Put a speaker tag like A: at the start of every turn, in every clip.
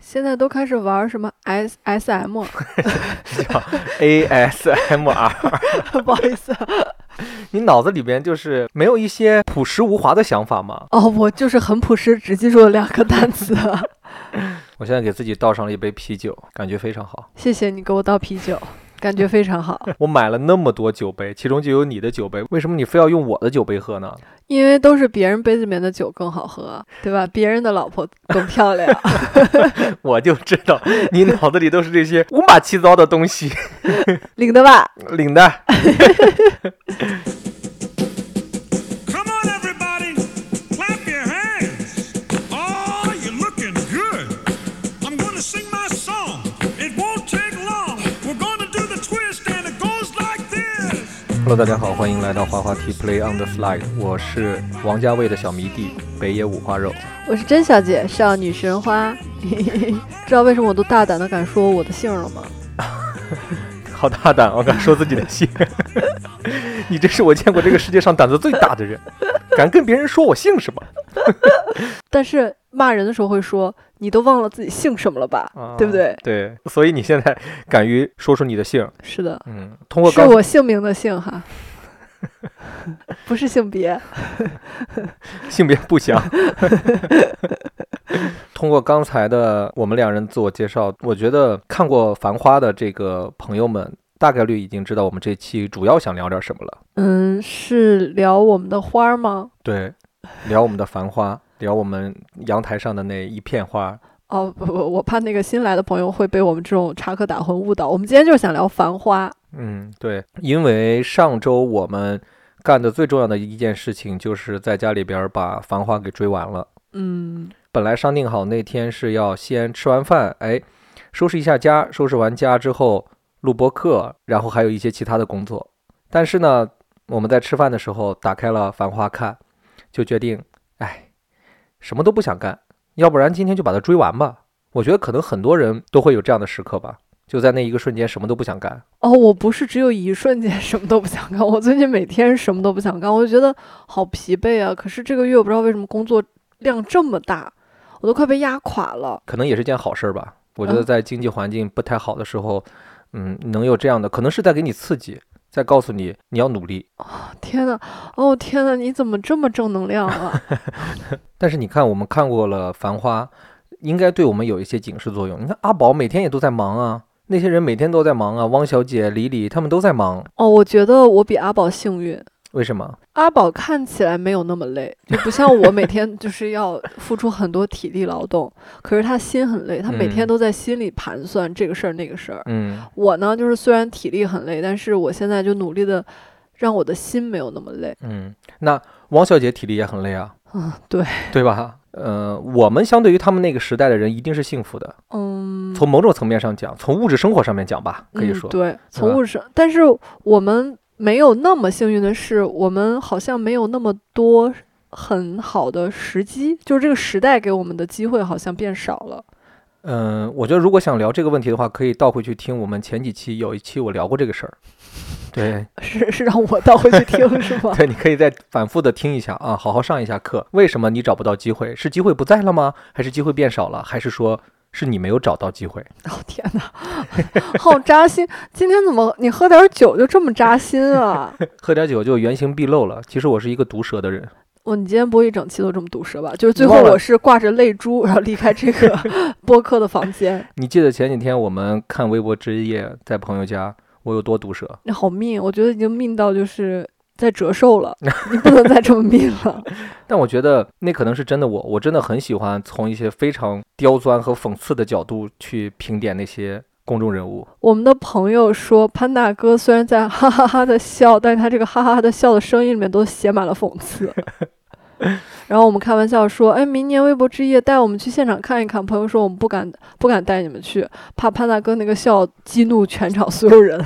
A: 现在都开始玩什么 S S M，
B: 叫 ASMR，
A: 不好意思啊，
B: 你脑子里边就是没有一些朴实无华的想法吗？
A: 哦，我就是很朴实，只记住了两个单词。啊
B: 我现在给自己倒上了一杯啤酒，感觉非常好。
A: 谢谢你给我倒啤酒，感觉非常 好，
B: 我买了那么多酒杯，其中就有你的酒杯，为什么你非要用我的酒杯喝呢？
A: 因为都是别人杯子里面的酒更好喝，啊对吧？别人的老婆更漂亮。 啊
B: 我就知道 你脑子里都是这些乌马七糟的东 西。
A: 领的吧？
B: 领带，
C: Come on, everybody. Clap your hands. Oh, you're looking good. I'm going to sing my song. It won't take long. We're going to do the twist, and it goes like this.
B: Hello，大家好，欢迎来到滑滑梯 Play on the Fly，我是王家卫的小迷弟北野五花肉。
A: 我是甄小姐，少女神花。 知道为什么我都大胆的敢说我的姓了吗？
B: 好大胆，我敢说自己的姓。 你真是我见过这个世界上胆子最大的人，敢跟别人说我姓什么？
A: 但是骂人的时候会说，你都忘了自己姓什么了吧？
B: 啊
A: 对不对？
B: 对，所以你现在敢于说出你的姓，
A: 是的，
B: 嗯，通过
A: 是
B: 刚
A: 我姓名的姓 哈，不是性别。
B: 性别 不详。通过刚才的我们两人自我介绍，我觉得看过《繁花》的这个朋友们，大概率已经知道我们这期主要想聊点什么了。
A: 嗯，是聊我们的花儿吗？
B: 对，聊我们的《繁花》，聊我们阳台上的那一片花。
A: 哦不不，我怕那个新来的朋友会被我们这种插科打诨误导。我们今天就是想聊繁花，
B: 嗯，对，因为上周我们干的最重要的一件事情，就是在家里边儿把《繁花》给追完了。
A: 嗯，
B: 本来商定好那天是要先吃完饭，哎，收拾一下家，收拾完家之后录播课，然后还有一些其他的工作。但是呢，我们在吃饭的时候打开了《繁花》看，就决定，哎，什么都不想干，要不然今天就把它追完吧。我觉得可能很多人都会有这样的时刻吧，就在那一个瞬间什么都不想干。
A: 哦，我不是只有一瞬间 什么都不想干，我最近每天什么都不想干，我就觉得好疲惫啊。可是这个月我不知道为什么工作量这么大，我都快被压垮了。
B: 可能也是件好事儿吧。我觉得
A: 嗯
B: 在经济环境不太好的时候，嗯，能有这样的，可能是在给你刺激，在告诉你你要努力。
A: 天呐，哦天呐，你怎么这么正能量啊？
B: 但是你看，我们看过了《繁花》，应该对我们有一些警示作用。你看阿宝每天也都在忙啊，那些人每天都在忙啊，汪小姐、李李他们都在忙，
A: 哦，我觉得我比阿宝幸运。
B: 为什么？
A: 阿宝看起来没有那么累，就不像我每 天就是要付出很多体力劳动，可是他心很累，他每天
B: 嗯
A: 都在心里盘算这个事儿那个事儿。
B: 嗯，
A: 我呢，就是虽然体力很累，但是我现在就努力的让我的心没有那么累。
B: 嗯，那王小姐体力也很累啊，
A: 嗯，对，
B: 对吧？呃，我们相对于他们那个时代的人，一定是幸福的。
A: 嗯，
B: 从某种层面上讲，从物质生活上面讲吧，可以
A: 嗯
B: 说，
A: 对，从
B: 吧
A: 物质，但是我们没有那么幸运的是，我们好像没有那么多很好的时机，就是这个时代给我们的机会好像变少了。
B: 嗯，我觉得如果想聊这个问题的话，可以倒回去听我们前几期有一期我聊过这个事儿。对
A: 是是让我倒回去听是 吗？
B: 对，你可以再反复的听一下啊，好好上一下课。为什么你找不到机会？是机会不在了吗？还是机会变少了？还是说是你没有找到机会？
A: 哦天哪，好扎心！今天怎么你喝点酒就这么扎心啊？
B: 喝点酒就原形毕露了。其实我是一个毒舌的人，
A: 哦，你今天不会一整期都这么毒舌吧？就是最
B: 你
A: 后
B: 忘了
A: 我是挂着泪珠，然后离开这 个播客的房间。
B: 你记得前几天我们看微博之夜，在朋友家我有多毒舌？
A: 那好命，我觉得已经命到就是在折寿了，你不能再这么命了。
B: 但我觉得那可能是真的我，我真的很喜欢从一些非常刁钻和讽刺的角度去评点那些公众人物。
A: 我们的朋友说，潘大哥虽然在哈哈哈的笑，但是他这个哈哈哈的笑的声音里面都写满了讽刺。 然后我们开玩笑说，哎，明年微博之夜带我们去现场看一看。朋友说我们不敢不敢带你们去，怕潘大哥那个笑激怒全场所有 人。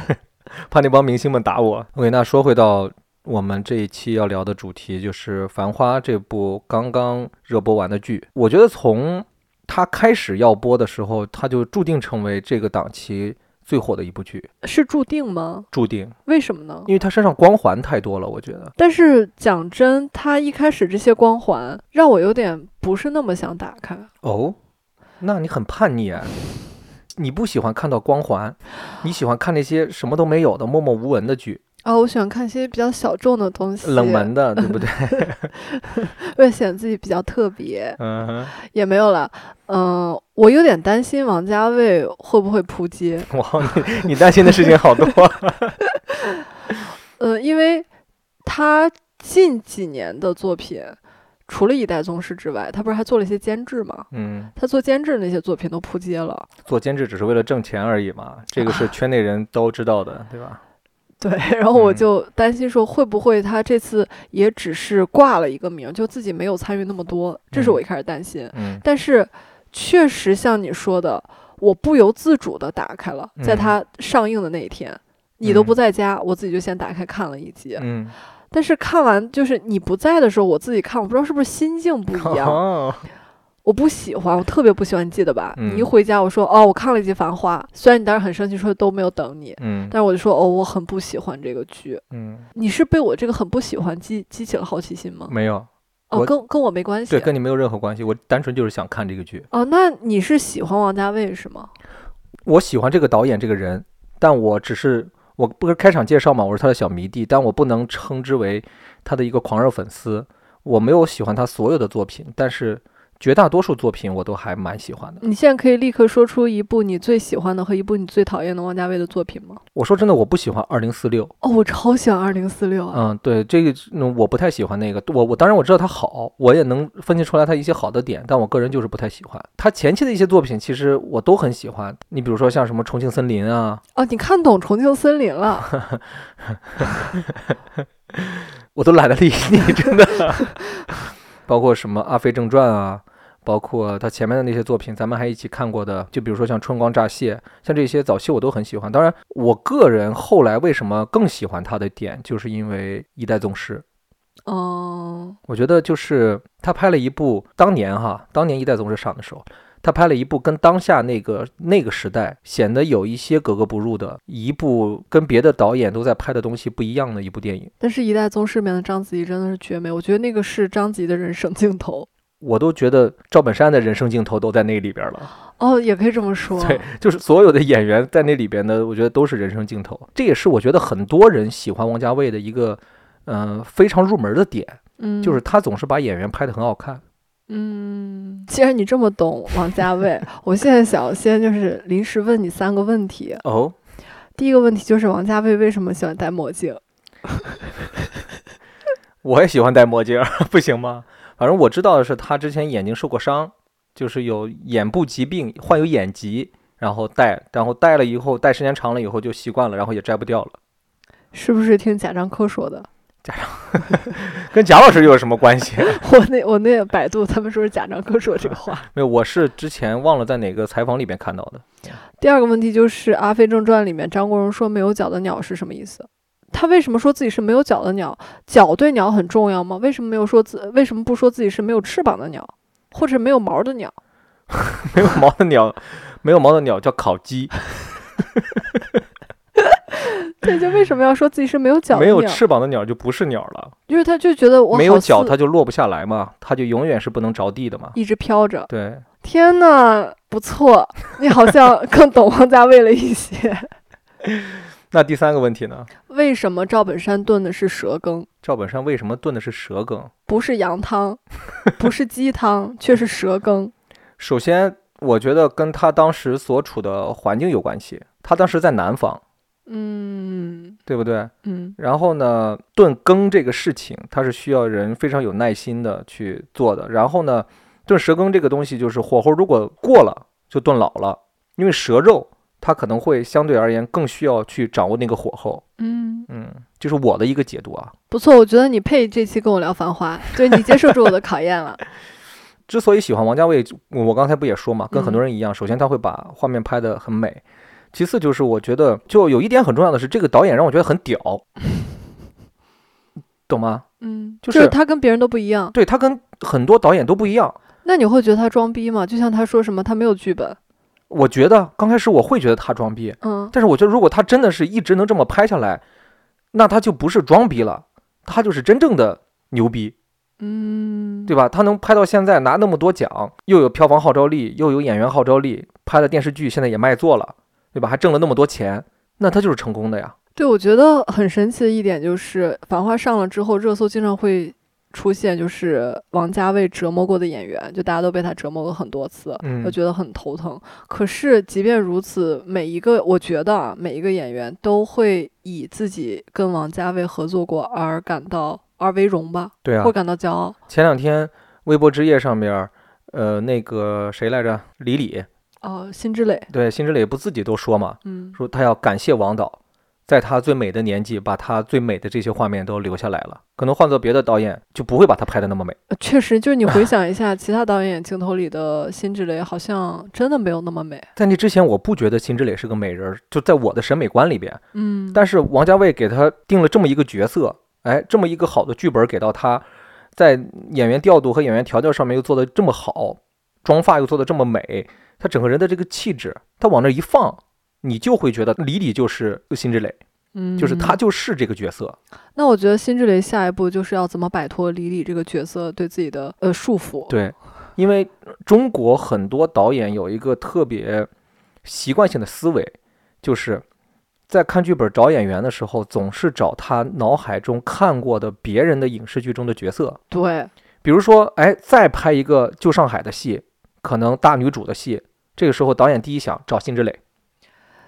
B: 怕那帮明星们打我。OK，那说回到我们这一期要聊的主题，就是《繁花》这部刚刚热播完的剧。我觉得从它开始要播的时候，它就注定成为这个档期最火的一部剧，
A: 是注定吗？
B: 注定，
A: 为什么呢？
B: 因为它身上光环太多了。我觉得，
A: 但是讲真，他一开始这些光环让我有点不是那么想打开。
B: 哦，那你很叛逆啊！你不喜欢看到光环，你喜欢看那些什么都没有的默默无闻的剧，
A: 啊、我喜欢看一些比较小众的东西，
B: 冷门的，对不对？
A: 为了显得自己比较特别，
B: 嗯哼，
A: 也没有了。嗯、我有点担心王家卫会不会扑街。
B: 哇，你你担心的事情好 多。
A: 呃，因为他近几年的作品，除了《一代宗师》之外，他不是还做了一些监制吗？
B: 嗯，
A: 他做监制的那些作品都扑街了。
B: 做监制只是为了挣钱而已嘛，这个
A: 啊
B: 是圈内人都知道的，对吧？
A: 对， 然后我
B: 嗯
A: 就担心说，会不会他这次也只是挂了一个名，就自己没有参与那么多？这是
B: 嗯
A: 我一开始担心。
B: 嗯
A: 但是确实像你说的，我不由自主的打开了，在
B: 嗯
A: 它上映的那一天，你都
B: 嗯
A: 不在家，我自己就先打开看了一集。
B: 嗯，
A: 但是看完就是你不在的时候，我自己看，我不知道是不是心境不一样，
B: 哦，
A: 我不喜欢，我特别不喜欢，你记得吧？你一
B: 嗯
A: 回家，我说哦，我看了一集《繁花》，虽然你当时很生气说都没有等你，
B: 嗯
A: 但是我就说哦，我很不喜欢这个剧。
B: 嗯，
A: 你是被我这个很不喜欢激激起了好奇心吗？
B: 没有，
A: 哦，
B: 嗯我
A: 跟跟我没关系
B: 对，。跟你没有任何关系，我单纯就是想看这个剧。
A: 哦，那你是喜欢王家卫是吗？
B: 我喜欢这个导演这个人，但我只是我不是开场介绍嘛，我是他的小迷弟，但我不能称之为他的一个狂热粉丝。我没有喜欢他所有的作品，但是绝大多数作品我都还蛮喜欢的。
A: 你现在可以立刻说出一部你最喜欢的和一部你最讨厌的王家卫的作品吗？
B: 我说真的，我不喜欢《二零四六》。
A: 哦，我超喜欢《二零四六》啊！
B: 嗯，对，这个嗯我不太喜欢那个。我我当然我知道他好，我也能分析出来他一些好的点，但我个人就是不太喜欢他前期的一些作品。其实我都很喜欢，你比如说像什么《重庆森林》啊，
A: 哦，你看懂《重庆森林》了？
B: 我都懒得理你，真的。 包括什么《阿飞正传》啊，包括他前面的那些作品，咱们还一起看过的，就比如说像《春光乍泄》，像这些早期我都很喜欢。当然，我个人后来为什么更喜欢他的点，就是因为《一代宗师》。
A: 嗯，
B: 我觉得就是他拍了一部当年哈，当年《一代宗师》上的时候，他拍了一部跟当下那个那个时代显得有一些格格不入的一部跟别的导演都在拍的东西不一样的一部电影。
A: 但是《一代宗师》里面的章子怡真的是绝美，我觉得那个是章子怡的人生镜头。
B: 我都觉得赵本山的人生镜头都在那里边了，
A: 哦，也可以这么说。
B: 对， 就是所有的演员在那里边的，我觉得都是人生镜头。这也是我觉得很多人喜欢王家卫的一个，嗯、非常入门的点，
A: 嗯，
B: 就是他总是把演员拍得很好看。
A: 嗯，既然你这么懂王家卫， 我现在想先就是临时问你三个问题。
B: 哦，
A: 第一个问题就是王家卫为什么喜欢戴墨镜？
B: 我也喜欢戴墨镜儿， 不行吗？反正我知道的是，他之前眼睛受过伤，就是有眼部疾病，患有眼疾，然后戴，然后戴了以后，戴时间长了以后就习惯了，然后也摘不掉了。
A: 是不是听贾樟柯说的？
B: 跟贾老师又有什么关系？
A: 我那我那百度他们说是贾樟柯说这个话。
B: 没有，我是之前忘了在哪个采访里边看到的。
A: 第二个问题就是《阿飞正传》里面张国荣说“没有脚的鸟”是什么意思？他为什么说自己是没有脚的鸟？脚对鸟很重要吗？为什么没有说自为什么不说自己是没有翅膀的鸟，或者没有毛的鸟？
B: 没有毛的鸟， 没有毛的鸟叫烤鸡，
A: 对，就为什么要说自己是没有脚的
B: 没有
A: 鸟？
B: 翅膀的鸟就不是鸟了。
A: 就是他就觉得我
B: 没有
A: 好似
B: 脚，它就落不下来嘛，它就永远是不能着地的嘛。
A: 一直飘着。
B: 对，
A: 天呐，不错，你好像更懂王家卫了一些。
B: 那第三个问题呢？
A: 为什么赵本山炖的是蛇羹，
B: 赵本山为什么炖的是蛇羹？
A: 不是羊汤，不是鸡汤，却是蛇羹？
B: 首先，我觉得跟他当时所处的环境有关系。他当时在南方，
A: 嗯
B: 对不对？
A: 嗯。
B: 然后呢，炖羹这个事情，它是需要人非常有耐心的去做的。然后呢，炖蛇羹这个东西，就是火候如果过了，就炖老了，因为蛇肉它可能会相对而言更需要去掌握那个火候。
A: 嗯，
B: 嗯，就是我的一个解读啊。
A: 不错，我觉得你配这期跟我聊《繁花》，对你接受住我的考 验了。嗯
B: 之所以喜欢王家卫，我我刚才不也说嘛，跟很
A: 嗯
B: 多人一样，首先他会把画面拍得很美，其次就是我觉得就有一点很重要的是，这个导演让我觉得很屌，懂吗？
A: 嗯，
B: 就
A: 就是他跟别人都不一样。
B: 对他跟很多导演都不一样。
A: 那你会觉得他装逼吗？就像他说什么他没有剧本，
B: 我觉得刚开始我会觉得他装逼，
A: 嗯，
B: 但是我觉得如果他真的是一直能这么拍下来，那他就不是装逼了，他就是真正的牛逼。
A: 嗯，
B: 对吧？他能拍到现在拿那么多奖，又有票房号召力，又有演员号召力，拍的电视剧现在也卖座了，对吧？还挣了那么多钱，那他就是成功的呀。
A: 对，我觉得很神奇的一点就是，《繁花》上了之后，热搜经常会出现就是王家卫折磨过的演员，就大家都被他折磨过很多次，
B: 嗯
A: 我觉得很头疼。可是即便如此，每一个我觉得啊，每一个演员都会以自己跟王家卫合作过而感到而为荣吧，
B: 对啊
A: 或，感到骄傲。
B: 前两天微博之夜上边儿，呃，那个谁来着，李李，
A: 哦、辛之磊，
B: 对，辛芷蕾不自己都说嘛，
A: 嗯，
B: 说他要感谢王导，在他最美的年纪，把他最美的这些画面都留下来了。可能换做别的导演，就不会把他拍的那么美。
A: 呃确实，就是你回想一下，其他导演镜头里的辛之磊好像真的没有那么美。
B: 在那之前，我不觉得辛芷蕾是个美人儿，就在我的审美观里边。
A: 嗯，
B: 但是王家卫给他定了这么一个角色，哎，这么一个好的剧本给到他，在演员调度和演员调教上面又做得这么好，妆发又做得这么美，他整个人的这个气质，他往那一放，你就会觉得李李就是辛芷蕾，
A: 嗯，
B: 就是他就是这个角色。
A: 那我觉得辛芷蕾下一步就是要怎么摆脱李李这个角色对自己的呃束缚。，
B: 对，因为中国很多导演有一个特别习惯性的思维，就是在看剧本找演员的时候，总是找他脑海中看过的别人的影视剧中的角色。
A: 对
B: 比如说，哎，再拍一个《旧上海》的戏，可能大女主的戏，这个时候导演第一想找辛芷蕾，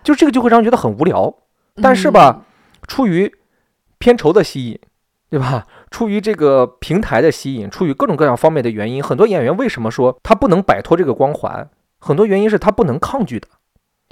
B: 就这个就会让人觉得很无聊。但
A: 嗯
B: 是吧，出于片酬的吸引，对吧？出于这个平台的吸引，出于各种各样方面的原因，很多演员为什么说他不能摆脱这个光环？很多原因是他不能抗拒的。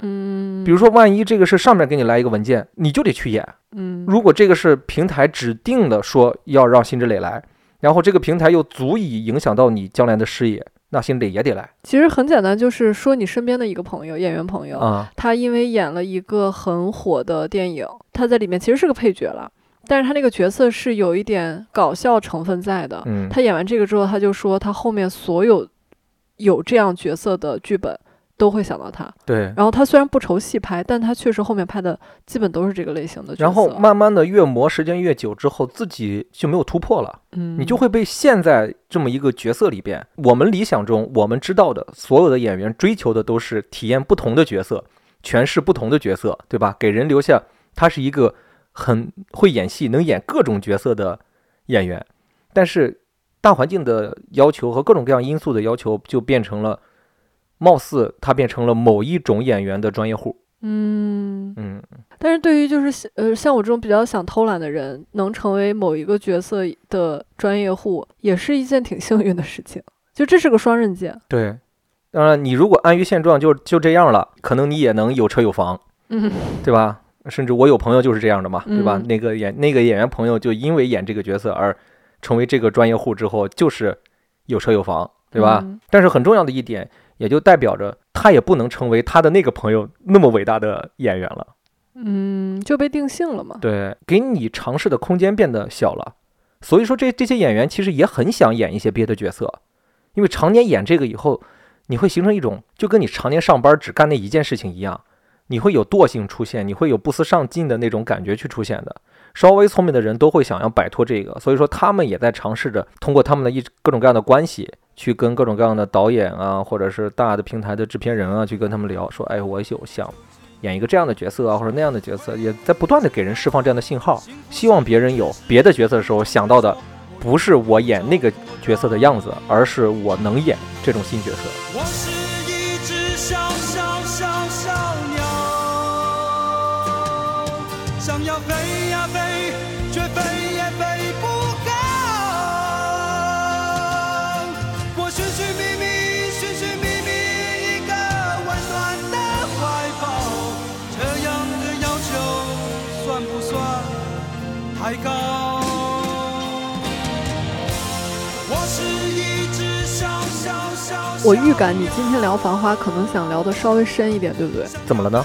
A: 嗯，嗯，
B: 比如说，万一这个是上面给你来一个文件，你就得去演；
A: 嗯，
B: 如果这个是平台指定的，说要让辛芷蕾来，然后这个平台又足以影响到你将来的事业，那辛芷蕾也得来
A: 其实很简单，就是说你身边的一个朋友，演员朋友，
B: 啊、
A: 他因为演了一个很火的电影，他在里面其实是个配角了，但是他那个角色是有一点搞笑成分在的。
B: 嗯，
A: 他演完这个之后，他就说他后面所有有这样角色的剧本都会想到他。
B: 对。
A: 然后他虽然不愁戏拍，但他确实后面拍的基本都是这个类型的角色。
B: 然后慢慢的越磨时间越久之后，自己就没有突破了。
A: 嗯，
B: 你就会被陷在这么一个角色里边。我们理想中，我们知道的所有的演员追求的都是体验不同的角色，诠释不同的角色，对吧？给人留下他是一个很会演戏、能演各种角色的演员。但是大环境的要求和各种各样因素的要求，就变成了，貌似他变成了某一种演员的专业户。
A: 嗯，
B: 嗯，
A: 但是对于就是像呃像我这种比较想偷懒的人，能成为某一个角色的专业户，也是一件挺幸运的事情。就这是个双刃剑，
B: 对。当然，你如果安于现状就就这样了，可能你也能有车有房。
A: 嗯，
B: 对吧？甚至我有朋友就是这样的嘛，对吧？
A: 嗯
B: 那个演那个演员朋友就因为演这个角色而成为这个专业户之后，就是有车有房，对吧？
A: 嗯
B: 但是很重要的一点，也就代表着他也不能成为他的那个朋友那么伟大的演员了。
A: 嗯，就被定性了嘛。
B: 对，给你尝试的空间变得小了。所以说这这些演员其实也很想演一些别的角色，因为常年演这个以后，你会形成一种就跟你常年上班只干那一件事情一样，你会有惰性出现，你会有不思上进的那种感觉去出现的。稍微聪明的人都会想要摆脱这个，所以说他们也在尝试着通过他们的一各种各样的关系，去跟各种各样的导演啊，或者是大的平台的制片人啊，去跟他们聊，说，哎，我有想演一个这样的角色啊，或者那样的角色，也在不断的给人释放这样的信号，希望别人有别的角色的时候想到的，不是我演那个角色的样子，而是我能演这种新角色。
D: 我是一只小小小小鸟，想要飞呀飞，却飞也飞不高。我寻寻觅觅，寻寻觅觅一个温暖的怀抱，这样的要求算不算太高？我是一只小小小小
A: 我预感你今天聊《繁花》，可能想聊的稍微深一点，对不对？
B: 怎么了呢？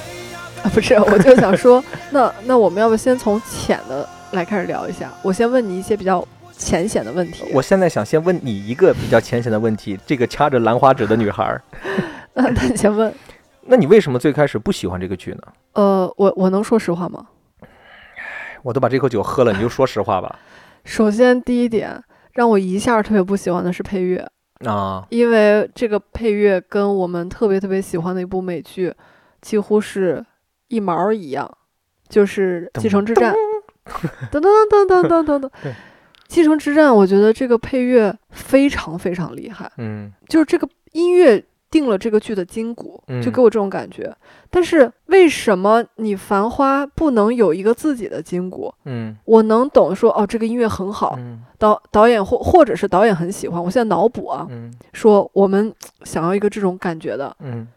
A: 啊， 不是，我就想说，那那我们要不先从浅的来开始聊一下？我先问你一些比较浅显的问题。
B: 我现在想先问你一个比较浅显的问题：这个掐着兰花指的女孩儿，
A: 那那你先问，
B: 那你为什么最开始不喜欢这个剧呢？
A: 呃，我我能说实话吗？
B: 我都把这口酒喝了，你就说实话吧。
A: 首先，第一点，让我一下儿特别不喜欢的是配乐，
B: 啊，
A: 因为这个配乐跟我们特别特别喜欢的一部美剧几乎是一毛儿一样，就是《继承之战》。噔噔噔噔噔噔噔
B: 对
A: 噔，继承之战，我觉得这个配乐非常非常厉害，
B: 嗯
A: 就是这个音乐定了这个剧的筋骨，就
B: 嗯
A: 给我这种感觉。但是为什么你《繁花》不能有一个自己的筋骨？
B: 嗯
A: 我能懂说哦，这个音乐很好，
B: 嗯
A: 导导演或或者是导演很喜欢。我现在脑补啊，
B: 嗯
A: 说我们想要一个这种感觉的，
B: 嗯，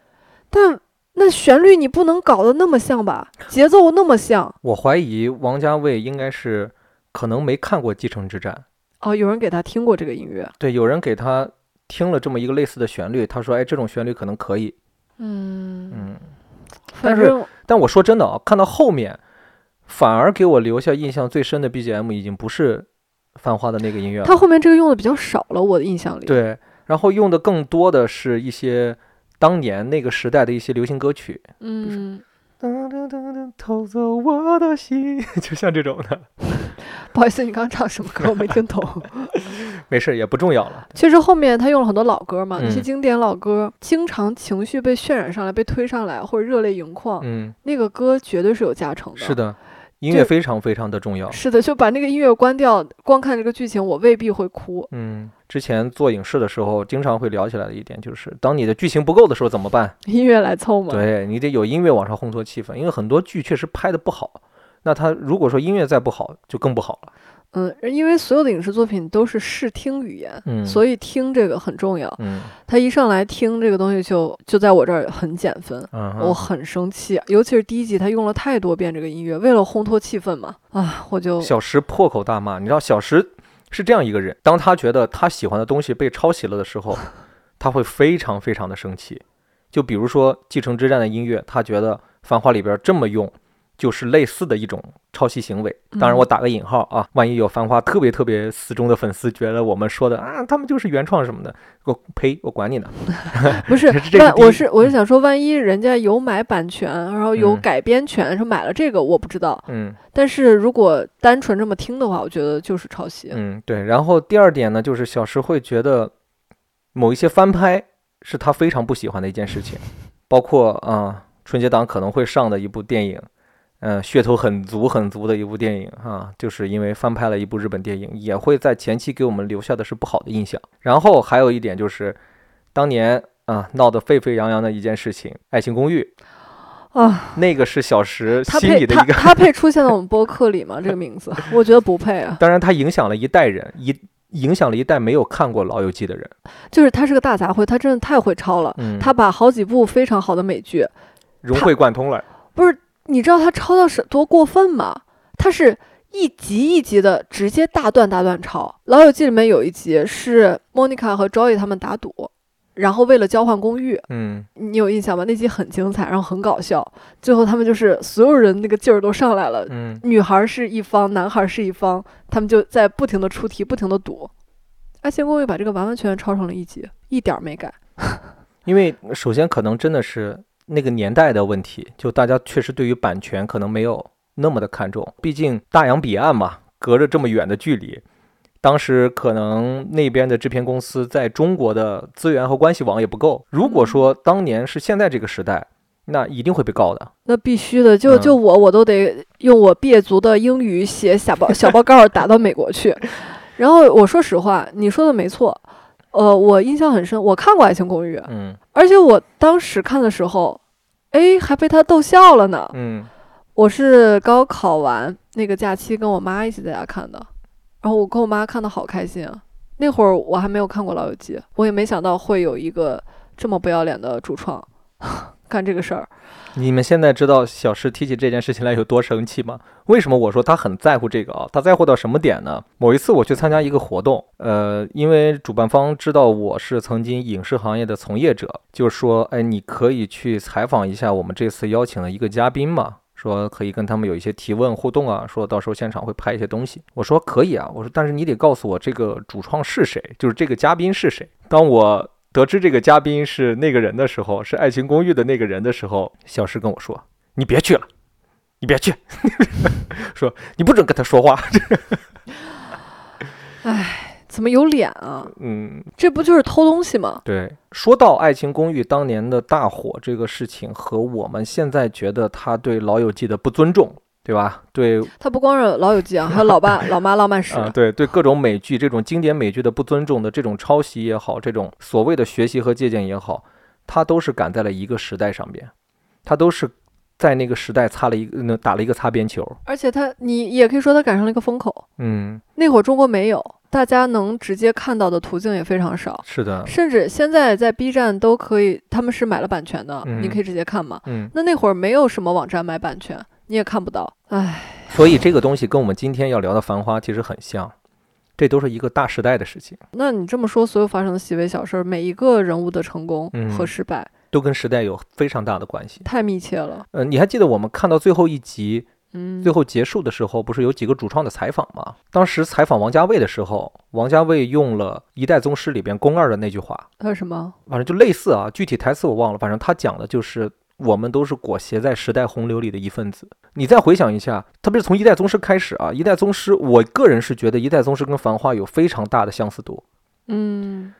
A: 但那旋律你不能搞得那么像吧？节奏那么像
B: 我怀疑王家卫应该是可能没看过《继承之战》，
A: 哦，有人给他听过这个音乐，
B: 对，有人给他听了这么一个类似的旋律，他说：“哎，这种旋律可能可以。”
A: 嗯，
B: 嗯，
A: 反
B: 但是
A: 正
B: 但我说真的啊，看到后面，反而给我留下印象最深的 BGM 已经不是《繁花》的那个音乐了
A: 他。后面这个用的比较少了，我的印象里。，
B: 对，然后用的更多的是一些当年那个时代的一些流行歌曲。
A: 嗯，
B: 噔噔噔噔，偷走我的心， 就像这种的，
A: 不好意思，你刚刚唱什么歌？我没听懂。
B: 没事儿也不重要了。
A: 确实，后面他用了很多老歌嘛，那些
B: 嗯
A: 经典老歌，经常情绪被渲染上来，被推上来，或者热泪盈眶，
B: 嗯，
A: 那个歌绝对是有加成的。
B: 是的，音
A: 就
B: 乐非常非常的重要。
A: 是的，就把那个音乐关掉，光看这个剧情，我未必会哭。
B: 嗯，之前做影视的时候，经常会聊起来的一点就是，当你的剧情不够的时候怎么办？
A: 音乐来凑嘛。
B: 对你得有音乐往上烘托气氛，因为很多剧确实拍的不好，那他如果说音乐再不好，就更不好了。
A: 嗯，因为所有的影视作品都是视听语言，
B: 嗯，
A: 所
B: 以
A: 以听这个很重要。
B: 嗯
A: 他一上来听这个东西就就在我这儿很减分，
B: 嗯
A: 我
B: 哼
A: 很生气。尤其是第一集，他用了太多遍这个音乐，为了烘托气氛嘛，啊，我就
B: 小石破口大骂，你知道小石是这样一个人，当他觉得他喜欢的东西被抄袭了的时候，他会非常非常的生气。就比如说《继承之战》的音乐，他觉得《繁花》里边这么用，就是类似的一种抄袭行为。当然，我
A: 嗯
B: 打个引号啊，万一有《繁花》特别特别死忠的粉丝觉得我们说的啊，他们就是原创什么的，我呸，我管你呢。
A: 不是
B: 这是
A: 万，
B: 第一
A: 我是我是想说，万一人家有买版权，然后有
B: 嗯
A: 改编权，说买了这个我不知道，
B: 嗯
A: 但是如果单纯这么听的话，我觉得就是抄袭。
B: 嗯，对。然后第二点呢，就是小石会觉得某一些翻拍是他非常不喜欢的一件事情，包括啊、春节档可能会上的一部电影，嗯、噱头很足很足的一部电影啊，就是因为翻拍了一部日本电影，也会在前期给我们留下的是不好的印象。然后还有一点就是，当年啊闹得沸沸扬扬的一件事情，《爱情公寓》
A: 啊，
B: 那个是小石
A: 他
B: 心
A: 配
B: 里的
A: 他
B: 一个，
A: 他配出现在我们播客里吗？这个名 字，我觉得不配啊。
B: 当然他影响了一代人，一影响了一代没有看过《老友记》的人。
A: 就是他是个大杂烩，他真的太会抄了。
B: 嗯，
A: 他把好几部非常好的美剧，
B: 融
A: 他
B: 会贯通了。
A: 不是你知道他抄到是多过分吗？他是一集一集的直接大段大段抄。《老友记》里面有一集是莫妮卡和 Joey 他们打赌，然后为了交换公寓，
B: 嗯
A: 你有印象吗？那集很精彩，然后很搞笑。最后他们就是所有人那个劲儿都上来了，
B: 嗯，
A: 女孩是一方，男孩是一方，他们就在不停的出题，不停的赌。爱情公寓把这个完完全全抄成了一集，一点儿没改。
B: 因为首先可能真的是那个年代的问题，就大家确实对于版权可能没有那么的看重，毕竟大洋彼岸嘛，隔着这么远的距离。当时可能那边的制片公司在中国的资源和关系网也不够。如果说当年是现在这个时代，那一定会被告的。
A: 那必须的，就
B: 嗯
A: 就我，我都得用我毕业族的英语写小报小报告打到美国去。然后我说实话，你说的没错，呃，我印象很深，我看过《爱情公寓》，
B: 嗯
A: 而且我当时看的时候，哎，还被他逗笑了呢。
B: 嗯
A: 我是高考完那个假期跟我妈一起在家看的，然后我跟我妈看的好开心啊。那会儿我还没有看过《老友记》，我也没想到会有一个这么不要脸的主创 干这个事儿。
B: 你们现在知道小石提起这件事情来有多生气吗？为什么我说他很在乎这个啊？他在乎到什么点呢？某一次我去参加一个活动，呃，因为主办方知道我是曾经影视行业的从业者，就说，哎，你可以去采访一下我们这次邀请的一个嘉宾嘛。说可以跟他们有一些提问互动啊，说到时候现场会拍一些东西。我说可以啊，我说但是你得告诉我这个主创是谁，就是这个嘉宾是谁。当我得知这个嘉宾是那个人的时候，是《爱情公寓》的那个人的时候，小石跟我说：“你别去了，你别去。” 说你不准跟他说话。
A: 怎怎么有脸啊？
B: 嗯，
A: 这不就是偷东西吗？
B: 对，说到《爱情公寓》当年的大火这个事情，和我们现在觉得他对《老友记》的不尊重，对吧？对，
A: 他不光是老友记啊，还有老爸老妈浪漫史。
B: 啊、对对，各种美剧这种经典美剧的不尊重的这种抄袭也好，这种所谓的学习和借鉴也好，它都是赶在了一个时代上边，它都是在那个时代擦了一个、呃打了一个擦边球。
A: 而且他，你也可以说他赶上了一个风口。
B: 嗯，
A: 那会儿中国没有，大家能直接看到的途径也非常少，
B: 是的，
A: 甚至现在在 B 站都可以，他们是买了版权的，你
B: 嗯
A: 可以直接看嘛。
B: 嗯，
A: 那那会儿没有什么网站买版权，你也看不到。唉，
B: 所以这个东西跟我们今天要聊的《繁花》其实很像，这都是一个大时代的事情，
A: 那你这么说，所有发生的细微小事儿，每一个人物的成功
B: 嗯
A: 和失败、
B: 都跟时代有非常大的关系。
A: 太密切了。
B: 嗯、你还记得我们看到最后一集
A: 嗯，
B: 最后结束的时候，不是有几个主创的采访吗？当时采访王家卫的时候，王家卫用了《一代宗师》里边宫二的那句话，
A: 还有什么？
B: 反正就类似啊，具体台词我忘了，反正他讲的就是我们都是裹挟在时代洪流里的一份子。你再回想一下，特别是从《一代宗师》开始啊，《一代宗师》，我个人是觉得《一代宗师》跟《繁花》有非常大的相似度。
A: 嗯，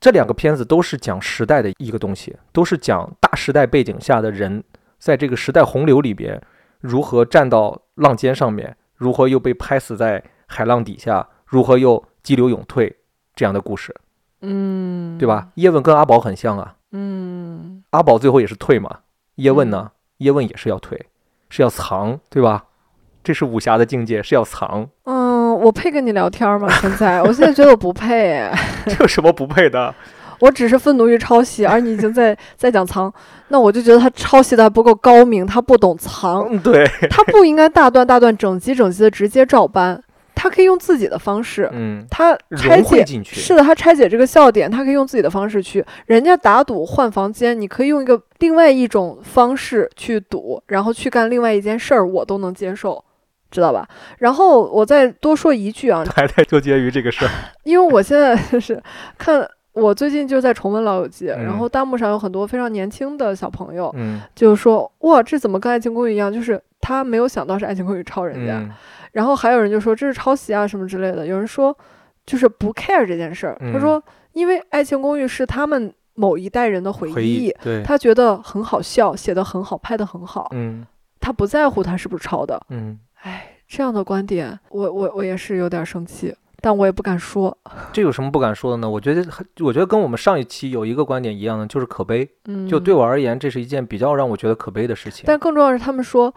B: 这两个片子都是讲时代的一个东西，都是讲大时代背景下的人在这个时代洪流里边如何站到浪尖上面，如何又被拍死在海浪底下，如何又激流勇退这样的故事，
A: 嗯，
B: 对吧？？叶问跟阿宝很像啊，
A: 嗯，
B: 阿宝最后也是退嘛，叶问呢，叶问也是要退，是要藏，对吧？这是武侠的境界，是要藏，
A: 嗯，我配跟你聊天吗？现在，我现在觉得我不配哎。
B: 这有什么不配的？
A: 我只是愤怒于抄袭，而你已经在在讲藏，那我就觉得他抄袭的还不够高明，他不懂藏，
B: 嗯，对，
A: 他不应该大段大段、整集整集的直接照搬，他可以用自己的方式，
B: 嗯，
A: 他拆
B: 融汇
A: 解。
B: 进去，
A: 是的，他拆解这个笑点，他可以用自己的方式去。人家打赌换房间，你可以用一个另外一种方式去赌，然后去干另外一件事儿，我都能接受，知道吧？然后我再多说一句啊，
B: 还在纠结于这个事儿。
A: 因为我现在是 看，我最近就在重温《老友记》，
B: 嗯
A: 然后弹幕上有很多非常年轻的小朋友，
B: 嗯，
A: 就是说哇，这怎么跟《爱情公寓》一样？就是他没有想到是《爱情公寓》抄人家，
B: 嗯
A: 然后还有人就说这是抄袭啊什么之类的，有人说就是不 care 这件事儿，他
B: 嗯
A: 说因为《爱情公寓》是他们某一代人的回忆。
B: 回忆，对，
A: 他觉得很好笑，写得很好，拍得很好，
B: 嗯
A: 他不在乎他是不是抄的。
B: 嗯，
A: 哎，这样的观点，我我我也是有点生气，但我也不敢说。
B: 这有什么不敢说的呢？我觉得很，我觉得跟我们上一期有一个观点一样的，就是可悲。
A: 嗯，
B: 就对我而言，这是一件比较让我觉得可悲的事情。
A: 但更重要的是，他们说，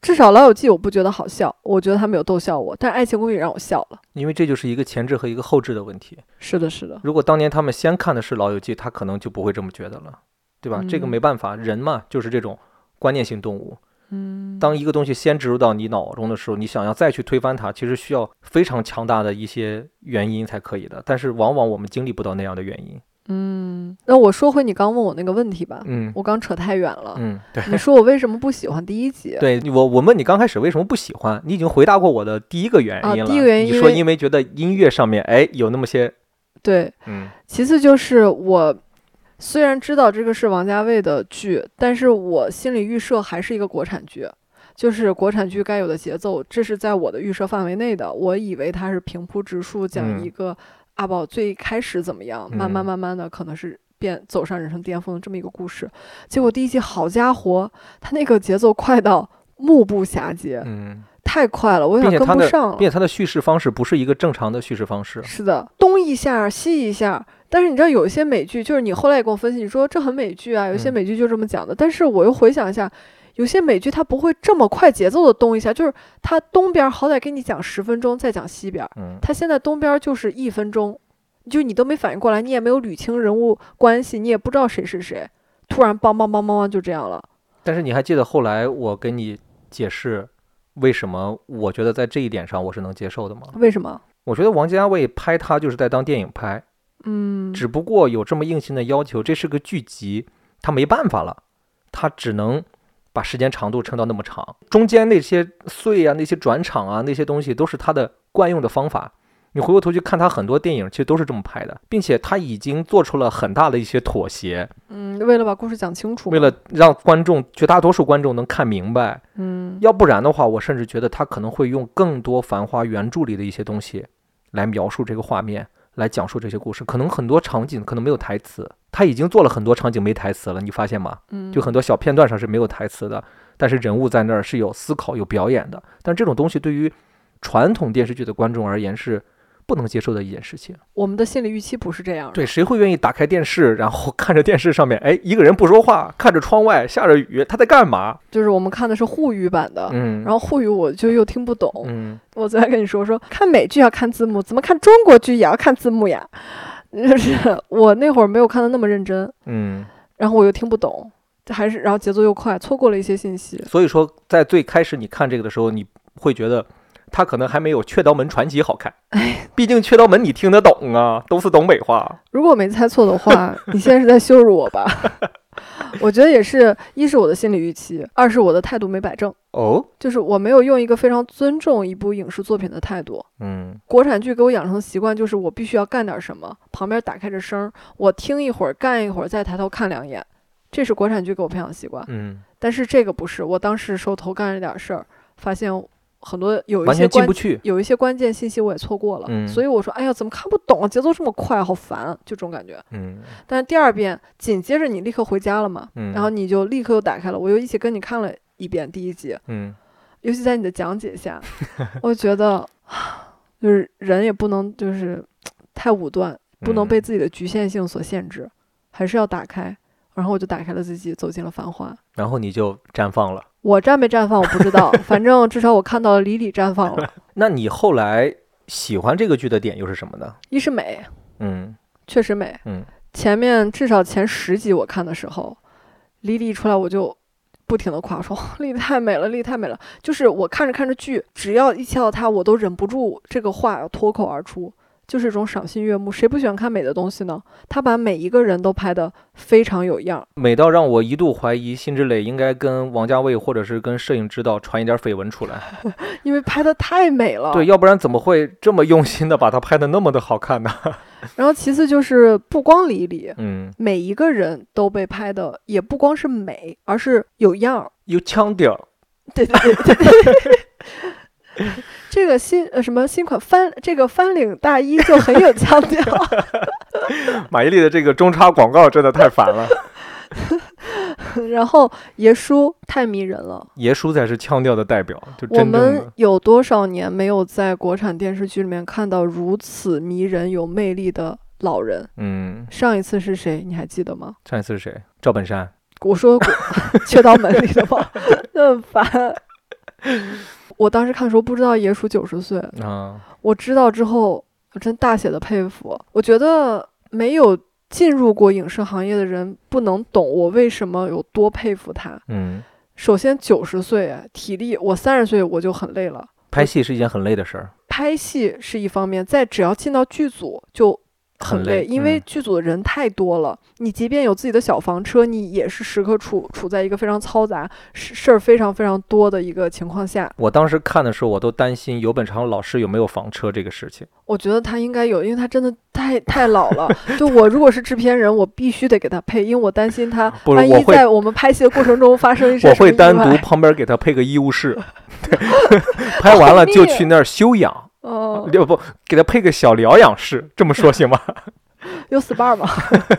A: 至少《老友记》我不觉得好笑，我觉得他们有逗笑我，但《爱情公寓》让我笑了。
B: 因为这就是一个前置和一个后置的问题。
A: 是的，是的，
B: 如果当年他们先看的是《老友记》，他可能就不会这么觉得了，对吧？这个
A: 嗯
B: 没办法，人嘛就是这种观念性动物。
A: 嗯，
B: 当一个东西先植入到你脑中的时候，你想要再去推翻它，其实需要非常强大的一些原因才可以的。但是往往我们经历不到那样的原因。
A: 嗯，那我说回你刚问我那个问题吧，
B: 嗯
A: 我刚扯太远了。
B: 嗯，对。
A: 你说我为什么不喜欢第一集？
B: 对你我，我问你刚开始为什么不喜欢，你已经回答过我的第一个原因
A: 啊
B: 了。
A: 第一个原因
B: 你
A: 因
B: 说
A: 为
B: 因为觉得音乐上面哎有那么些，
A: 对，
B: 嗯
A: 其次就是我虽然知道这个是王家卫的剧，但是我心里预设还是一个国产剧，就是国产剧该有的节奏，这是在我的预设范围内的。我以为它是平铺直述，讲
B: 嗯
A: 一个阿宝最开始怎么样，慢慢
B: 嗯
A: 慢慢的可能是。变走上人生巅峰的这么一个故事，结果第一季好家伙，他那个节奏快到目不暇接，
B: 嗯，
A: 太快了，我有
B: 并
A: 点
B: 且
A: 跟
B: 它
A: 不
B: 的
A: 上了。
B: 并且它的叙事方式不是一个正常的叙事方式。
A: 是的，东一下西一下。但是你知道，有一些美剧，就是你后来也跟我分析，你说这很美剧啊，有些
B: 嗯
A: 美剧就这么讲的。但是我又回想一下，有些美剧它不会这么快节奏的东一下，就是它东边儿好歹给你讲十分钟，再讲西边儿，
B: 嗯
A: 它现在东边儿就是一分钟，就你都没反应过来，你也没有捋清人物关系，你也不知道谁是谁，突然梆梆梆梆梆就这样了。
B: 但是你还记得后来我给你解释为什么我觉得在这一点上我是能接受的吗？
A: 为什么？
B: 我觉得王家卫拍它就是在当电影拍，
A: 嗯，
B: 只不过有这么硬性的要求，这是个剧集，他没办法了，他只能把时间长度撑到那么长。中间那些碎啊、那些转场啊、那些东西，都是他的惯用的方法。你回过头去看他很多电影，其实都是这么拍的，并且他已经做出了很大的一些妥协，
A: 嗯，为了把故事讲清楚嘛，
B: 为了让观众绝大多数观众能看明白。
A: 嗯
B: 要不然的话，我甚至觉得他可能会用更多《繁花》原著里的一些东西来描述这个画面，来讲述这些故事。可能很多场景可能没有台词，他已经做了很多场景没台词了，你发现吗？
A: 嗯，
B: 就很多小片段上是没有台词的，但是人物在那儿是有思考、有表演的。但这种东西对于传统电视剧的观众而言是不能接受的一件事情。
A: 嗯我们的心理预期不是这样的。
B: 对，谁会愿意打开电视，然后看着电视上面，哎，一个人不说话，看着窗外下着雨，他在干嘛？
A: 就是我们看的是沪语版的，
B: 嗯，
A: 啊然后沪语我就又听不懂。
B: 嗯，
A: 我昨天跟你说说，看美剧要啊看字幕，怎么看中国剧也要看字幕呀？ 就是我那会儿没有看的那么认真，
B: 嗯，
A: 然后我又听不懂，还是然后节奏又快，错过了一些信息。
B: 所以说，在最开始你看这个的时候，你会觉得它可能还没有《雀刀门传奇》好看。
A: 哎
B: 毕竟《雀刀门》你听得懂啊，都是东北话。
A: 如果我没猜错的 话，你现在是在羞辱我吧？ 我觉得也是，一是我的心理预期，二是我的态度没摆正，
B: 哦，
A: 就是我没有用一个非常尊重一部影视作品的态度。
B: 嗯
A: 国产剧给我养成的习惯就是我必须要干点什么，旁边打开着声儿，我听一会儿，干一会儿，再抬头看两眼，这是国产剧给我培养的习惯。
B: 嗯，
A: 但是这个不是，我当时手头干了点事儿，发现很多有一
B: 完
A: 些
B: 全进
A: 关
B: 不去。
A: 有一些关键信息我也错过了，
B: 嗯
A: 所以我说，哎呀，怎么看不懂啊？节奏这么快，好烦啊，就这种感觉。
B: 嗯
A: 但是第二遍，紧接着你立刻回家了嘛，
B: 嗯，
A: 然后你就立刻又打开了，我又一起跟你看了一遍第一集，
B: 嗯
A: 尤其在你的讲解下， 我觉得 就是人也不能就是太武断，不
B: 嗯
A: 能被自己的局限性所限制，还是要打开。然后我就打开了自己，走进了繁华。
B: 然后你就绽放了。
A: 我绽没绽放我不知道，反正至少我看到了李李绽放了。
B: 那你后来喜欢这个剧的点又是什么呢？
A: 一是美，
B: 嗯
A: 确实美。
B: 嗯
A: 前面至少前十集我看的时候，李李一出来我就不停的夸说李李太美了，李李太美了。就是我看着看着剧，只要一提到她，我都忍不住这个话脱口而出，就是一种赏心悦目。谁不喜欢看美的东西呢？她把每一个人都拍得非常有样儿。
B: 美到让我一度怀疑辛芷蕾应该跟王家卫或者是跟摄影指导传一点绯闻出来。
A: 因为拍得太美了。
B: 对，要不然怎么会这么用心的把它拍的那么的好看呢？
A: 然后其次就是不光李李，
B: 嗯，
A: 每一个人都被拍的也不光是美，而是有样儿。
B: 有腔调儿。
A: 对对对对对。这个新呃什么新款翻这个翻领大衣就很有腔调，
B: 马伊琍的这个中插广告真的太烦了。
A: 然后爷叔太迷人了。
B: 爷叔才是腔调的代表，就
A: 我
B: 真正
A: 们
B: 的。
A: 有多少年没有在国产电视剧里面看到如此迷人、有魅力的老人？
B: 嗯，
A: 上一次是谁？你还记得吗？
B: 上一次是谁？赵本山。
A: 我说过 雀刀门里的吗？ 那么烦。我当时看的时候不知道爷叔九十岁，
B: 啊，
A: 我知道之后，我真大写的佩服。我觉得没有进入过影视行业的人不能懂我为什么有多佩服他。
B: 嗯，
A: 首先，九十岁啊体力，我三十岁我就很累了。
B: 拍戏是一件很累的事儿。
A: 拍戏是一方面，再只要进到剧组就很
B: 很
A: 累，
B: 累
A: 因为
B: 嗯
A: 剧组的人太多了。你即便有自己的小房车，你也是时刻处处在一个非常嘈杂、事事儿非常非常多的一个情况下。
B: 我当时看的时候，我都担心游本昌老师有没有房车这个事情。
A: 我觉得他应该有，因为他真的太太老了。就我如果是制片人，我必须得给他配，因为我担心他
B: 不是
A: 万
B: 我
A: 一
B: 会
A: 在我们拍戏的过程中发生一些
B: 我
A: 什么
B: 会
A: 意
B: 单独
A: 外
B: 旁边给他配个医务室， 对拍完了就去那儿休养，
A: 哦，
B: 要不给他配个小疗养室，这么说行吗？
A: 有 SPA 吗？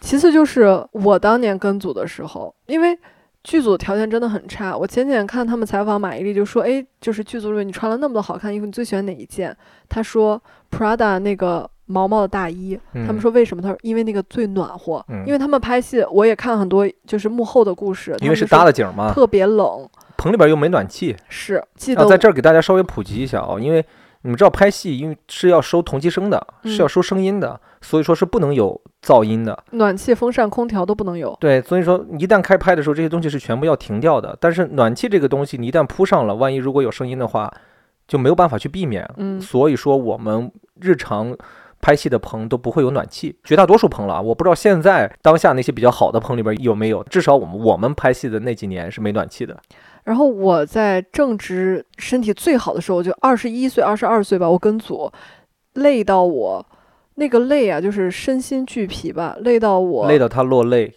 A: 其次就是我当年跟组的时候，因为剧组条件真的很差。我前几天看他们采访马伊琍，就说：“哎，就是剧组里面你穿了那么多好看的衣服，你最喜欢哪一件？”她说：“Prada 那个毛毛的大衣。”嗯他们说
B: 说，
A: 为什么？他说因为那个最暖和，
B: 嗯
A: 因为他们拍戏，我也看很多就是幕后的故事，
B: 因为是
A: 他
B: 搭
A: 们
B: 了景啊儿
A: 就说
B: 嘛，
A: 特别冷，
B: 棚里边又没暖气。
A: 是记
B: 然
A: 得
B: 啊后在这儿给大家稍微普及一下哦，因为你们知道拍戏，因为是要收同期声的，是要
A: 嗯
B: 收声音的，所以说是不能有噪音的。
A: 暖气、风扇、空调都不能有，
B: 对，所以说一旦开拍的时候，这些东西是全部要停掉的。但是暖气这个东西，你一旦铺上了，万一如果有声音的话，就没有办法去避免。
A: 嗯，
B: 所以说我们日常。拍戏的棚都不会有暖气，绝大多数棚了啊，我不知道现在当下那些比较好的棚里边有没有，至少我们我们拍戏的那几年是没暖气的。
A: 然后我在正值身体最好的时候，就二十一岁、二十二岁吧，我跟组累到我那个累啊，就是身心俱疲吧，累到我
B: 累到他落泪，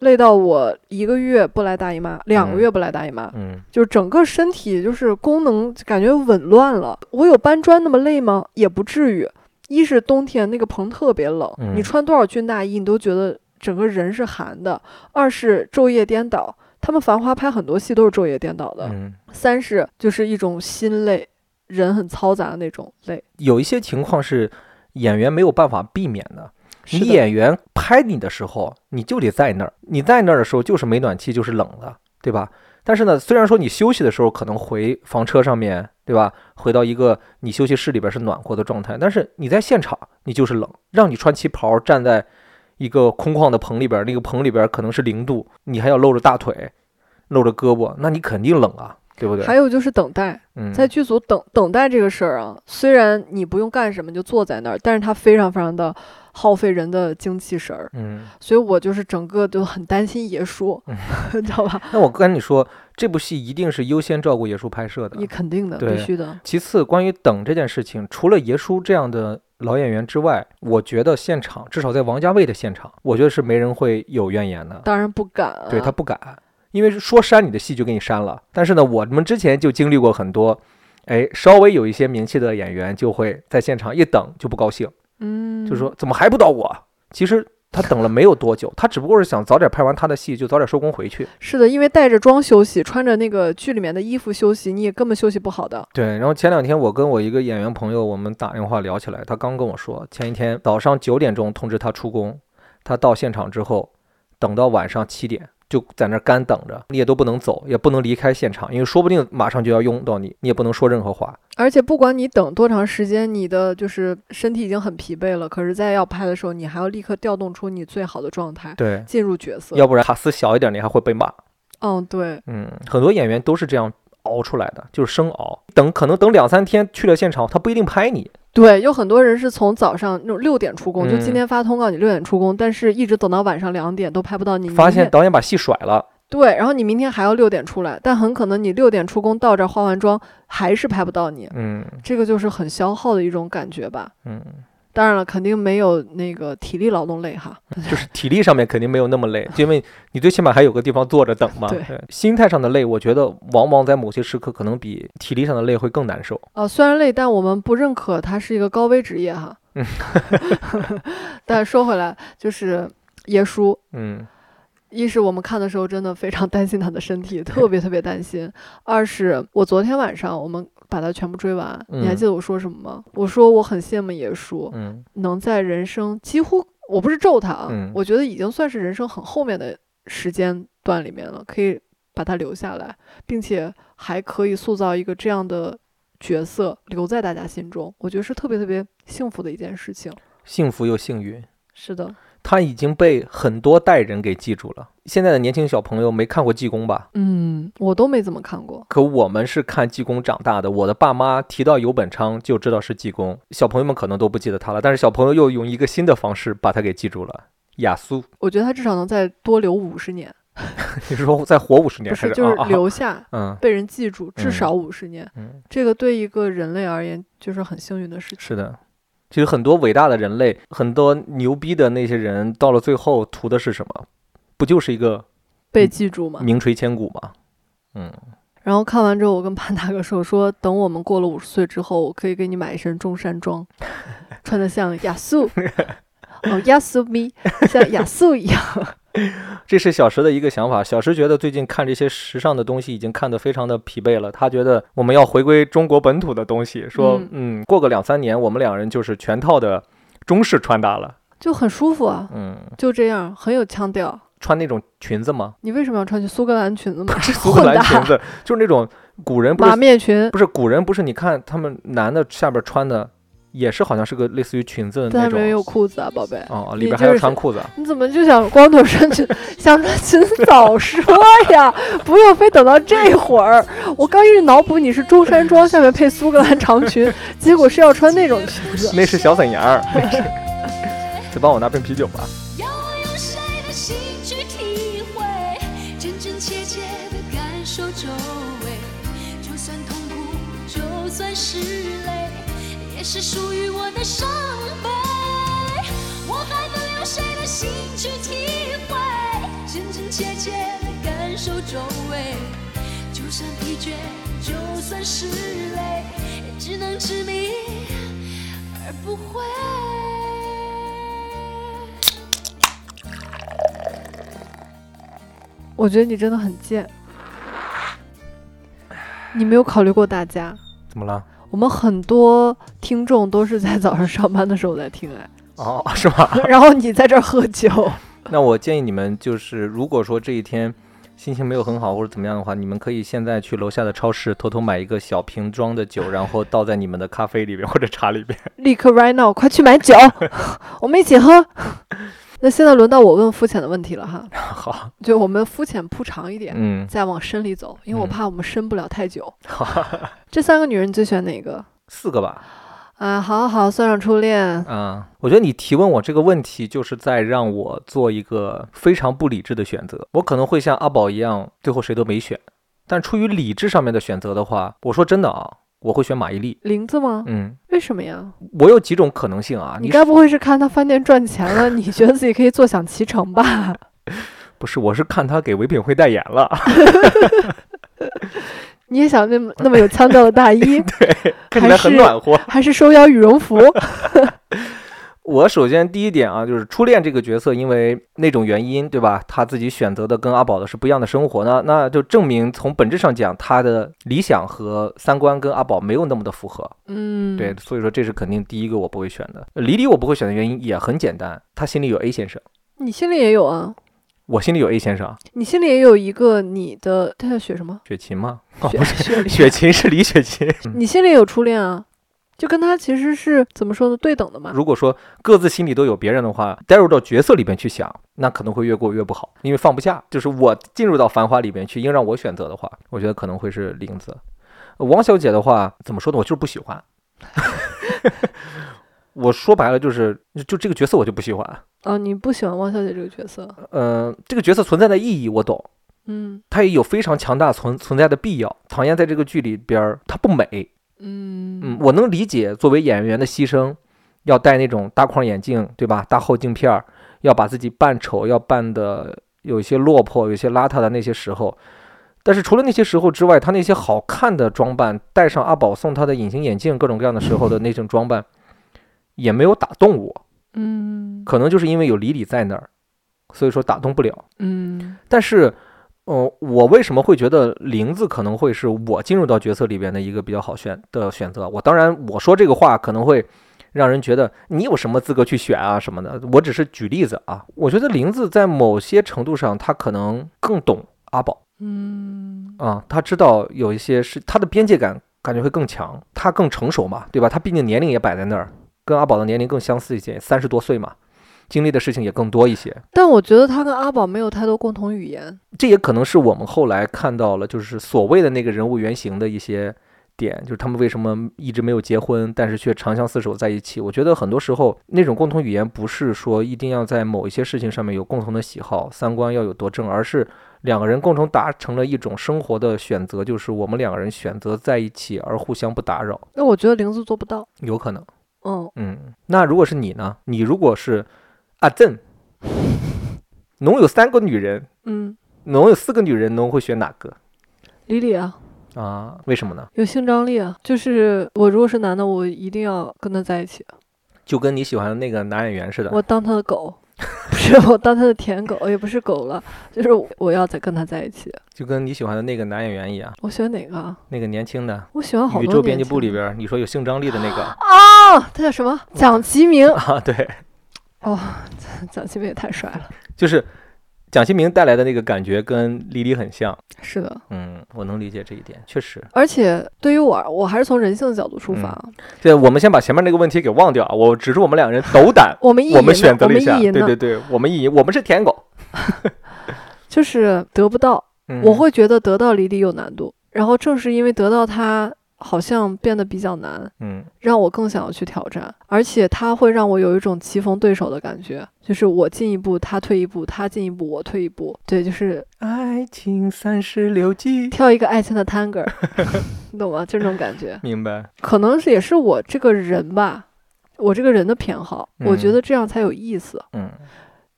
A: 累到我一个月不来大姨妈，两个月不来大姨妈，
B: 嗯，
A: 啊就是整个身体就是功能感觉紊乱了。我有搬砖那么累吗？也不至于。一是冬天那个棚特别冷，
B: 嗯
A: 你穿多少军大衣你都觉得整个人是寒的；二是昼夜颠倒，他们《繁花》拍很多戏都是昼夜颠倒的；
B: 嗯，
A: 三是就是一种心累，人很嘈杂的那种累。
B: 有一些情况是演员没有办法避免的。
A: 是
B: 你
A: 的
B: 演员拍你的时候，你就得在那儿。你在那儿的时候就是没暖气，就是冷的，对吧？但是呢，虽然说你休息的时候可能回房车上面，对吧？回到一个你休息室里边是暖和的状态，但是你在现场你就是冷，让你穿旗袍站在一个空旷的棚里边，那个棚里边可能是零度，你还要露着大腿，露着胳膊，那你肯定冷啊，对不对？
A: 还有就是等待，
B: 嗯，
A: 在剧组等等待这个事儿啊，虽然你不用干什么，你就坐在那儿，但是它非常非常的耗费人的精气神儿，
B: 嗯，
A: 所以我就是整个就很担心爷叔， 你知道 吧？
B: 那我跟你说，这部戏一定是优先照顾野叔拍摄的
A: 你。肯定的，
B: 对
A: 必须的，
B: 其次，关于等这件事情，除了爷叔这样的老演员之外，我觉得现场至少在王家卫的现场，我觉得是没人会有怨言的。
A: 当然不敢、啊，
B: 对他不敢，因为说删你的戏就给你删了。但是呢，我们之前就经历过很多，哎，稍微有一些名气的演员就会在现场一等就不高兴，
A: 嗯，
B: 就说怎么还不到我？其实他等了没有多久，他只不过是想早点拍完他的戏，就早点收工回去。
A: 是的，因为带着妆休息，穿着那个剧里面的衣服休息，你也根本休息不好的。
B: 对，然后前两天我跟我一个演员朋友，我们打电话聊起来，他刚跟我说，前一天早上九点钟通知他出工，他到现场之后，等到晚上七点就在那儿干等着，你也都不能走，也不能离开现场，因为说不定马上就要用到你，你也不能说任何话。
A: 而且不管你等多长时间，你的就是身体已经很疲惫了，可是，在要拍的时候，你还要立刻调动出你最好的状态，
B: 对，
A: 进入角色。
B: 要不然卡斯小一点，你还会被骂。
A: 嗯，对，
B: 嗯，很多演员都是这样熬出来的，就是生熬，等可能等两三天去了现场，他不一定拍你。
A: 对，有很多人是从早上那种六点出工，就
B: 嗯
A: 今天发通告你六点出工，但是一直等到晚上两点都拍不到你。你
B: 发
A: 明
B: 现
A: 天
B: 导演把戏甩了，
A: 对，然后你明天还要六点出来，但很可能你六点出工到这儿化完妆还是拍不到你，
B: 嗯
A: 这个就是很消耗的一种感觉吧。
B: 嗯，
A: 当然了，肯定没有那个体力劳动累哈。
B: 嗯 就是体力上面肯定没有那么累，因为你最起码还有个地方坐着等嘛。
A: 对，
B: 心态上的累，我觉得往往在某些时刻可能比体力上的累会更难受。
A: 呃，虽然累，但我们不认可它是一个高危职业哈。
B: 嗯
A: 但说回来，就是耶稣，
B: 嗯
A: 一是我们看的时候真的非常担心他的身体，特别特别担心；二是我昨天晚上我们把它全部追完，你还
B: 嗯
A: 记得我说什么吗？我说我很羡慕耶稣，
B: 嗯
A: 能在人生几乎我不是咒他啊，
B: 嗯
A: 我觉得已经算是人生很后面的时间段里面了，可以把他留下来，并且还可以塑造一个这样的角色留在大家心中，我觉得是特别特别幸福的一件事情。
B: 幸福又幸运，
A: 是的，
B: 他已经被很多代人给记住了。现在的年轻小朋友没看过《济公》吧？
A: 嗯，我都没怎么看过，
B: 可我们是看济公长大的，我的爸妈提到游本昌就知道是济公，小朋友们可能都不记得他了，但是小朋友又用一个新的方式把他给记住了。亚苏，
A: 我觉得他至少能再多留五十年，
B: 你说再活五十年
A: 不是
B: 还是
A: 就是
B: 啊啊
A: 留下。
B: 嗯
A: 被人记住，
B: 嗯
A: 至少五十年，
B: 嗯。
A: 这个对一个人类而言就是很幸运的事情。
B: 是的，其实很多伟大的人类，很多牛逼的那些人，到了最后图的是什么？不就是一个嗯
A: 被记住嘛？
B: 名垂千古吗？嗯，
A: 然后看完之后，我跟潘大哥说：“说等我们过了五十岁之后，我可以给你买一身中山装，穿的像亚素，哦，亚素咪，像亚素一样。
B: 这是小石的一个想法。小石觉得最近看这些时尚的东西已经看得非常的疲惫了，他觉得我们要回归中国本土的东西。说，嗯过个两三年，我们两人就是全套的中式穿搭了。
A: 就很舒服啊，
B: 嗯，
A: 就这样，很有腔调。
B: 穿那种裙子吗？
A: 你为什么要穿去苏格兰裙子吗？
B: 苏格兰
A: 混
B: 裙
A: 搭
B: 子，就是那种古人不是
A: 马面裙，
B: 不是古人，不是你看他们男的下边穿的也是好像是个类似于裙子的
A: 但
B: 那
A: 他没
B: 种
A: 有裤子啊，宝贝。
B: 哦，
A: 你
B: 里边
A: 就
B: 还要
A: 是
B: 穿裤子啊。
A: 你怎么就想光腿穿裙，想穿裙子早说呀，不用非等到这会儿。我刚一直脑补你是中山装下面配苏格兰长裙，结果是要穿那种裙子。
B: 那是小沈阳儿，那是。 再帮我拿瓶啤酒吧。
E: 要用谁的心去体会，真真切切的感受周围，就算痛苦，就算是累，也是属于我的伤悲。我还能用谁的心去体会，真真真切切地感受周围。就算疲倦，就算是累，也只能执迷而不悔。
A: 我觉得你真的很贱，你没有考虑过大家。
B: 怎么了？
A: 我们很多听众都是在早上上班的时候在听 哎，
B: 哦，是吧？
A: 然后你在这儿喝 酒，
B: 那我建议你们就是，如果说这一天心情没有很好或者怎么样的话，你们可以现在去楼下的超市偷偷买一个小瓶装的酒，然后倒在你们的咖啡里边或者茶里边。
A: 立刻 right now，快去买酒， 我们一起 喝。那现在轮到我问肤浅的问题了哈，
B: 好，
A: 就我们肤浅铺长一点，
B: 嗯，
A: 再往深里走，因为我
B: 嗯
A: 怕我们深不了太 久。
B: 好，
A: 这三个女人，你最喜欢哪个？
B: 四个吧，
A: 啊，好好算上初恋，
B: 嗯，我觉得你提问我这个问题，就是在让我做一个非常不理智的选择。我可能会像阿宝一样，最后谁都没选，但出于理智上面的选择的话，我说真的啊，我会选马伊琍。
A: 林子吗？
B: 嗯，
A: 为什么呀？
B: 我有几种可能性啊，
A: 你
B: 你
A: 该不会是看她饭店赚钱了，你觉得自己可以坐享其成吧？
B: 不是，我是看他给唯品会代言了。
A: 你也想那么那么有腔调的大衣，
B: 看起来很暖和。
A: 还是收腰羽绒 服？
B: 我首先第一点啊，就是初恋这个角色，因为那种原因，对吧？他自己选择的跟阿宝的是不一样的生活呢，那就证明从本质上讲，他的理想和三观跟阿宝没有那么的符合。
A: 嗯，
B: 对，，所以说这是肯定第一个我不会选的。李李我不会选的原因也很简单，他心里有 A 先生，
A: 你心里也有啊，
B: 我心里有 A 先生啊，
A: 你心里也有一个你的，他叫雪什么？
B: 雪琴吗？ 哦，
A: 雪
B: 不是，
A: 雪
B: 雪琴是李雪琴。
A: 你心里也有初恋啊，就跟他其实是怎么说呢，对等的嘛。
B: 如果说各自心里都有别人的话，带入到角色里边去想，那可能会越过越不好，因为放不下。就是我进入到繁花里边去，硬让我选择的话，我觉得可能会是玲子。呃王小姐的话怎么说呢？我就是不喜欢。 我说白了就是，就这个角色我就不喜欢。
A: 啊，你不喜欢汪小姐这个角色，
B: 嗯、这个角色存在的意义我懂，
A: 嗯
B: 它也有非常强大存存在的必要。唐嫣在这个剧里边儿，她不美，
A: 嗯
B: 嗯，我能理解作为演员的牺牲，要戴那种大框眼镜，对吧？大厚镜片儿，要把自己扮丑，要扮的有一些落魄，有一些邋遢的那些时候。但是除了那些时候之外，他那些好看的装扮，戴上阿宝送他的隐形眼镜，各种各样的时候的那种装扮，也没有打动我。
A: 嗯
B: 可能就是因为有李李在那儿，所以说打动不了。
A: 嗯
B: 但是，呃，我为什么会觉得玲子可能会是我进入到角色里边的一个比较好选的选择？我当然我说这个话可能会让人觉得你有什么资格去选啊什么的，我只是举例子啊。我觉得玲子在某些程度上，她可能更懂阿宝
A: 嗯
B: 啊，她知道有一些是她的边界感感觉会更强，她更成熟嘛，对吧？她毕竟年龄也摆在那儿，跟阿宝的年龄更相似一些，三十多岁嘛，经历的事情也更多一些。
A: 但我觉得他跟阿宝没有太多共同语言。
B: 这也可能是我们后来看到了，就是所谓的那个人物原型的一些点，就是他们为什么一直没有结婚，但是却长相厮守在一起。我觉得很多时候那种共同语言不是说一定要在某一些事情上面有共同的喜好，三观要有多正，而是两个人共同达成了一种生活的选择，就是我们两个人选择在一起而互相不打扰，
A: 那我觉得玲子做不到。
B: 有可能。
A: 嗯，
B: 嗯，那如果是你呢？你如果是阿正，农有三个女人，
A: 嗯，
B: 农有四个女人，农会选哪个？
A: 李李啊，
B: 啊，为什么呢？
A: 有性张力啊，就是我如果是男的，我一定要跟他在一起，
B: 就跟你喜欢的那个男演员似的。
A: 我当他的狗， 不是我当他的舔狗，也不是狗了，就是我要再跟他在一起。
B: 就跟你喜欢的那个男演员一样，
A: 我喜欢哪个啊？
B: 那个年轻的
A: 我喜欢好
B: 宇
A: 多
B: 宙
A: 年
B: 编辑
A: 前
B: 部里边儿，你说有性张力的那 个
A: 啊，他叫什么？蒋奇明。
B: 啊，对，
A: 哦，蒋奇明也太帅了。
B: 就是蒋新明带来的那个感觉跟李李很像。
A: 是的，
B: 嗯，我能理解这一点，确实。
A: 而且对于我，我还是从人性的角度出
B: 嗯
A: 发啊。，
B: 对，我们先把前面那个问题给忘掉啊，我只是我们两个人斗胆
A: 我们意淫呢，
B: 我们选择
A: 我
B: 了
A: 们
B: 一下，
A: 意
B: 对
A: 淫呢
B: 对对，我们意淫，我们是舔狗。
A: 就是得不到，
B: 嗯、
A: 我会觉得得到离离有难度。然后正是因为得到它，好像变得比较难，
B: 嗯，
A: 让我更想要去挑战，而且它会让我有一种棋逢对手的感觉，就是我进一步，他退一步，他进一步，我退一步，对，就是
B: 爱情三十六计，
A: 跳一个爱情的探 戈，你懂吗？就这种感觉。
B: 明白？
A: 可能是也是我这个人吧，我这个人的偏好，我觉
B: 嗯
A: 得这样才有意思。
B: 嗯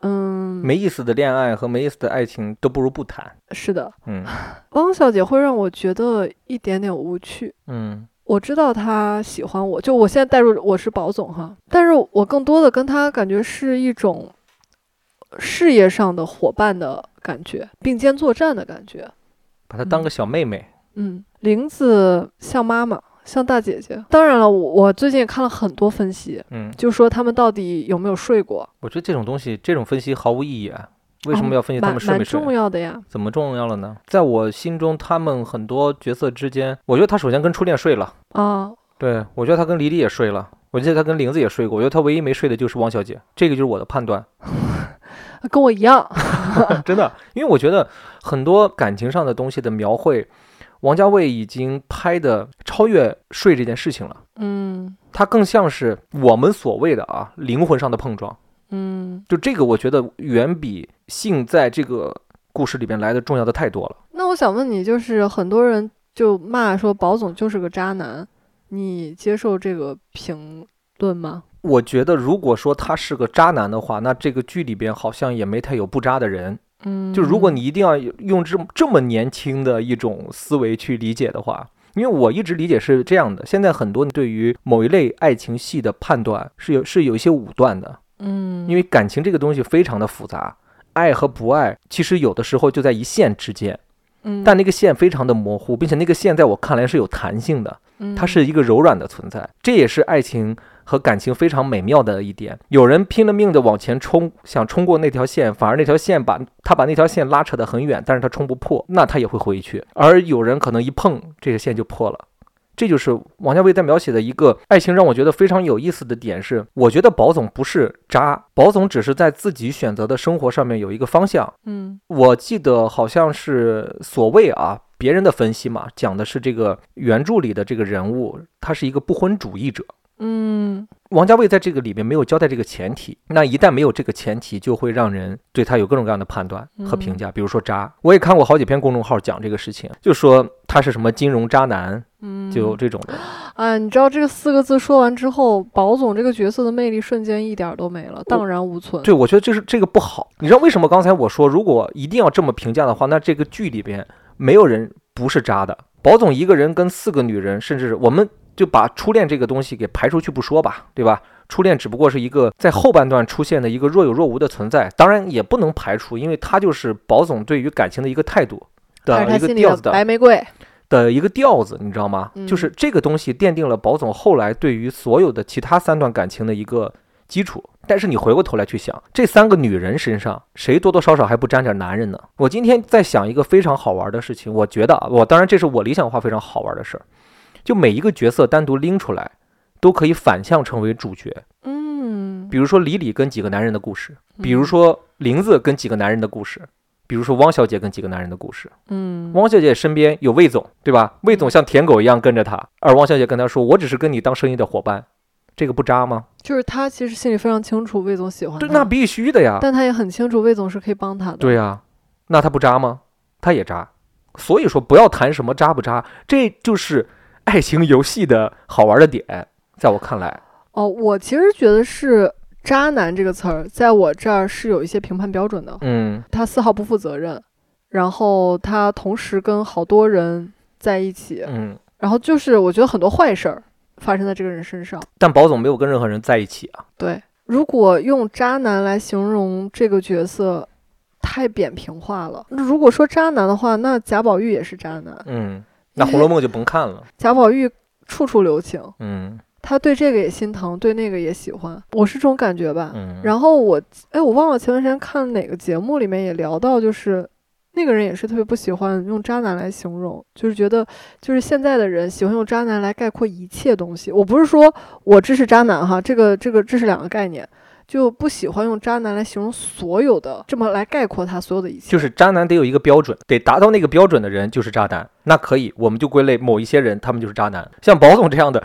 A: 嗯，
B: 没意思的恋爱和没意思的爱情都不如不谈。
A: 是的，
B: 嗯
A: 汪小姐会让我觉得一点点无趣。
B: 嗯
A: 我知道她喜欢我，就我现在代入我是宝总哈，但是我更多的跟她感觉是一种事业上的伙伴的感觉，并肩作战的感觉。
B: 把她当个小妹妹。
A: 嗯，玲子像妈妈，像大姐姐。当然了，我我最近也看了很多分析，
B: 嗯，
A: 就说他们到底有没有睡过，
B: 我觉得这种东西，这种分析毫无意义啊！为什
A: 哦
B: 么要分析他
A: 蛮
B: 们睡
A: 蛮
B: 没睡？啊
A: 重要的呀。
B: 怎么重要了呢？在我心中，他们很多角色之间，我觉得他首先跟初恋睡了，
A: 啊，
B: 对我觉得他跟黎黎也睡了，我记得他跟玲子也睡过，我觉得他唯一没睡的就是汪小姐，这个就是我的判断，
A: 跟我一样。 嗯
B: 真的，因为我觉得很多感情上的东西的描绘，王家卫已经拍的超越睡这件事情了，
A: 嗯
B: 它更像是我们所谓的啊灵魂上的碰撞，
A: 嗯，
B: 就这个我觉得远比性在这个故事里边来的重要的太多了。
A: 那我想问你，就是很多人就骂说宝总就是个渣男，你接受这个评论吗？
B: 我觉得，如果说他是个渣男的话，那这个剧里边好像也没太有不渣的人。
A: 嗯，
B: 就如果你一定要用这么这么年轻的一种思维去理解的话，因为我一直理解是这样的，现在很多对于某一类爱情戏的判断是有是有一些武断的，
A: 嗯，
B: 因为感情这个东西非常的复杂，爱和不爱其实有的时候就在一线之间，
A: 嗯
B: 但那个线非常的模糊，并且那个线在我看来是有弹性的。
A: 嗯
B: 它是一个柔软的存在，这也是爱情和感情非常美妙的一点。有人拼了命的往前冲，想冲过那条线，反而那条线把他把那条线拉扯得很远，但是他冲不破，那他也会回去。而有人可能一碰，这个线就破了。这就是王家卫在描写的一个爱情，让我觉得非常有意思的点是，我觉得宝总不是渣，宝总只是在自己选择的生活上面有一个方向，
A: 嗯
B: 我记得好像是所谓啊，别人的分析嘛，讲的是这个原著里的这个人物，他是一个不婚主义者。
A: 嗯
B: 王家卫在这个里面没有交代这个前提，那一旦没有这个前提，就会让人对他有各种各样的判断和评价，比如说渣。我也看过好几篇公众号讲这个事情，就说他是什么金融渣男，
A: 嗯，
B: 就这种的。
A: 啊，你知道这个四个字说完之后，宝总这个角色的魅力瞬间一点儿都没了，荡然无存。
B: 对，我觉得这是这个不好。你知道为什么刚才我说，如果一定要这么评价的话，那这个剧里边没有人不是渣的。宝总一个人跟四个女人，甚至我们就把初恋这个东西给排除去不说吧，对吧？初恋只不过是一个在后半段出现的一个若有若无的存在，当然也不能排除，因为他就是宝总对于感情的一个态度
A: 但
B: 的
A: 是他
B: 一个
A: 心里
B: 调
A: 的
B: 子的
A: 白玫瑰，
B: 的一个调子，你知道吗？就是
A: 嗯
B: 这个东西奠定了宝总后来对于所有的其他三段感情的一个基础。但是你回过头来去想，这三个女人身上谁多多少少还不沾点男人呢？我今天在想一个非常好玩的事情，我觉得啊，我当然这是我理想化非常好玩的事儿，就每一个角色单独拎出来，都可以反向成为主角。
A: 嗯，
B: 比如说李李跟几个男人的故事，比如
A: 嗯，
B: 说玲子跟几个男人的故事，比如说汪小姐跟几个男人的故事。
A: 嗯，
B: 汪小姐身边有魏总，对吧？魏总像舔狗一样跟着她，而汪小姐跟他说：“我只是跟你当生意的伙伴，这个不渣吗
A: 就是他其实心里非常清楚魏总喜？”欢
B: 对，
A: 他，
B: 那必须的呀。
A: 但他也很清楚魏总是可以帮他的。
B: 对呀、那他不渣吗？他也渣。所以说，不要谈什么渣不渣，这就是爱情游戏的好玩的点，在我看来，
A: 哦，我其实觉得是“渣男”这个词儿，在我这儿是有一些评判标准的。
B: 嗯
A: 他丝毫不负责任，然后他同时跟好多人在一起，
B: 嗯。
A: 然后就是我觉得很多坏事儿发生在这个人身上。
B: 但宝总没有跟任何人在一起啊，
A: 对，如果用渣男来形容这个角色，太扁平化了。那如果说渣男的话，那贾宝玉也是渣男。
B: 嗯。那《红楼梦》就甭看了，
A: 贾宝玉处处留情，
B: 嗯
A: 他对这个也心疼，对那个也喜欢，我是这种感觉吧。
B: 嗯。
A: 然后我，哎，我忘了前段时间看哪个节目里面也聊到，就是那个人也是特别不喜欢用渣男来形容，就是觉得就是现在的人喜欢用渣男来概括一切东西。我不是说我支持渣男哈，这个这个这是两个概念，就不喜欢用渣男来形容所有的，这么来概括他所有的一切。
B: 就是渣男得有一个标准，得达到那个标准的人就是渣男。那可以，我们就归类某一些人，他们就是渣男。像宝总这样的，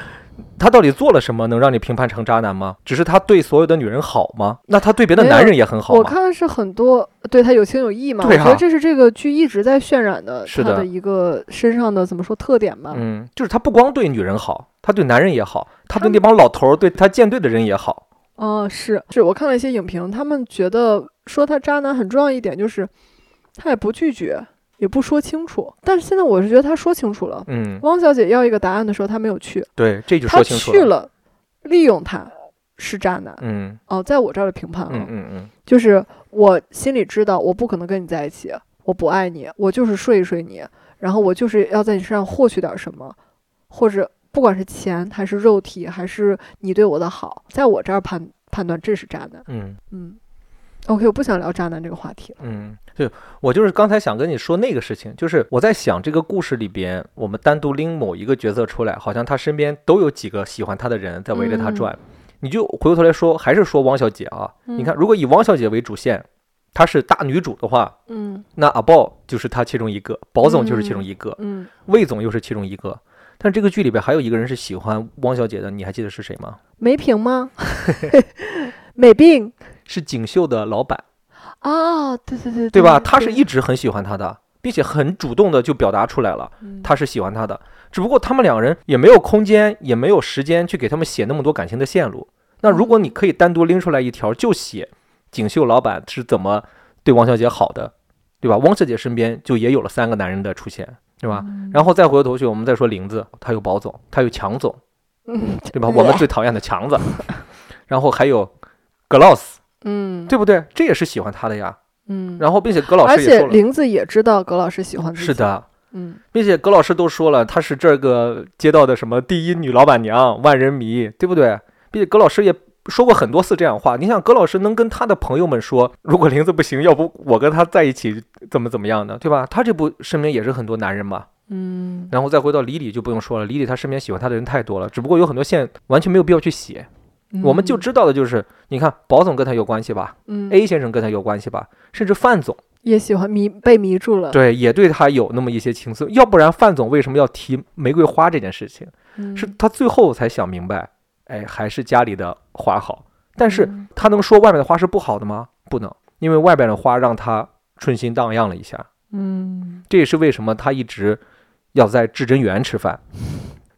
B: 他到底做了什么能让你评判成渣男吗？只是他对所有的女人好吗？那他对别的
A: 没有
B: 男人也很好
A: 我
B: 吗？
A: 看是很多对他有情有义嘛，
B: 对
A: 我觉得
B: 啊
A: 这是这个剧一直在渲染的
B: 是
A: 他
B: 的
A: 的一个身上的怎么说特点吧。
B: 嗯，就是他不光对女人好，他对男人也好，他对
A: 他
B: 那帮老头儿、对他舰队的人也好。
A: 哦，是是，我看了一些影评，他们觉得说他渣男很重要一点就是，他也不拒绝，也不说清楚。但是现在我是觉得他说清楚了。
B: 嗯，
A: 汪小姐要一个答案的时候，他没有去，
B: 对，这就
A: 他
B: 说清楚
A: 去。了，利用他是渣男。
B: 嗯
A: 哦，在我这儿的评判啊，
B: 嗯嗯嗯，
A: 就是我心里知道我不可能跟你在一起，我不爱你，我就是睡一睡你，然后我就是要在你身上获取点什么，或者不管是钱还是肉体，还是你对我的好，在我这儿判判断这是渣男。
B: 嗯
A: 嗯，OK，我不想聊渣男这个话题了。
B: 嗯，对我就是刚才想跟你说那个事情，就是我在想这个故事里边，我们单独拎某一个角色出来，好像他身边都有几个喜欢他的人在围着他
A: 嗯
B: 转。你就回过头来说，还是说汪小姐啊？你
A: 嗯
B: 看，如果以汪小姐为主线，她是大女主的话，
A: 嗯
B: 那阿豹就是她其中一个，宝总就是其中一个，
A: 嗯，
B: 魏总又是其中一个。但这个剧里边还有一个人是喜欢汪小姐的，你还记得是谁吗？
A: 梅萍 吗？美病
B: 是锦绣的老板，
A: 啊，对对对，
B: 对吧？他是一直很喜欢他的，并且很主动的就表达出来了，
A: 嗯
B: 他是喜欢他的。只不过他们两人也没有空间，也没有时间去给他们写那么多感情的线路。那如果你可以单独拎出来一条，就写锦绣老板是怎么对王小姐好的，对吧？汪小姐身边就也有了三个男人的出现，对吧？
A: 嗯
B: 然后再回过头去，我们再说林子，她有宝总，她有强 总，
A: 嗯
B: 对吧？我们最讨厌的强 子，然后还有格劳斯，
A: 嗯
B: 对不对？这也是喜欢他的呀。
A: 嗯，
B: 然后，并且葛老
A: 而
B: 师也
A: 且
B: 说了，
A: 玲子也知道葛老师喜欢自己
B: 是，的，
A: 嗯
B: 并且葛老师都说了，她是这个街道的什么第一女老板娘，万人迷，对不对？并且葛老师也说过很多次这样的话。你想，葛老师能跟他的朋友们说，如果林子不行，要不我跟他在一起怎么怎么样呢？对吧？他这不身边也是很多男人嘛。
A: 嗯
B: 然后再回到李李就不用说了，李李他身边喜欢他的人太多了，只不过有很多线完全没有必要去写。我们就知道的就是，你看宝总跟他有关系吧
A: 嗯
B: ，A 先生跟他有关系吧，甚至范总。
A: 也喜欢迷被迷住了，
B: 对，也对他有那么一些情愫。要不然范总为什么要提玫瑰花这件事情？
A: 嗯
B: 是他最后才想明白，哎，还是家里的花好。但是
A: 嗯
B: 他能说外面的花是不好的吗？不能，因为外面的花让他春心荡漾了一下。
A: 嗯
B: 这也是为什么他一直要在至真园吃饭，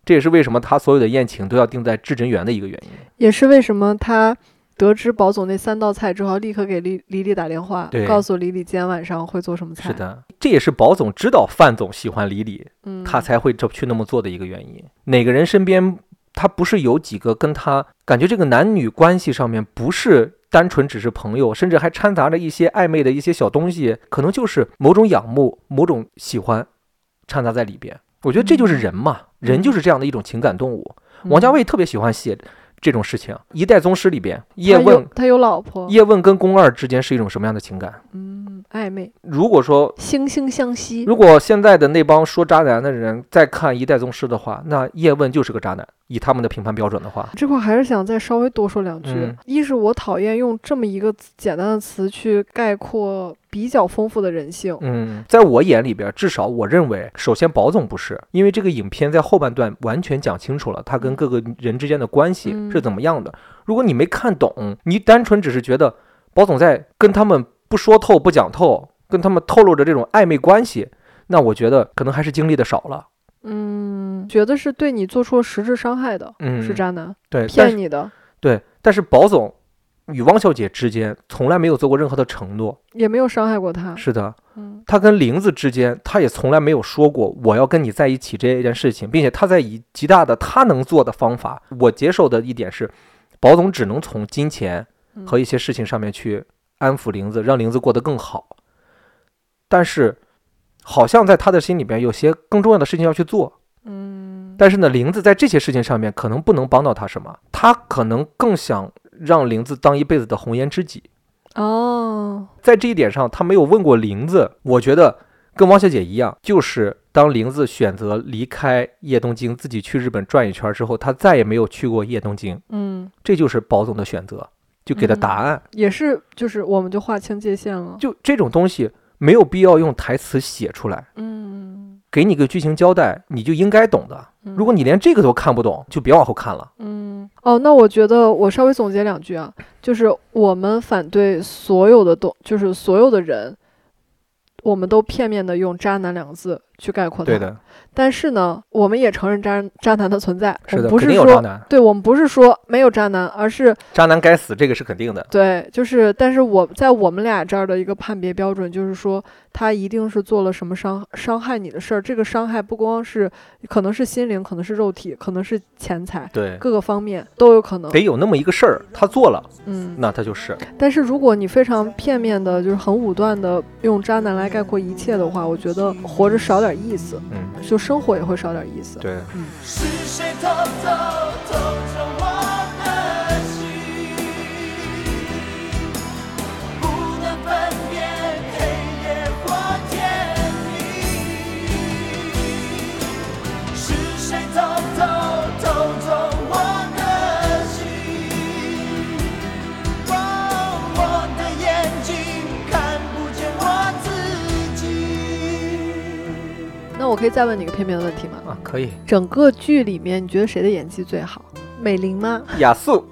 B: 这也是为什么他所有的宴请都要定在至真园的一个原因。
A: 也是为什么他得知宝总那三道菜之后，立刻给李李李打电话
B: 对，
A: 告诉李李今天晚上会做什么菜。
B: 是，的，这也是宝总知道范总喜欢李李，
A: 嗯，
B: 他才会这去那么做的一个原因。哪个人身边，他不是有几个跟他感觉这个男女关系上面不是单纯只是朋友，甚至还掺杂着一些暧昧的一些小东西，可能就是某种仰慕、某种喜欢掺杂在里边。我觉得这
A: 嗯
B: 就是人嘛，人就是这样的一种情感动物。王家卫特别喜欢写这种事情，《一代宗师》里边，叶
A: 他有
B: 问
A: 他有老婆，
B: 叶问跟宫二之间是一种什么样的情感？
A: 嗯，暧昧，
B: 如果说
A: 惺惺相惜。
B: 如果现在的那帮说渣男的人再看《一代宗师》的话，那叶问就是个渣男。以他们的评判标准的话，
A: 这块还是想再稍微多说两句。
B: 嗯
A: 一是我讨厌用这么一个词简单的词去概括比较丰富的人性。
B: 嗯，在我眼里边，至少我认为，首先宝总不是，因为这个影片在后半段完全讲清楚了他跟各个人之间的关系
A: 嗯
B: 是怎么样的。如果你没看懂，你单纯只是觉得宝总在跟他们不说透、不讲透，跟他们透露着这种暧昧关系，那我觉得可能还是经历的少了。
A: 嗯，觉得是对你做出了实质伤害的，
B: 嗯，
A: 是渣男，
B: 对，但是
A: 骗你的，
B: 对，但是宝总与汪小姐之间从来没有做过任何的承诺。
A: 也没有伤害过他。
B: 是的，
A: 嗯
B: 他跟玲子之间，他也从来没有说过我要跟你在一起这件事情，并且他在以极大的他能做的方法。我接受的一点是，宝总只能从金钱和一些事情上面去安抚玲子，让玲子过得更好。但是，好像在他的心里边有些更重要的事情要去做。
A: 嗯
B: 但是呢，玲子在这些事情上面可能不能帮到他什么，他可能更想让玲子当一辈子的红颜知己。
A: 哦，
B: 在这一点上，他没有问过玲子。我觉得跟汪小姐一样，就是当玲子选择离开叶东京，自己去日本转一圈之后，她再也没有去过叶东京，
A: 嗯，
B: 这就是宝总的选择，就给的答案。
A: 也是，就是我们就划清界限了。
B: 就这种东西，没有必要用台词写出来，
A: 嗯
B: 给你个剧情交代，你就应该懂的。如果你连这个都看不懂，就别往后看了。
A: 嗯，哦，那我觉得我稍微总结两句啊，就是我们反对所有的东，就是所有的人，我们都片面的用“渣男”两个字去概括它。
B: 对。的，
A: 但是呢，我们也承认渣渣男的存在，我
B: 是
A: 们
B: 的，
A: 不
B: 肯
A: 是
B: 定有渣
A: 说。
B: 男，
A: 对我们不是说没有渣男，而是
B: 渣男该死，这个是肯定的。
A: 对，就是，但是我在我们俩这儿的一个判别标准就是说，他一定是做了什么伤伤害你的事儿。这个伤害不光是可能是心灵，可能是肉体，可能是钱财，
B: 对，
A: 各个方面都有可能。
B: 得有那么一个事儿，他做了，
A: 嗯，
B: 那他就是。
A: 但是如果你非常片面的，就是很武断的用渣男来概括一切的话，我觉得活着少点意思，
B: 嗯，
A: 就生活也会少点意思。
B: 对，
D: 是谁偷偷偷着我的心？不能分辨黑夜或天明。是谁偷偷偷走我的心？哦我的眼睛看不见我自己。
A: 那我可以再问你一个片面的问题吗？
B: 啊，可以。
A: 整个剧里面，你觉得谁的演技最好？美玲吗？
B: 亚素，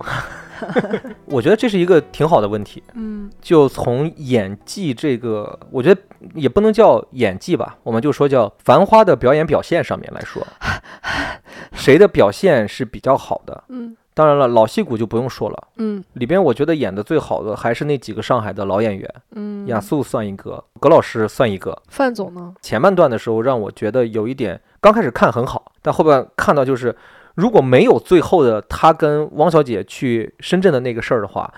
B: 我觉得这是一个挺好的问题。
A: 嗯
B: 就从演技这个，我觉得也不能叫演技吧，我们就说叫《繁花》的表演表现上面来 说，谁的表现是比较好的？
A: 嗯
B: 当然了，老戏骨就不用说了，
A: 嗯
B: 里边我觉得演的最好的还是那几个上海的老演员，
A: 嗯。
B: 亚素算一个，葛老师算一个。
A: 范总呢？
B: 前半段的时候让我觉得有一点，刚开始看很好，但后半看到就是，如果没有最后的他跟汪小姐去深圳的那个事儿的话，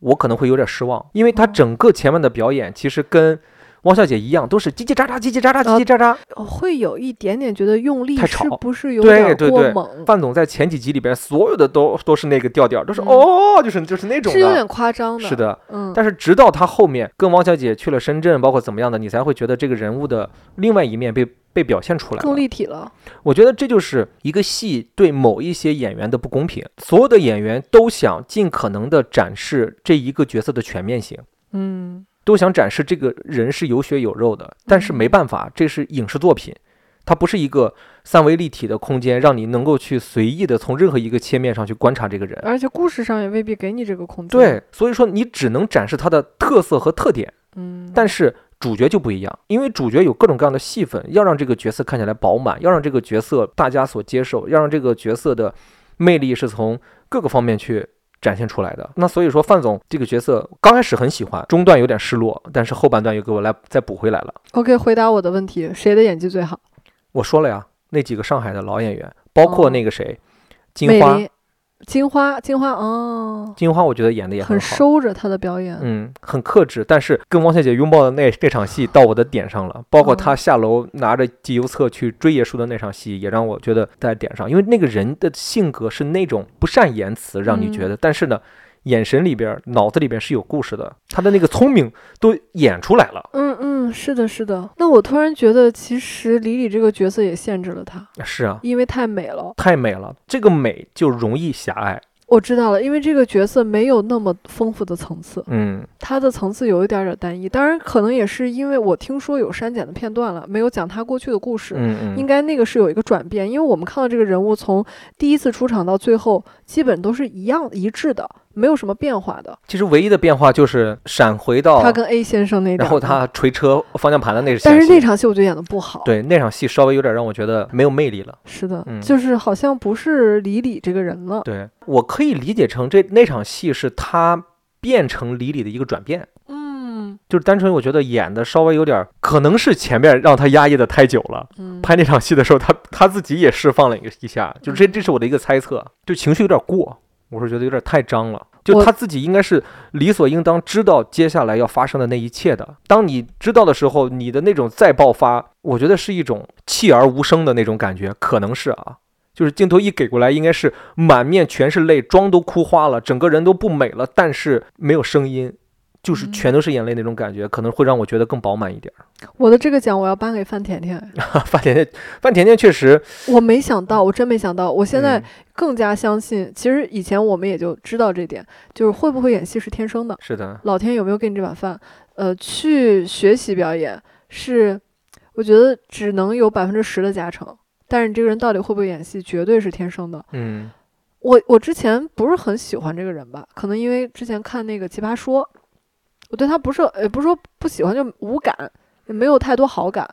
B: 我可能会有点失望，因为他整个前面的表演其实跟汪小姐一样，都是叽叽喳喳、叽叽喳喳、
A: 呃
B: 叽叽喳喳。
A: 我会有一点点觉得用力
B: 太
A: 是
B: 吵
A: 不是有
B: 对
A: 点
B: 对
A: 过
B: 对
A: 猛？
B: 范总在前几集里边所有的都都是那个调调，都是、
A: 嗯
B: 哦，就是就是那种
A: 是有
B: 的。
A: 点夸张的。
B: 是，的，
A: 嗯，
B: 但是直到他后面跟汪小姐去了深圳，包括怎么样的，你才会觉得这个人物的另外一面被被表现出来
A: 更
B: 了。
A: 立体了。
B: 我觉得这就是一个戏对某一些演员的不公平，所有的演员都想尽可能的展示这一个角色的全面性。
A: 嗯
B: 都想展示这个人是有血有肉的，但是没办法，这是影视作品，它不是一个三维立体的空间，让你能够去随意的从任何一个切面上去观察这个人。
A: 而且故事上也未必给你这个空间。，
B: 对，所以说你只能展示他的特色和特点。
A: 嗯，
B: 但是主角就不一样，因为主角有各种各样的戏份，要让这个角色看起来饱满，要让这个角色大家所接受，要让这个角色的魅力是从各个方面去展现出来的。那所以说，范总这个角色刚开始很喜欢，中段有点失落，但是后半段又给我来再补回来了。
A: OK，回答我的问题，谁的演技最好？
B: 我说了呀，那几个上海的老演员，包括那个谁，
A: 哦美
B: 金花，
A: 玲，金花，金花，哦，
B: 金花我觉得演的也
A: 很
B: 好。
A: 收着她的表演。
B: 嗯，很克制，但是跟汪小姐拥抱的那那场戏到我的点上了，包括她下楼拿着集邮册去追爷叔的那场戏，也让我觉得在点上，因为那个人的性格是那种不善言辞，让你觉得，但是呢，眼神里边、脑子里边是有故事的，他的那个聪明都演出来了。
A: 嗯嗯，是的，是的。那我突然觉得，其实李李这个角色也限制了她，
B: 是啊，
A: 因为太美了。
B: 太美了，这个美就容易狭隘。
A: 我知道了，因为这个角色没有那么丰富的层次。
B: 嗯，
A: 它的层次有一点点单一，当然可能也是因为我听说有删减的片段了，没有讲他过去的故事。
B: 嗯
A: 应
B: 嗯，
A: 该那个是有一个转变，因为我们看到这个人物从第一次出场到最后，基本都是一样一致的，没有什么变化的。
B: 其实唯一的变化就是闪回到
A: 他，跟 A 先生那点儿，
B: 哦然后，他捶车方向盘嗯的那场戏，
A: 但是那场戏我觉得演的不好。，
B: 对那场戏稍微有点让我觉得没有魅力了。
A: 是的，
B: 嗯
A: 就是好像不是李李这个人了。
B: 对我可以理解成这那场戏是他变成李李的一个转变，
A: 嗯
B: 就是单纯我觉得演的稍微有点儿，可能是前面让他压抑的太久了。
A: 嗯，
B: 拍那场戏的时候，他他自己也释放了一一下，就是
A: 嗯
B: 这这是我的一个猜测，就情绪有点过，我是觉得有点太张了。就
A: 我
B: 他自己应该是理所应当知道接下来要发生的那一切的。当你知道的时候，你的那种再爆发，我觉得是一种弃而无声的那种感觉，可能是啊，就是镜头一给过来，应该是满面全是泪，妆都哭花了，整个人都不美了，但是没有声音，就是
A: 嗯
B: 全都是眼泪那种感觉，可能会让我觉得更饱满一点儿。
A: 我的这个奖我要颁给范甜甜，
B: 范甜甜，范甜甜确实，
A: 我没想到，我真没想到，我现在
B: 嗯
A: 更加相信，其实以前我们也就知道这点，就是会不会演戏是天生的，
B: 是的，
A: 老天有没有给你这碗饭？呃，去学习表演是，我觉得只能有百分之十的加成，但是你这个人到底会不会演戏，绝对是天生的。
B: 嗯。
A: 我我之前不是很喜欢这个人吧，可能因为之前看那个《奇葩说》，我对他不是也不是说不喜欢，就无感，也没有太多好感。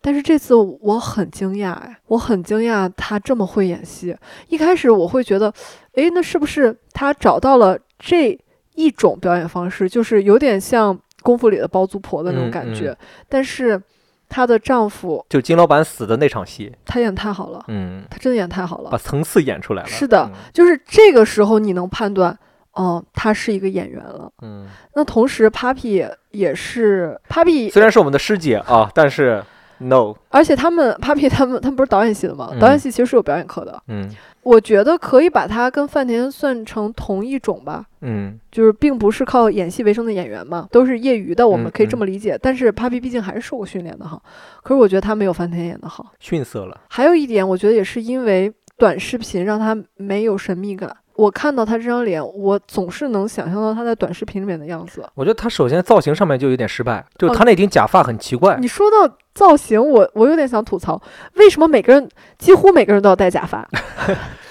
A: 但是这次我很惊讶，哎，我很惊讶他这么会演戏。一开始我会觉得，诶，那是不是他找到了这一种表演方式，就是有点像功夫里的包租婆的那种
B: 嗯
A: 感
B: 嗯
A: 觉？但是她的丈夫
B: 就金老板死的那场戏，
A: 他演太好了，
B: 嗯，
A: 他真的演太好了
B: 把。层次演出来了。
A: 是的就是这个时候你能判断，哦、他是一个演员了。
B: 嗯，
A: 那同时，Papi 也是
B: 嗯，
A: Papi，
B: 虽然是我们的师姐啊，但是 no，
A: 而且他们 Papi 他们他们不是导演系的吗？
B: 嗯
A: 导演系其实是有表演课的，
B: 嗯
A: 我觉得可以把他跟范田算成同一种吧。
B: 嗯，
A: 就是并不是靠演戏为生的演员嘛，都是业余的，我们
B: 嗯
A: 可以这
B: 嗯
A: 么理解。但是 Papi 毕竟还是受过训练的哈，可是我觉得他没有范田演的好。
B: 逊色了。
A: 还有一点，我觉得也是因为短视频让他没有神秘感。我看到他这张脸，我总是能想象到他在短视频里面的样子。
B: 我觉得他首先造型上面就有点失败，就
A: 哦
B: 他那顶假发很奇怪
A: 你，说到造型，我我有点想吐槽，为什么每个人几乎每个人都要戴假发？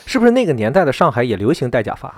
B: 是不是那个年代的上海也流行戴假发？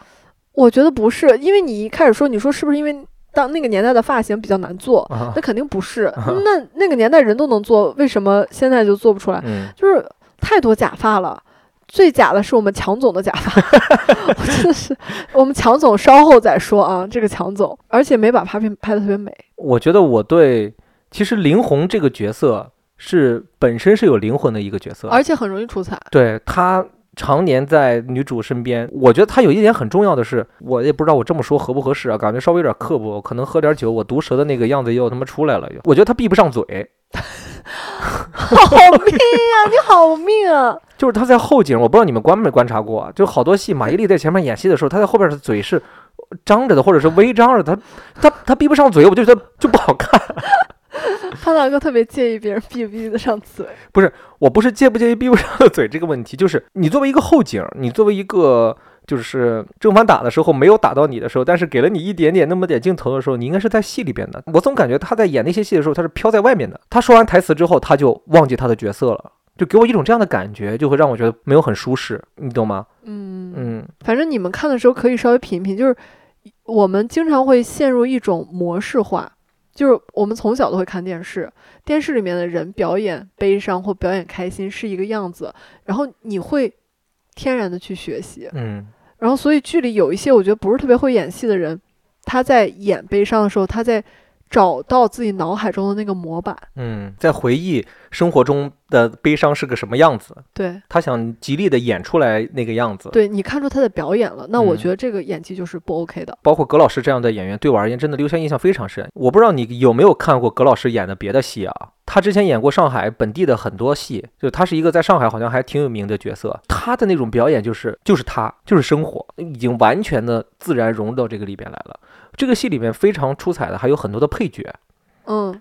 A: 我觉得不是，因为你一开始说，你说是不是因为当那个年代的发型比较难做？
B: 啊
A: 那肯定不是，那那个年代人都能做，为什么现在就做不出来？
B: 嗯，
A: 就是太多假发了。最假的是我们强总的假发， 我真的是我们强总稍后再说啊，这个强总，而且没把拍片拍的特别美，
B: 我觉得我对其实林红这个角色是本身是有灵魂的一个角色，
A: 而且很容易出彩。
B: 对她常年在女主身边，我觉得她有一点很重要的是，我也不知道我这么说合不合适啊，感觉稍微有点刻薄，可能喝点酒，我毒舌的那个样子又他妈出来了。我觉得她闭不上嘴，
A: 好命啊，你好命啊！
B: 就是她在后景，我不知道你们观没观察过啊，就好多戏马伊琍在前面演戏的时候，她在后边的嘴是张着的，或者是微张着的，她她她闭不上嘴，我就觉得就不好看。
A: 潘大哥特别介意别人闭不闭得上嘴，
B: 我不是介不介意闭不上的嘴这个问题，就是你作为一个后景，你作为一个就是正反打的时候没有打到你的时候，但是给了你一点点那么点镜头的时候，你应该是在戏里边的。我总感觉他在演那些戏的时候，他是飘在外面的。他说完台词之后，他就忘记他的角色了。就给我一种这样的感觉，就会让我觉得没有很舒适，你懂吗？
A: 嗯
B: 嗯
A: 反正你们看的时候可以稍微品一品，就是我们经常会陷入一种模式化，就是我们从小都会看电视，电视里面的人表演悲伤或表演开心是一个样子，然后你会天然的去学习，
B: 嗯
A: 然后所以剧里有一些我觉得不是特别会演戏的人，他在演悲伤的时候，他在找到自己脑海中的那个模板，
B: 嗯，在回忆生活中的悲伤是个什么样子，
A: 对
B: 他想极力的演出来那个样子。
A: 对，你看出他的表演了，那我
B: 呃嗯
A: 觉得这个演技就是不 OK 的。
B: 包括葛老师这样的演员，对我而言真的留下印象非常深。我不知道你有没有看过葛老师演的别的戏啊？他之前演过上海本地的很多戏，就他是一个在上海好像还挺有名的角色。他的那种表演就是就是他就是生活，已经完全的自然融入到这个里边来了。这个戏里面非常出彩的还有很多的配角，
A: 嗯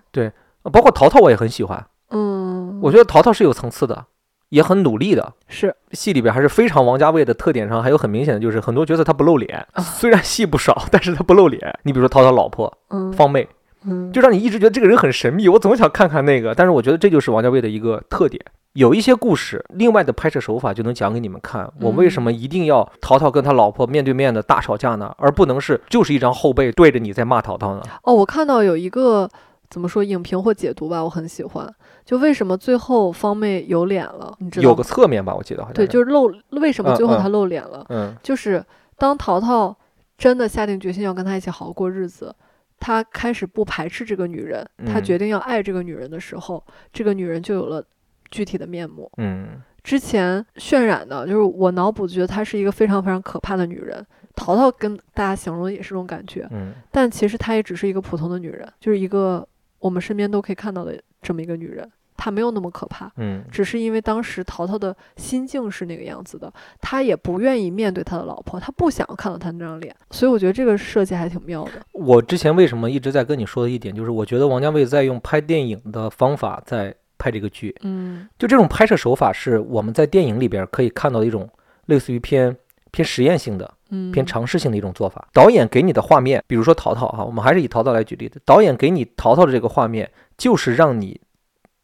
B: 包括淘淘我也很喜欢，
A: 嗯，
B: 我觉得淘淘是有层次的，也很努力的。
A: 是
B: 戏里边还是非常王家卫的特点上，还有很明显的就是很多角色他不露脸，虽然戏不少，但是他不露脸。你比如说淘淘老婆
A: 嗯
B: 方妹，
A: 嗯
B: 就让你一直觉得这个人很神秘，我总想看看那个。但是我觉得这就是王家卫的一个特点，有一些故事，另外的拍摄手法就能讲给你们看。我为
A: 嗯
B: 什么一定要淘淘跟他老婆面对面的大吵架呢？而不能是就是一张后背对着你在骂淘淘呢？
A: 哦，我看到有一个怎么说影评或解读吧，我很喜欢。就为什么最后方妹有脸了，你知道
B: 有个
A: 吗？
B: 侧面吧，我记得好像
A: 对，就是是露，为什么
B: 嗯
A: 最后
B: 嗯
A: 她露脸了？
B: 嗯
A: 就是当淘淘真的下定决心要跟她一起好好过日子，她开始不排斥这个女人，她
B: 嗯
A: 决定要爱这个女人的时候，这个女人就有了具体的面目。
B: 嗯
A: 之前渲染的就是我脑补觉得她是一个非常非常可怕的女人，淘淘跟大家形容的也是这种感觉。
B: 嗯
A: 但其实她也只是一个普通的女人，就是一个我们身边都可以看到的这么一个女人。她没有那么可怕，
B: 嗯
A: 只是因为当时淘淘的心境是那个样子的，她也不愿意面对她的老婆，她不想看到她那张脸，所以我觉得这个设计还挺妙的。
B: 我之前为什么一直在跟你说的一点，就是我觉得王家卫在用拍电影的方法在拍这个剧，
A: 嗯
B: 就这种拍摄手法是我们在电影里边可以看到的一种类似于偏偏实验性的、
A: 嗯，
B: 偏尝试性的一种做法。导演给你的画面，比如说淘淘哈，我们还是以淘淘来举例子。导演给你淘淘的这个画面，就是让你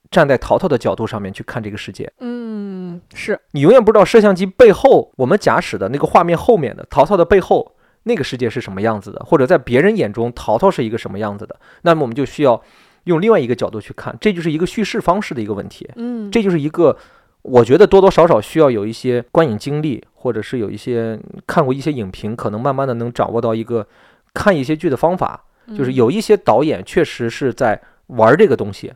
B: 站在淘淘的角度上面去看这个世界。
A: 嗯是
B: 你永远不知道摄像机背后，我们假使的那个画面后面的淘淘的背后那个世界是什么样子的，或者在别人眼中淘淘是一个什么样子的，那么我们就需要用另外一个角度去看，这就是一个叙事方式的一个问题。
A: 嗯，
B: 这就是一个我觉得多多少少需要有一些观影经历，或者是有一些看过一些影评，可能慢慢的能掌握到一个看一些剧的方法。就是
A: 嗯
B: 有一些导演确实是在玩这个东西，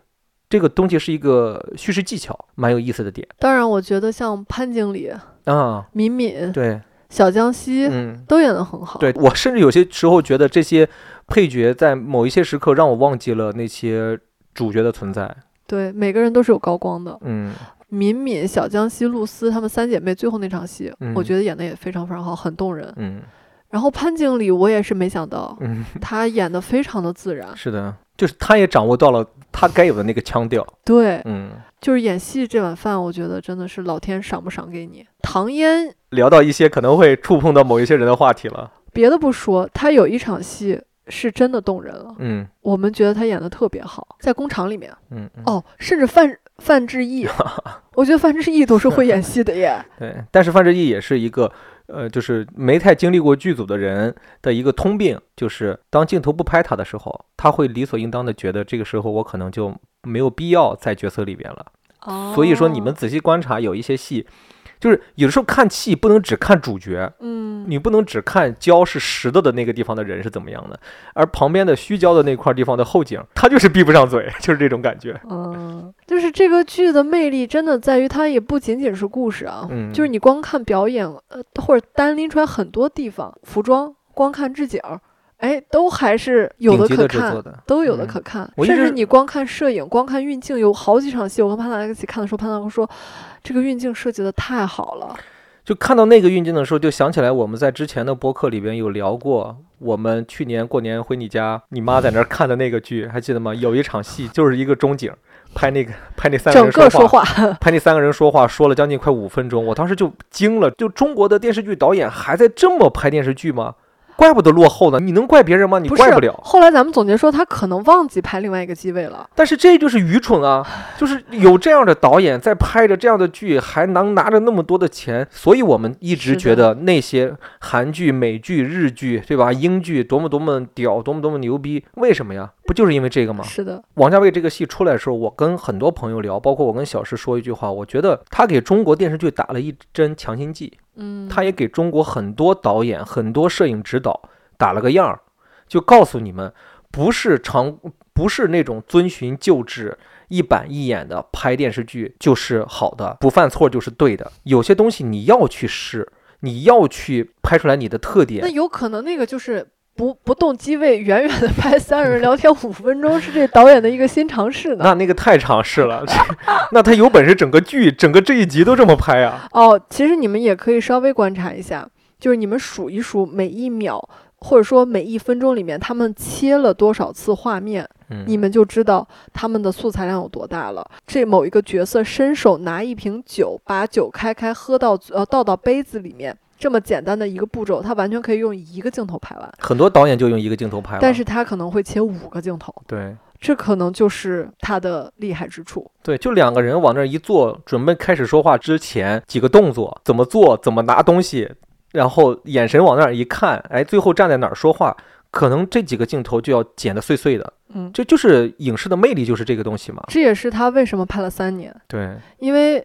B: 这个东西是一个叙事技巧，蛮有意思的点
A: 当然，我觉得像潘经理、
B: 啊。
A: 敏敏、
B: 对，
A: 小江西、
B: 嗯，
A: 都演得很好。
B: 对我甚至有些时候觉得这些配角在某一些时刻让我忘记了那些主角的存在。
A: 对每个人都是有高光的。
B: 嗯，
A: 敏敏、小江西、露丝她们三姐妹最后那场戏，我
B: 嗯
A: 觉得演得也非常非常好，很动人。
B: 嗯
A: 然后潘经理，我也是没想到，
B: 嗯，
A: 她演得非常的自然。
B: 是的，就是他也掌握到了他该有的那个腔调。
A: 对，
B: 嗯，
A: 就是演戏这碗饭，我觉得真的是老天赏不赏给你。唐嫣
B: 聊到一些可能会触碰到某一些人的话题了。
A: 别的不说，她有一场戏是真的动人了，
B: 嗯
A: 我们觉得她演得特别好，在工厂里面
B: 嗯，嗯
A: 哦，甚至范范志 毅，我觉得范志毅都是会演戏的耶。
B: 对。但是范志毅也是一个。呃，就是没太经历过剧组的人的一个通病，就是当镜头不拍他的时候，他会理所应当的觉得这个时候我可能就没有必要在角色里边了。所以说你们
A: 哦
B: 仔细观察，有一些戏，就是有的时候看戏不能只看主角，
A: 嗯，
B: 你不能只看焦是实的的那个地方的人是怎么样的，而旁边的虚焦的那块地方的后景，他就是闭不上嘴， 就是这种感觉。
A: 嗯，就是这个剧的魅力真的在于它也不仅仅是故事啊，
B: 嗯
A: 就是你光看表演，呃，或者单拎出来很多地方，服装，光看置景儿，哎，都还是有
B: 顶
A: 的
B: 级
A: 可
B: 的制
A: 看
B: 作，的，
A: 都有的
B: 嗯
A: 可看。
B: 我一
A: 甚至
B: 直
A: 你光看摄影，光看运镜，有好几场戏，我跟潘大哥一起看的时候，潘大哥说这个运镜设计的太好了。
B: 就看到那个运镜的时候，就想起来我们在之前的播客里边有聊过，我们去年过年回你家，你妈在那儿看的那个剧，还记得吗？有一场戏就是一个中景，拍那个 拍那三个
A: 整
B: 人
A: 个
B: 说
A: 说
B: 话。
A: 话，
B: 拍那三个人说话，说了将近快五分钟，我当时就惊了，就中国的电视剧导演还在这么拍电视剧吗？怪不得落后呢，你能怪别人吗？你
A: 不
B: 怪不
A: 是啊
B: 了。。
A: 后来咱们总结说，他可能忘记拍另外一个机位了。
B: 但是这就是愚蠢啊！就是有这样的导演在拍着这样的剧，还能拿着那么多的钱，所以我们一直
A: 是的
B: 觉得那些韩剧、美剧、日剧，对吧？英剧多么多么屌，多么多么牛逼，为什么呀？不就是因为这个吗？
A: 是的，
B: 王家卫这个戏出来的时候，我跟很多朋友聊，包括我跟小石说一句话，我觉得他给中国电视剧打了一针强心剂，
A: 嗯，
B: 他也给中国很多导演、很多摄影指导打了个样儿，就告诉你们，不是常不是那种遵循旧制。一板一眼的拍电视剧就是好的，不犯错就是对的。有些东西你要去试，你要去拍出来你的特点
A: 那。有可能那个就是不不动机位，远远的拍 三人聊天五分钟，是这导演的一个新尝试呢。
B: 那那个太尝试 了，那他有本事整个剧、整个这一集都这么拍啊！
A: 哦，其实你们也可以稍微观察一下，就是你们数一数每一秒或者说每一分钟里面他们切了多少次画面，
B: 嗯
A: 你们就知道他们的素材量有多大了。这某一个角色伸手拿一瓶酒，把酒开开，喝到呃倒到杯子里面。这么简单的一个步骤，他完全可以用一个镜头拍完，
B: 很多导演就用一个镜头拍了，
A: 但是他可能会切五个镜头。
B: 对
A: 这可能就是他的厉害之处。
B: 对，就两个人往那儿一坐，准备开始说话之前几个动作，怎么做，怎么拿东西，然后眼神往那儿一看，哎，最后站在哪儿说话，可能这几个镜头就要剪得碎碎的。
A: 嗯，
B: 这就是影视的魅力，就是这个东西嘛。
A: 这也是他为什么拍了三年。
B: 对，
A: 因为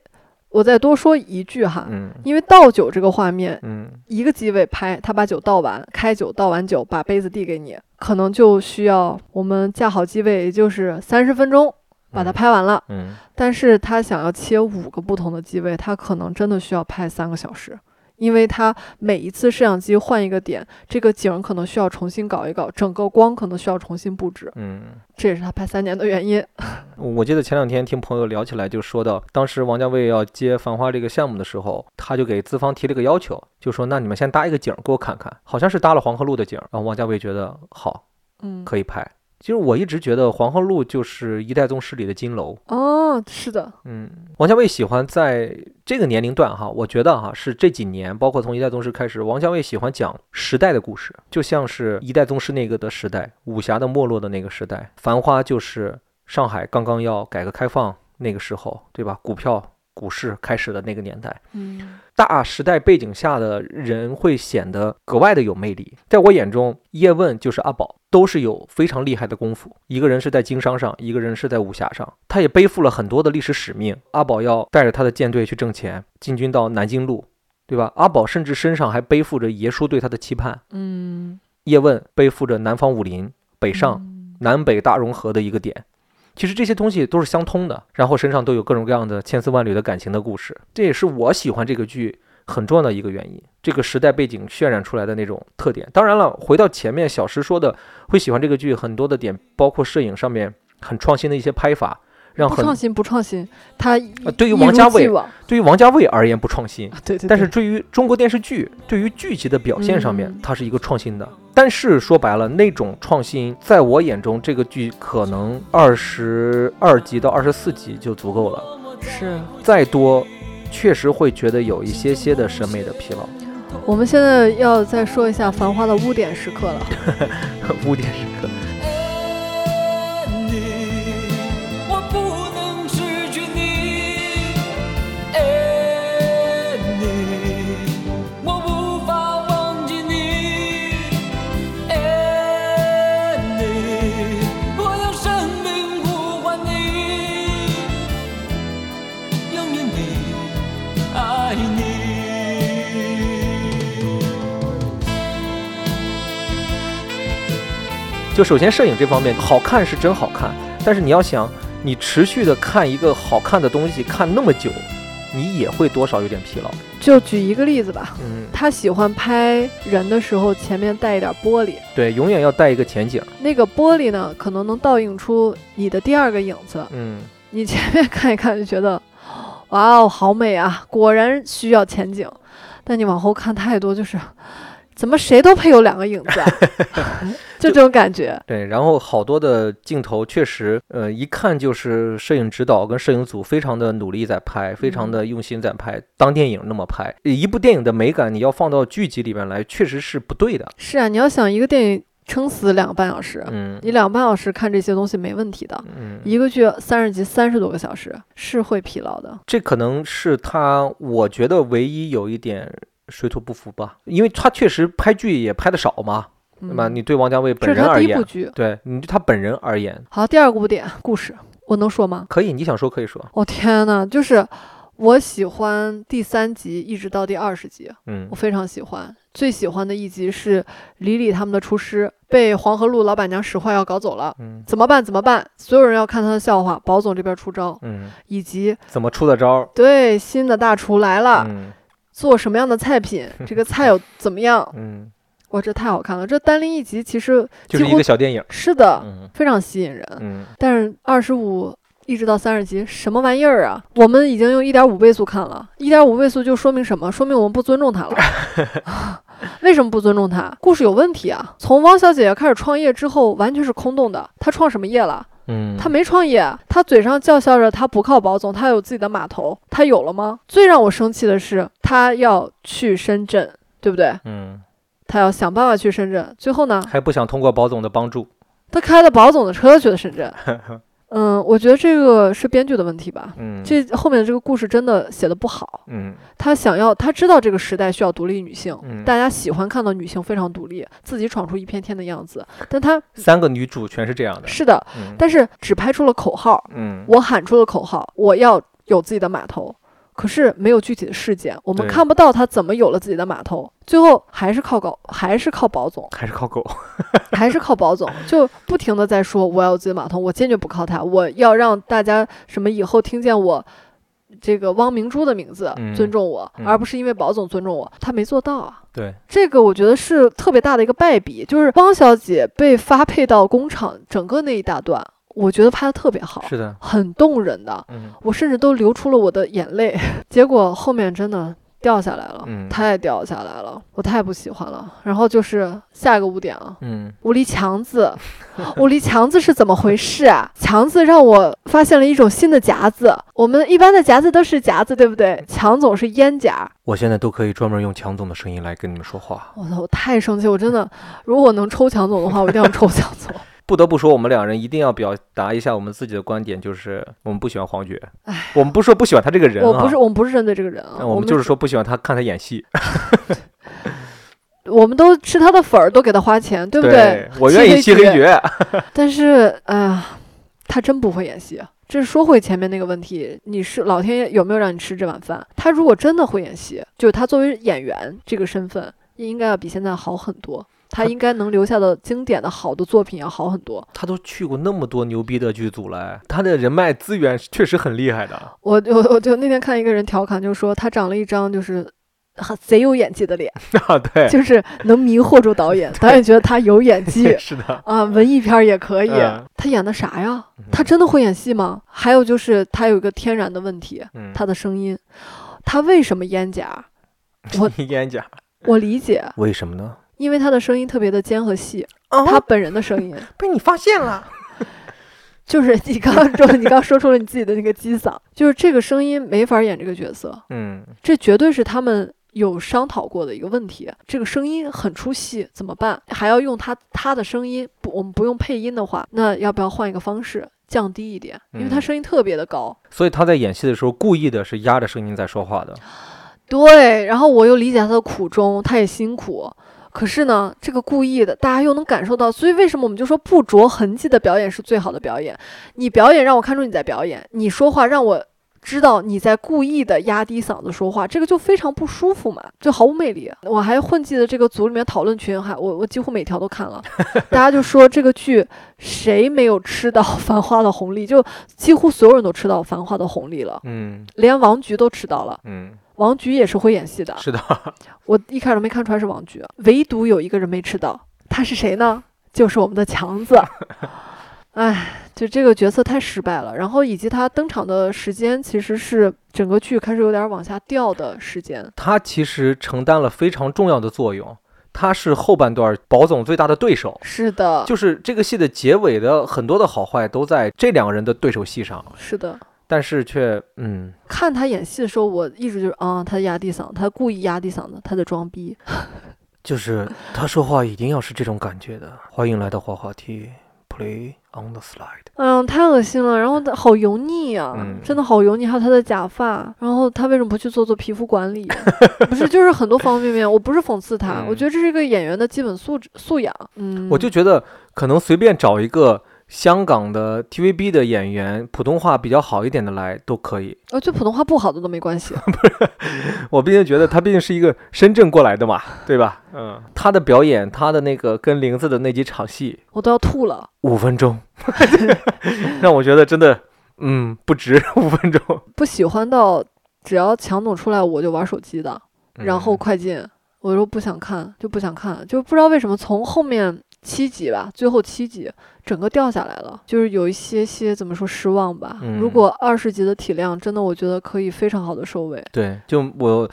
A: 我再多说一句哈，
B: 嗯
A: 因为倒酒这个画面，
B: 嗯，
A: 一个机位拍，他把酒倒完，开酒倒完酒，把杯子递给你，可能就需要我们架好机位，也就是三十分钟。把它
B: 嗯
A: 拍完了，
B: 嗯，
A: 但是他想要切五个不同的机位，他可能真的需要拍三个小时，因为他每一次摄像机换一个点，这个景儿可能需要重新搞一搞，整个光可能需要重新布置。
B: 嗯，
A: 这也是他拍三年的原因。
B: 我记得前两天听朋友聊起来，就说到当时王家卫要接《繁花》这个项目的时候，他就给资方提了个要求，就说那你们先搭一个景儿给我看看，好像是搭了黄河路的景儿，然后王家卫觉得好，
A: 嗯，
B: 可以拍。其实我一直觉得黄河路就是一代宗师里的金楼。
A: 哦，是的，
B: 嗯，王家卫喜欢在这个年龄段哈，我觉得哈是这几年，包括从一代宗师开始，王家卫喜欢讲时代的故事，就像是一代宗师那个的时代，武侠的没落的那个时代，繁花就是上海刚刚要改革开放那个时候，对吧？股票、股市开始的那个年代，
A: 嗯，
B: 大时代背景下的人会显得格外的有魅力。在我眼中，叶问就是阿宝，都是有非常厉害的功夫。一个人是在经商上，一个人是在武侠上，他也背负了很多的历史使命。阿宝要带着他的舰队去挣钱，进军到南京路，对吧？阿宝甚至身上还背负着爷叔对他的期盼。
A: 嗯，
B: 叶问背负着南方武林、北上、南北大融合的一个点。其实这些东西都是相通的，然后身上都有各种各样的千丝万缕的感情的故事，这也是我喜欢这个剧很重要的一个原因。这个时代背景渲染出来的那种特点。当然了，回到前面小石说的，会喜欢这个剧很多的点，包括摄影上面很创新的一些拍法，让
A: 不
B: 很
A: 创新不创新，他
B: 呃对于
A: 一
B: 王
A: 如
B: 家
A: 既
B: 卫
A: 往
B: 对于王家卫而言不创新，
A: 啊对对，
B: 但是
A: 对
B: 对于中国电视剧，对于剧集的表现上面
A: 嗯，
B: 它是一个创新的。但是说白了，那种创新，在我眼中，这个剧可能二十二集到二十四集就足够了，
A: 是
B: 再多，确实会觉得有一些些的审美的疲劳。
A: 我们现在要再说一下《繁花》的污点时刻了。
B: 污点时刻，
D: 爱你，我不能失去你，爱你，我无法忘记你，爱你，我用生命呼唤你，永远你，爱你。
B: 就首先摄影这方面，好看是真好看，但是你要想，你持续的看一个好看的东西看那么久，你也会多少有点疲劳。
A: 就举一个例子吧，
B: 嗯，
A: 他喜欢拍人的时候，前面带一点玻璃，
B: 对，永远要带一个前景。
A: 那个玻璃呢，可能能倒映出你的第二个影子。
B: 嗯。
A: 你前面看一看就觉得，哇哦，好美啊！果然需要前景。但你往后看太多，就是怎么谁都配有两个影子、啊， 就这种感觉。
B: 对，然后好多的镜头确实，呃，一看就是摄影指导跟摄影组非常的努力在拍，非
A: 嗯
B: 常的用心在拍，当电影那么拍。呃一部电影的美感，你要放到剧集里面来，确实是不对的。
A: 是啊，你要想一个电影撑死两个半小时，
B: 嗯
A: 你两个半小时看这些东西没问题的。
B: 嗯，
A: 一个剧三十集，三十多个小时是会疲劳的。
B: 这可能是他，我觉得唯一有一点水土不服吧，因为他确实拍剧也拍的少嘛，
A: 嗯
B: 对吧？你对王家卫
A: 这
B: 本
A: 是
B: 人
A: 他
B: 而
A: 第一部
B: 言，
A: 剧。
B: 对你对他本人而言，
A: 好，第二个污点故事，我能说吗？
B: 可以，你想说可以说，
A: 我、天呐，就是我喜欢第三集一直到第二十集，
B: 嗯
A: 我非常喜欢。最喜欢的一集是李李他们的厨师被黄河路老板娘使坏要搞走了，
B: 嗯
A: 怎么办？怎么办？所有人要看他的笑话。保总这边出招，
B: 嗯，
A: 以及
B: 怎么出的招儿？
A: 对新的大厨来了，
B: 嗯
A: 做什么样的菜 品，这个菜有怎么样？
B: 嗯，
A: 哇，这太好看了！这单拎一集其实
B: 就
A: 几
B: 是一
A: 乎
B: 个小电影，
A: 是的，
B: 嗯
A: 非常吸引人。
B: 嗯。
A: 但是二十五一直到三十集，什么玩意儿啊？我们已经用一点五倍速看了，一点五倍速就说明什么？说明我们不尊重他了。 为什么不尊重他？故事有问题啊！从汪小姐姐开始创业之后，完全是空洞的。她创什么业了？
B: 嗯，
A: 她没创业。她嘴上叫嚣着她不靠保总，她有自己的码头，她有了吗？最让我生气的是，她要去深圳，对不对？
B: 嗯，
A: 她要想办法去深圳。最后呢，
B: 还不想通过保总的帮助，
A: 他开了保总的车去了深 圳。嗯，我觉得这个是编剧的问题吧。
B: 嗯，
A: 这后面的这个故事真的写的不好。
B: 嗯
A: 他想要，他知道这个时代需要独立女性，
B: 嗯
A: 大家喜欢看到女性非常独立，自己闯出一片天的样子。但他
B: 三个女主全是这样的，
A: 是的，
B: 嗯
A: 但是只拍出了口号，
B: 嗯，
A: 我喊出了口号，我要有自己的码头。可是没有具体的事件，我们
B: 对
A: 看不到他怎么有了自己的码头，最后还是靠搞， 还是靠保总。
B: 还是靠狗，
A: 还是靠保总，就不停的在说我要有自己的码头，我坚决不靠他，我要让大家什么以后听见我这个汪明珠的名字、
B: 嗯
A: 尊重我，
B: 嗯
A: 而不是因为保总尊重我，他没做到啊。
B: 对，
A: 这个我觉得是特别大的一个败笔，就是汪小姐被发配到工厂整个那一大段，我觉得拍的特别好，
B: 是的，
A: 很动人的，
B: 嗯
A: 我甚至都流出了我的眼泪。 结果后面真的掉下来了，
B: 嗯
A: 太掉下来了，我太不喜欢了。然后就是下一个污点啊，
B: 嗯
A: 武力强 子，武力强子是怎么回事啊？强子让我发现了一种新的夹子。我们一般的夹子都是夹子，对不对？强总是烟夹。
B: 我现在都可以专门用强总的声音来跟你们说话，
A: 我操！我太生气，我真的，如果能抽强总的话，我一定要抽强总。
B: 不得不说，我们两人一定要表达一下我们自己的观点，就是我们不喜欢黄觉。我们不是说不喜欢他这个人
A: 我
B: 啊，
A: 不是，我们不是针对这个人啊，
B: 但我们就是说不喜欢他看他演戏，
A: 我们都吃他的粉儿，都给他花钱，对不
B: 我愿意
A: 漆
B: 漆
A: 黑
B: 黑
A: 绝。
B: 绝。
A: 但是，哎呀，他真不会演戏。这说回前面那个问题，你是老天爷有没有让你吃这碗饭？他如果真的会演戏，就是他作为演员这个身份，应该要比现在好很多。他应该能留下的经典的好的作品要好很多。
B: 他都去过那么多牛逼的剧组了，他的人脉资源是确实很厉害的。
A: 我我我就那天看一个人调侃，就说他长了一张就是很贼有演技的脸，
B: 啊，对，
A: 就是能迷惑住导演，导演觉得他有演技
B: 对是的，
A: 啊，文艺片儿也可以。
B: 嗯
A: 他演的啥呀？他真的会演戏吗？还有就是他有一个天然的问题，
B: 嗯，
A: 他的声音，他为什么咽夹？我
B: 你演讲
A: 我理解，
B: 为什么呢？
A: 因为他的声音特别的尖和细，
B: 哦
A: 他本人的声 音
B: 被你发现了。
A: 就是你刚说你刚说出了你自己的那个机嗓，就是这个声音没法演这个角色。
B: 嗯，
A: 这绝对是他们有商讨过的一个问题。这个声音很出戏，怎么办？还要用他他的声音，不，我们不用配音的话，那要不要换一个方式降低一点？因为他
B: 嗯
A: 声音特别的高。
B: 所以他在演戏的时候故意的是压着声音在说话的。
A: 对，然后我又理解他的苦衷，他也辛苦。可是呢，这个故意的，大家又能感受到，所以为什么我们就说不着痕迹的表演是最好的表演？你表演让我看出你在表演，你说话让我知道你在故意的压低嗓子说话，这个就非常不舒服嘛，就毫无魅力。我还混迹的这个组里面讨论群，还我我几乎每条都看了，大家就说这个剧谁没有吃到《 繁花》的红利，就几乎所有人都吃到《繁花》的红利了，
B: 嗯
A: 连王菊都吃到了。
B: 嗯，
A: 王菊也是会演戏的，
B: 是的，
A: 我一开始都没看出来是王菊，唯独有一个人没吃到，他是谁呢？就是我们的强 子。哎，就这个角色太失败了，然后以及他登场的时间其实是整个剧开始有点往下掉的时间。
B: 他其实承担了非常重要的作用，他是后半段宝总最大的对手。
A: 是的，
B: 就是这个戏的结尾的很多的好坏都在这两个人的对手戏上，
A: 是的。
B: 但是却嗯，
A: 看他演戏的时候，我一直就是啊、他压低嗓子，他故意压低嗓子，他在装逼。
B: 就是他说话一定要是这种感觉的。欢迎来到滑滑梯，Play on the slide。
A: 嗯，太恶心了，然后他好油腻啊，
B: 嗯
A: 真的好油腻。还有他的假发，然后他为什么不去做做皮肤管理？啊不是，就是很多方面面。我不是讽刺他，我
B: 嗯
A: 觉得这是一个演员的基本素质素养。嗯，
B: 我就觉得可能随便找一个香港的 TVB 的演员，普通话比较好一点的来都可以。
A: 我哦觉得普通话不好的都没关系。
B: 我毕竟觉得他毕竟是一个深圳过来的嘛，对吧？嗯，他的表演，他的那个跟玲子的那几场戏，
A: 我都要吐了。
B: 五分钟， 让我觉得真的，嗯，不值 五分钟。
A: 不喜欢到只要强总出来我就玩手机的，
B: 嗯
A: 嗯然后快进，我说不想看就不想看，就不知道为什么从后面七集吧，最后七集整个掉下来了，就是有一些些怎么说失望吧。如
B: 嗯
A: 果二十集的体量，真的我觉得可以非常好的收尾。
B: 对，就我，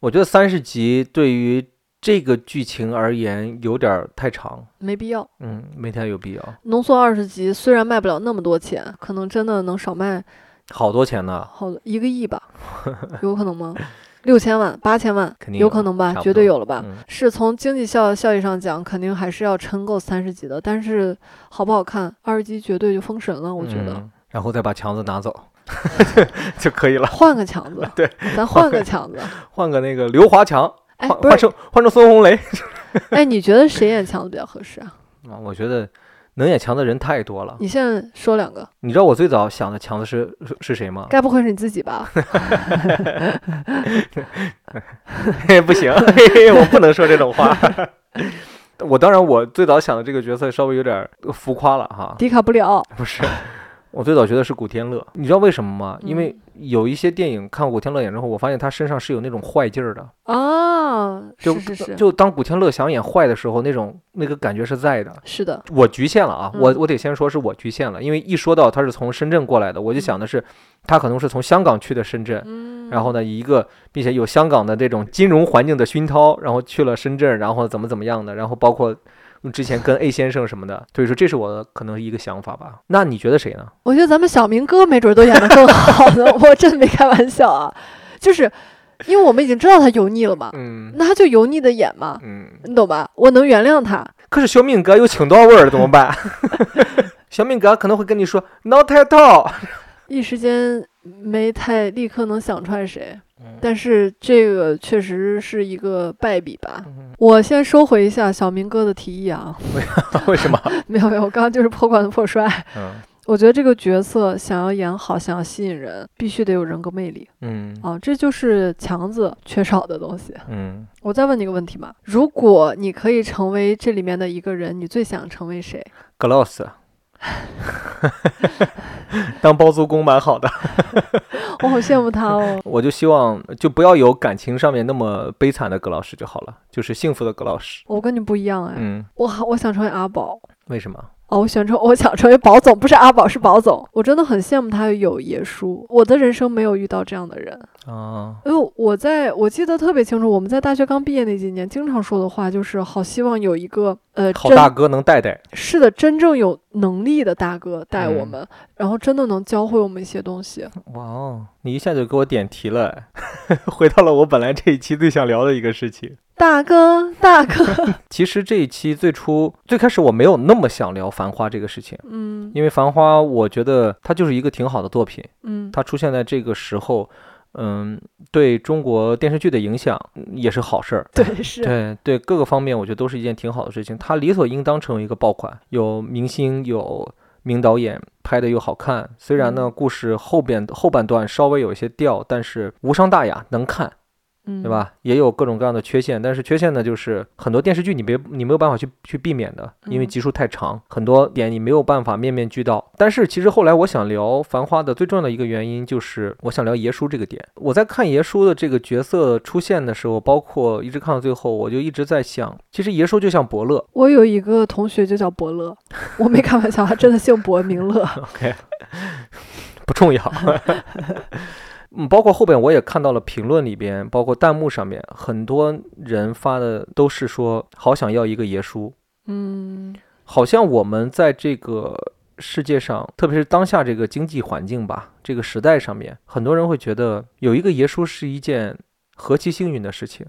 B: 我觉得三十集对于这个剧情而言有点儿太长，
A: 没必要
B: 嗯，没太有必要。
A: 浓缩二十集，虽然卖不了那么多钱，可能真的能少卖
B: 好多钱呢，
A: 好一个亿吧， 有可能吗？六千万、八千万，
B: 肯定
A: 有
B: 有
A: 可能吧
B: 差，不
A: 绝对
B: 多
A: 有了吧。
B: 嗯，
A: 是从经济效效益上讲，肯定还是要撑够三十集的。但是好不好看，二十集绝对就封神了，我觉得。
B: 嗯然后再把强子拿走就可以了，
A: 换个强 子，对，咱换个强子。
B: 换个那个刘华强，
A: 哎，
B: 换
A: 不
B: 换
A: 是，
B: 成换成孙红雷。
A: 哎，你觉得谁演强子比较合适啊？
B: 啊，我觉得能演强的人太多了。
A: 你现在说两个，
B: 你知道我最早想的强子是是是谁吗？
A: 该不会是你自己 吧？
B: 嘿 不 行，嘿嘿，我不能说这种话。 我当然，我最早想的这个角色稍微有点儿浮夸了 哈，
A: 迪卡不了，
B: 不是，我最早觉得是古天乐，你知道为什
A: 嗯
B: 么吗？因为有一些电影看古天乐演之后，我发现他身上是有那种坏劲儿的，
A: 啊，
B: 就是
A: 是是，
B: 就当古天乐想演坏的时候，那种那个感觉是在的。
A: 是的，
B: 我局限了啊，我
A: 嗯
B: 我得先说是我局限了，因为一说到他是从深圳过来的，我就想的是他可能是从香港去的深圳，
A: 嗯，
B: 然后呢，以一个并且有香港的这种金融环境的熏陶，然后去了深圳，然后怎么怎么样的，然后包括之前跟 A 先生什么 的，所以说这是我的可能一个想法吧。那你觉得谁呢？
A: 我觉得咱们小明哥没准都演得更好呢， 我真没开玩笑啊，就是因为我们已经知道他油腻了嘛，
B: 嗯
A: 那他就油腻的演嘛，
B: 嗯，
A: 你懂吧？我能原谅他，
B: 可是小明哥又青岛味儿，怎么办？ 小明哥可能会跟你说 “not at all”。
A: 一时间没太立刻能想出来谁，
B: 嗯
A: 但是这个确实是一个败笔吧。
B: 嗯
A: 我先收回一下小明哥的提议啊，
B: 为什么？
A: 没有没有，我刚刚就是破罐子破摔。
B: 嗯
A: 我觉得这个角色想要演好，想要吸引人，必须得有人格魅力
B: 嗯
A: 啊，这就是强子缺少的东西。
B: 嗯
A: 我再问你个问题吧，如果你可以成为这里面的一个人，你最想成为 谁？
B: ，gloss，当包租公蛮好的。。
A: 我好羡慕他哦
B: 我就希望就不要有感情上面那么悲惨的葛老师就好了，就是幸福的葛老师。
A: 我跟你不一样哎，
B: 嗯，
A: 我好，我想成为阿宝。
B: 为什么？
A: 哦，我喜欢成，我想成为宝总，不是阿宝，是宝总。我真的很羡慕他有爷叔，我的人生没有遇到这样的人。
B: 啊，
A: 因为我在我记得特别清楚，我们在大学刚毕业那几年，经常说的话就是好希望有一个呃，
B: 好
A: 真
B: 大哥能带带。
A: 是的，真正有能力的大哥带我
B: 嗯
A: 们，然后真的能教会我们一些东西。
B: 哇哦，你一下就给我点题了， 回到了我本来这一期最想聊的一个事情。
A: 大哥，大哥，
B: 其实这一期最初最开始我没有那么想聊《繁花》这个事情，
A: 嗯
B: 因为《繁花》我觉得它就是一个挺好的作品，
A: 嗯，
B: 它出现在这个时候，嗯，对中国电视剧的影响嗯也是好事儿。
A: 对，是，
B: 对对，各个方面我觉得都是一件挺好的事情，它理所应当成为一个爆款，有明星，有名导演，拍的又好看。虽然呢，
A: 嗯
B: 故事后边后半段稍微有一些掉，但是无伤大雅，能看，
A: 嗯，
B: 对？吧？也有各种各样的缺陷，但是缺陷呢，就是很多电视剧你别你没有办法去去避免的，因
A: 嗯
B: 为集数太长，很多点你没有办法面面俱到。但是其实后来我想聊《繁花》的最重要的一个原因就是我想聊爷叔这个点。我在看爷叔的这个角色出现的时候，包括一直看到最后，我就一直在想，其实爷叔就像伯乐，
A: 我有一个同学就叫伯乐，我没开玩笑，他真的姓伯名 乐。
B: 不重要。 嗯，包括后边我也看到了评论里边，包括弹幕上面，很多人发的都是说好想要一个爷叔，
A: 嗯
B: 好像我们在这个世界上，特别是当下这个经济环境吧，这个时代上面，很多人会觉得有一个爷叔是一件何其幸运的事情，，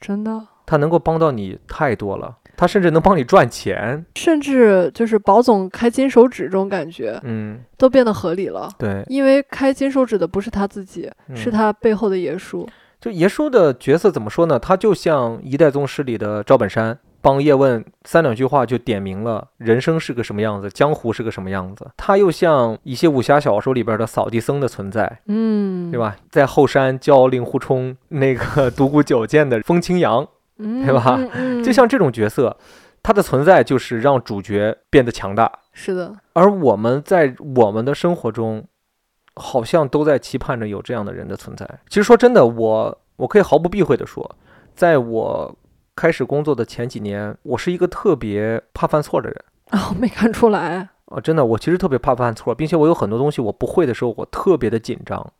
A: 真的。
B: 他能够帮到你太多了，他甚至能帮你赚钱。
A: 甚至就是保总开金手指这种感觉
B: 嗯，
A: 都变得合理了，
B: 对，
A: 因为开金手指的不是他自己，
B: 嗯
A: 是他背后的爷叔。
B: 就爷叔的角色怎么说呢？他就像《一代宗师》里的赵本山。帮叶问三两句话就点明了人生是个什么样子，江湖是个什么样子。他又像一些武侠小说里边的扫地僧的存在，
A: 嗯，
B: 对？吧？在后山教令狐冲那个 独孤九剑的风清扬，
A: 嗯，
B: 对吧
A: 嗯嗯、
B: 就像这种角色，他的存在就是让主角变得强大。
A: 是的，
B: 而我们在我们的生活中，好像都在期盼着有这样的人的存在。其实说真的，我我可以毫不避讳的说，在我开始工作的前几年，我是一个特别怕犯错的人。
A: 啊，我没看出来。
B: 啊，真的，我其实特别怕犯错，并且我有很多东西我不会的时候，我特别的紧张。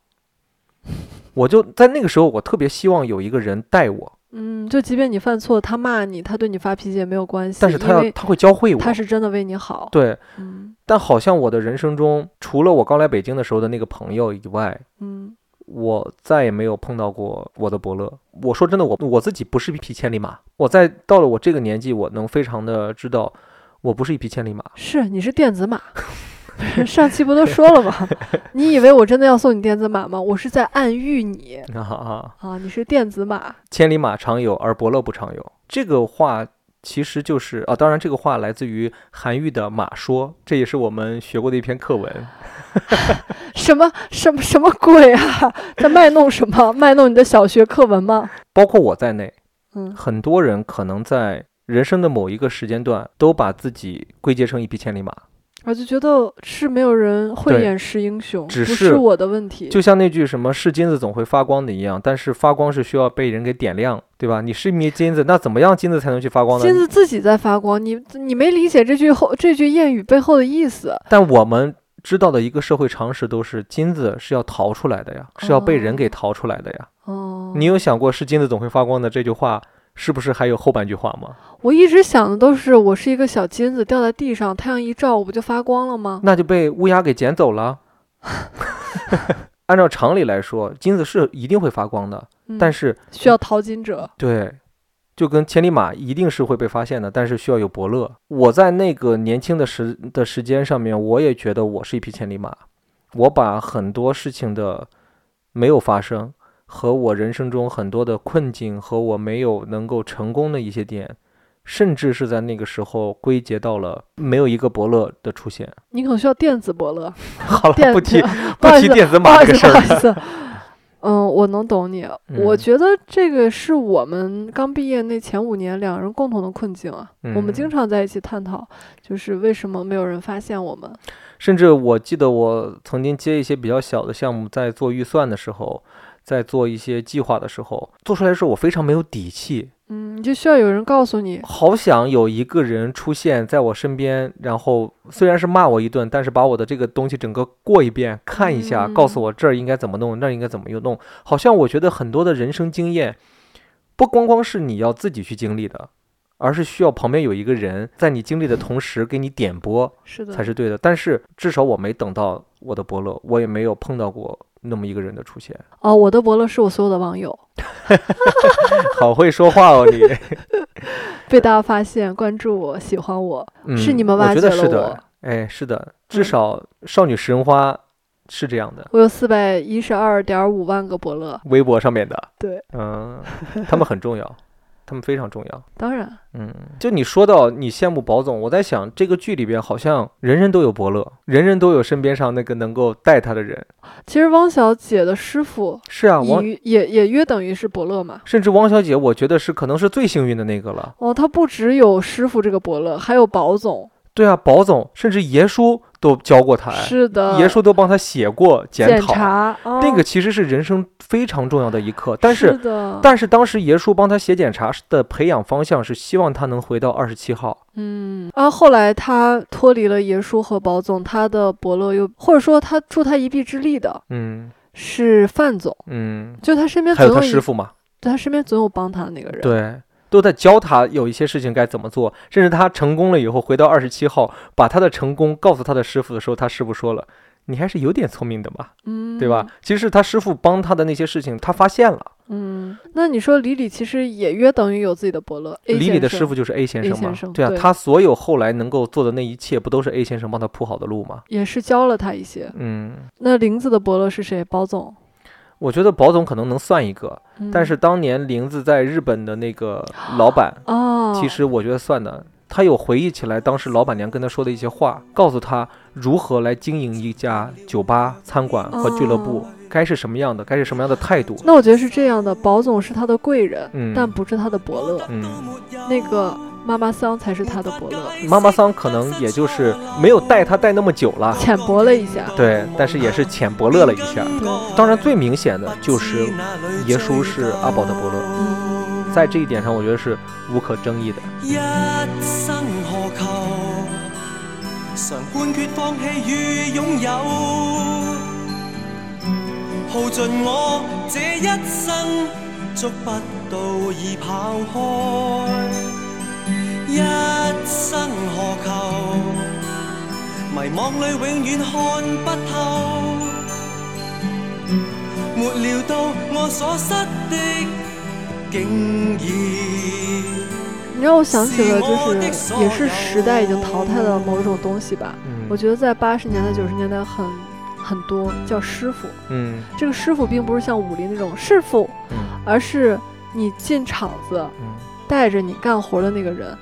B: 我就在那个时候，我特别希望有一个人带我，
A: 嗯，就即便你犯错，他骂你，他对你发脾气也没有关系，
B: 但是他
A: 因
B: 要
A: 为
B: 他会教会我。
A: 他是真的为你好。
B: 对，
A: 嗯
B: 但好像我的人生中，除了我刚来北京的时候的那个朋友以外，
A: 嗯
B: 我再也没有碰到过我的伯乐。我说真的，我我自己不是一匹千里马。我在到了我这个年纪，我能非常的知道，我不是一匹千里马。
A: 是你是电子马。 上期不都说了吗？ 你以为我真的要送你电子马吗？我是在暗喻你
B: 啊啊！
A: 啊！你是电子马，
B: 千里马常有，而伯乐不常有。这个话其实就是啊，当然这个话来自于韩愈的《马说》，这也是我们学过的一篇课文。
A: 什么什么什么鬼啊！ 在卖弄什么？卖弄你的小学课文吗？
B: 包括我在内，
A: 嗯，
B: 很多人可能在人生的某一个时间段，都把自己归结成一匹千里马。
A: 我就觉得是没有人慧
B: 对
A: 眼识英雄，
B: 只
A: 不
B: 是
A: 是我的问题。
B: 就像那句什么“是金子总会发光的”一样，但是发光是需要被人给点亮，对吧？你是一枚金子，那怎么样金子才能去发光呢
A: 金？子自己在发光，你你没理解这句后这句谚语背后的意思。
B: 但我们知道的一个社会常识都是，金子是要淘出来的呀，是要被人给淘出来的呀。
A: 哦，
B: 你有想过“是金子总会发光的”这句话，是不是还有后半句话吗？
A: 我一直想的都是我是一个小金子掉在地上，太阳一照，我不就发光了吗？
B: 那就被乌鸦给捡走了。 按照常理来说，金子是一定会发光的，
A: 嗯、
B: 但是
A: 需要淘金者，
B: 对，就跟千里马一定是会被发现的，但是需要有伯乐。我在那个年轻的时的时间上面，我也觉得我是一匹千里马，我把很多事情的没有发生和我人生中很多的困境和我没有能够成功的一些点，甚至是在那个时候归结到了没有一个伯乐的出现。
A: 你可能需要电子伯乐，
B: 好了，
A: 电
B: 不提
A: 不好意
B: 提
A: 思
B: 电子
A: 不好
B: 马
A: 意
B: 这
A: 思，
B: 个事儿
A: 哦不好意
B: 了。
A: 思。嗯，我能懂你。我
B: 嗯
A: 觉得这个是我们刚毕业那前五年两人共同的困境啊。我们经
B: 嗯
A: 常在一起探讨，就是为什么没有人发现我们。
B: 甚至我记得我曾经接一些比较小的项目，在做预算的时候，在做一些计划的时候，做出来的时候我非常没有底气，
A: 嗯，你就需要有人告诉你，
B: 好想有一个人出现在我身边，然后虽然是骂我一顿，但是把我的这个东西整个过一遍，看一下，告诉我这儿应该怎么弄，那儿应该怎么又弄。好像我觉得很多的人生经验，不光光是你要自己去经历的，而是需要旁边有一个人在你经历的同时给你点拨，
A: 是的，
B: 才是对的。但是至少我没等到我的伯乐，我也没有碰到过那么一个人的出现。
A: 哦，我的伯乐是我所有的网友，
B: 好会说话哦， 你、
A: 被大家发现、关注我、喜欢我，
B: 嗯、
A: 是你们挖
B: 我觉得
A: 掘了
B: 是
A: 我嗯
B: 的，哎，是的，至少少女食人花是这样的，
A: 我有四百一十二点五万个伯乐。
B: 微博上面的，
A: 对，
B: 嗯，他们很重要，他们非常重要。
A: 当然，
B: 嗯，就你说到你羡慕宝总，我在想这个剧里边好像人人都有伯乐，人人都有身边上那个能够带他的人。
A: 其实汪小姐的师傅
B: 是啊，王
A: 也也也约等于是伯乐嘛。
B: 甚至汪小姐，我觉得是可能是最幸运的那个了。
A: 哦，他不只有师傅这个伯乐，还有宝总。
B: 对啊，宝总甚至爷叔都教过他，哎
A: 是的，
B: 爷叔都帮他写过检
A: 检
B: 讨，
A: 查、哦、
B: 那个其实是人生非常重要的一课。但
A: 是
B: 是，
A: 的，
B: 但是当时爷叔帮他写检查的培养方向是希望他能回到二十七号。
A: 嗯，啊，后来他脱离了爷叔和宝总，他的伯乐又或者说他助他一臂之力的
B: 嗯
A: 是范总，
B: 嗯，
A: 就他身边
B: 还
A: 总
B: 有
A: 有
B: 他
A: 一
B: 师傅嘛，
A: 对他身边总有帮他的那个人。
B: 对，都在教他有一些事情该怎么做。甚至他成功了以后回到二十七号，把他的成功告诉他的师傅的时候，他师傅说了：“你还是有点聪明的嘛，
A: 嗯，
B: 对吧？”其实是他师傅帮他的那些事情，他发现了。
A: 嗯，那你说李李其实也约等于有自己的伯乐，A
B: 李李
A: 先
B: 的
A: 生
B: 师傅就是 A 先
A: A
B: 生嘛？
A: 先生
B: 对啊，
A: 对
B: 他所有后来能够做的那一切，不都是 A 先生帮他铺好的路吗？
A: 也是教了他一些。
B: 嗯，
A: 那玲子的伯乐是谁？包总。
B: 我觉得宝总可能能算一个，
A: 嗯、
B: 但是当年玲子在日本的那个老板，
A: 哦，
B: 其实我觉得算的。他有回忆起来当时老板娘跟他说的一些话，告诉他如何来经营一家酒吧、餐馆和俱乐部，
A: 哦
B: 该是什么样的，该是什么样的态度。
A: 那我觉得是这样的，宝总是他的贵人，
B: 嗯
A: 但不是他的伯乐。
B: 嗯，
A: 那个妈妈桑才是他的伯乐，
B: 妈妈桑可能也就是没有带他带那么久了，
A: 浅薄了一下。
B: 对，但是也是浅伯乐了一下。当然，最明显的就是耶稣是阿宝的伯乐，在这一点上，我觉得是无可争议的。
D: 一生何求？常判决放弃与拥有，耗尽我这一生，捉不到已跑开。一生何求？迷惘里永远看不透，没料到我所失的，竟已。
A: 你让我想起了，就是也是时代已经淘汰的某一种东西吧。
B: 嗯，
A: 我觉得在八十年代、九十年代很很多叫师傅，
B: 嗯
A: 这个师傅并不是像武林那种师傅，
B: 嗯
A: 而是你进厂子
B: 嗯，
A: 带着你干活的那个人，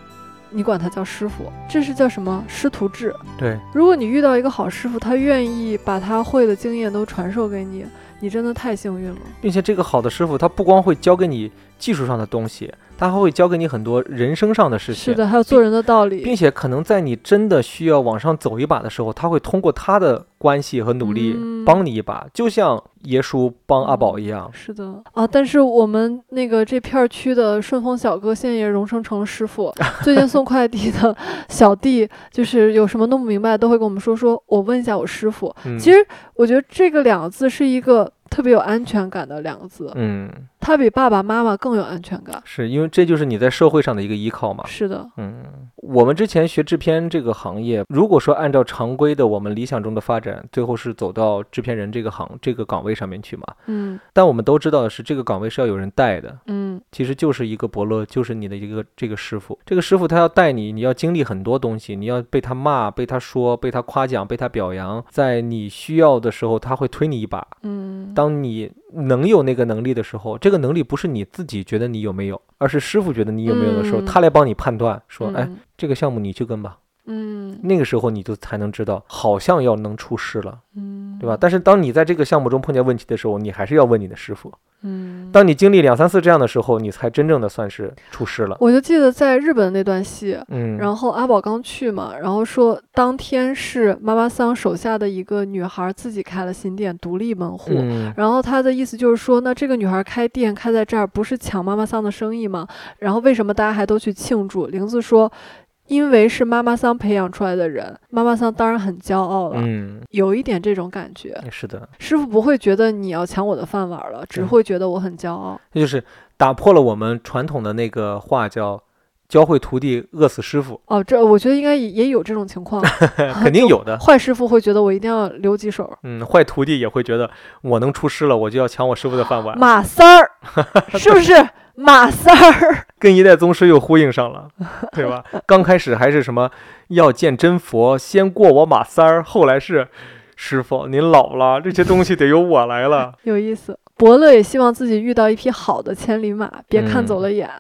A: 你管他叫师傅，这是叫什么师徒制？
B: 对，
A: 如果你遇到一个好师傅，他愿意把他会的经验都传授给你，你真的太幸运了。
B: 并且这个好的师傅，他不光会教给你技术上的东西，他还会教给你很多人生上的事情。
A: 是的，还有做人的道理，
B: 并且可能在你真的需要往上走一把的时候，他会通过他的关系和努力
A: 嗯
B: 帮你一把，就像耶稣帮阿宝一样。
A: 是的啊，但是我们那个这片儿区的顺丰小哥现在也荣升成了师 傅。最近送快递的小弟，就是有什么弄不明白，都会跟我们说说，我问一下我师傅。
B: 嗯，
A: 其实我觉得这个两个字是一个特别有安全感的两个字，
B: 嗯，
A: 他比爸爸妈妈更有安全感。
B: 是因为这就是你在社会上的一个依靠嘛。
A: 是的，
B: 嗯，我们之前学制片这个行业，如果说按照常规的我们理想中的发展，最后是走到制片人这个行这个岗位上面去嘛。
A: 嗯
B: 但我们都知道的是，这个岗位是要有人带的，
A: 嗯，
B: 其实就是一个伯乐，就是你的一个这个师傅。这个师傅他要带你，你要经历很多东西，你要被他骂，被他说，被他夸奖，被他表扬，在你需要的时候，他会推你一把。嗯，当你能有那个能力的时候，这个能力不是你自己觉得你有没有，而是师傅觉得你有没有的时候，
A: 嗯
B: 他来帮你判断，说，哎，
A: 嗯
B: 这个项目你去跟吧。
A: 嗯
B: 那个时候你就才能知道，好像要能出师了，
A: 嗯，
B: 对吧？但是当你在这个项目中碰见问题的时候，你还是要问你的师傅。
A: 嗯，
B: 当你经历两三次这样的时候，你才真正的算是出师了。
A: 我就记得在日本那段戏，
B: 嗯，
A: 然后阿宝刚去嘛，然后说当天是妈妈桑手下的一个女孩自己开了新店，独立门户。
B: 嗯
A: 然后他的意思就是说，那这个女孩开店开在这儿，不是抢妈妈桑的生意吗？然后为什么大家还都去庆祝？玲子说，因为是妈妈桑培养出来的人，妈妈桑当然很骄傲了。
B: 嗯，
A: 有一点这种感觉，
B: 是的，
A: 师傅不会觉得你要抢我的饭碗了，只
B: 对
A: 会觉得我很骄傲。
B: 这就是打破了我们传统的那个话叫“教会徒弟，饿死师傅
A: 哦，这我觉得应该也也有这种情 况，”，
B: 肯
A: 啊
B: 定有的。
A: 坏师傅会觉得我一定要留几手，
B: 嗯，坏徒弟也会觉得我能出师了，我就要抢我师傅的饭碗，
A: 马三 儿是不是？马三儿，
B: 跟一代宗师又呼应上了，对吧？刚开始还是什么要见真佛，先过我马三儿，后来是师傅您老了，这些东西得由我来了。
A: 有意思。伯乐也希望自己遇到一匹好的千里马，别看走
B: 嗯
A: 了眼。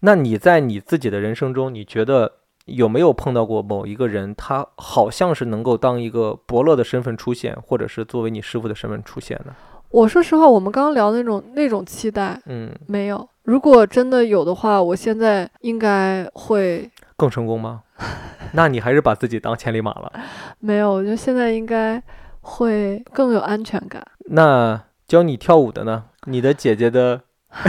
B: 那你在你自己的人生中，你觉得有没有碰到过某一个人，他好像是能够当一个伯乐的身份出现，或者是作为你师傅的身份出现呢？
A: 我说实话，我们刚刚聊那种那种期待
B: 嗯，
A: 没有。如果真的有的话，我现在应该会
B: 更成功吗？ 那你还是把自己当千里马了。
A: 没有，我觉得现在应该会更有安全感。
B: 那教你跳舞的呢？你的姐姐的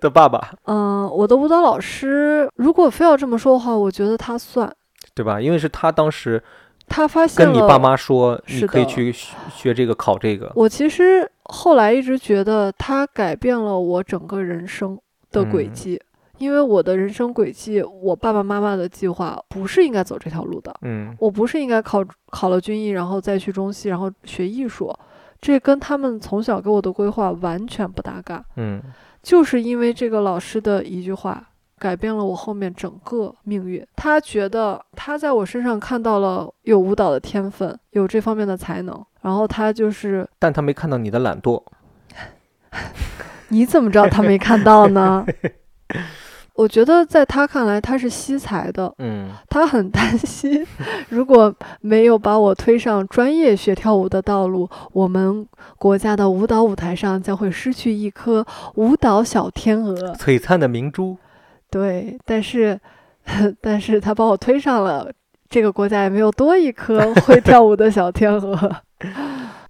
B: 的爸爸，
A: 嗯，我的舞蹈老师，如果非要这么说的话，我觉得他算，
B: 对吧？因为是他当时
A: 他发现
B: 跟
A: 了
B: 你爸妈说，
A: 是
B: 你可以
A: 的
B: 去学学这个考这个。
A: 我其实后来一直觉得他改变了我整个人生的轨
B: 嗯
A: 迹，因为我的人生轨迹，我爸爸妈妈的计划不是应该走这条路的，
B: 嗯
A: 我不是应该考考了军医，然后再去中戏，然后学艺术，这跟他们从小给我的规划完全不搭嘎。
B: 嗯，
A: 就是因为这个老师的一句话，改变了我后面整个命运。他觉得他在我身上看到了有舞蹈的天分，有这方面的才能，然后他就是
B: 但他没看到你的懒惰。嗯
A: 你怎么知道他没看到呢？ 我觉得在他看来，他是惜才的，
B: 嗯
A: 他很担 心，如果没有把我推上专业学跳舞的道路，我们国家的舞蹈舞台上将会失去一颗舞蹈小天鹅。
B: 璀璨的明珠。
A: 对，但是， 但是他把我推上了这个国家，也没有多一颗会跳舞的小天鹅。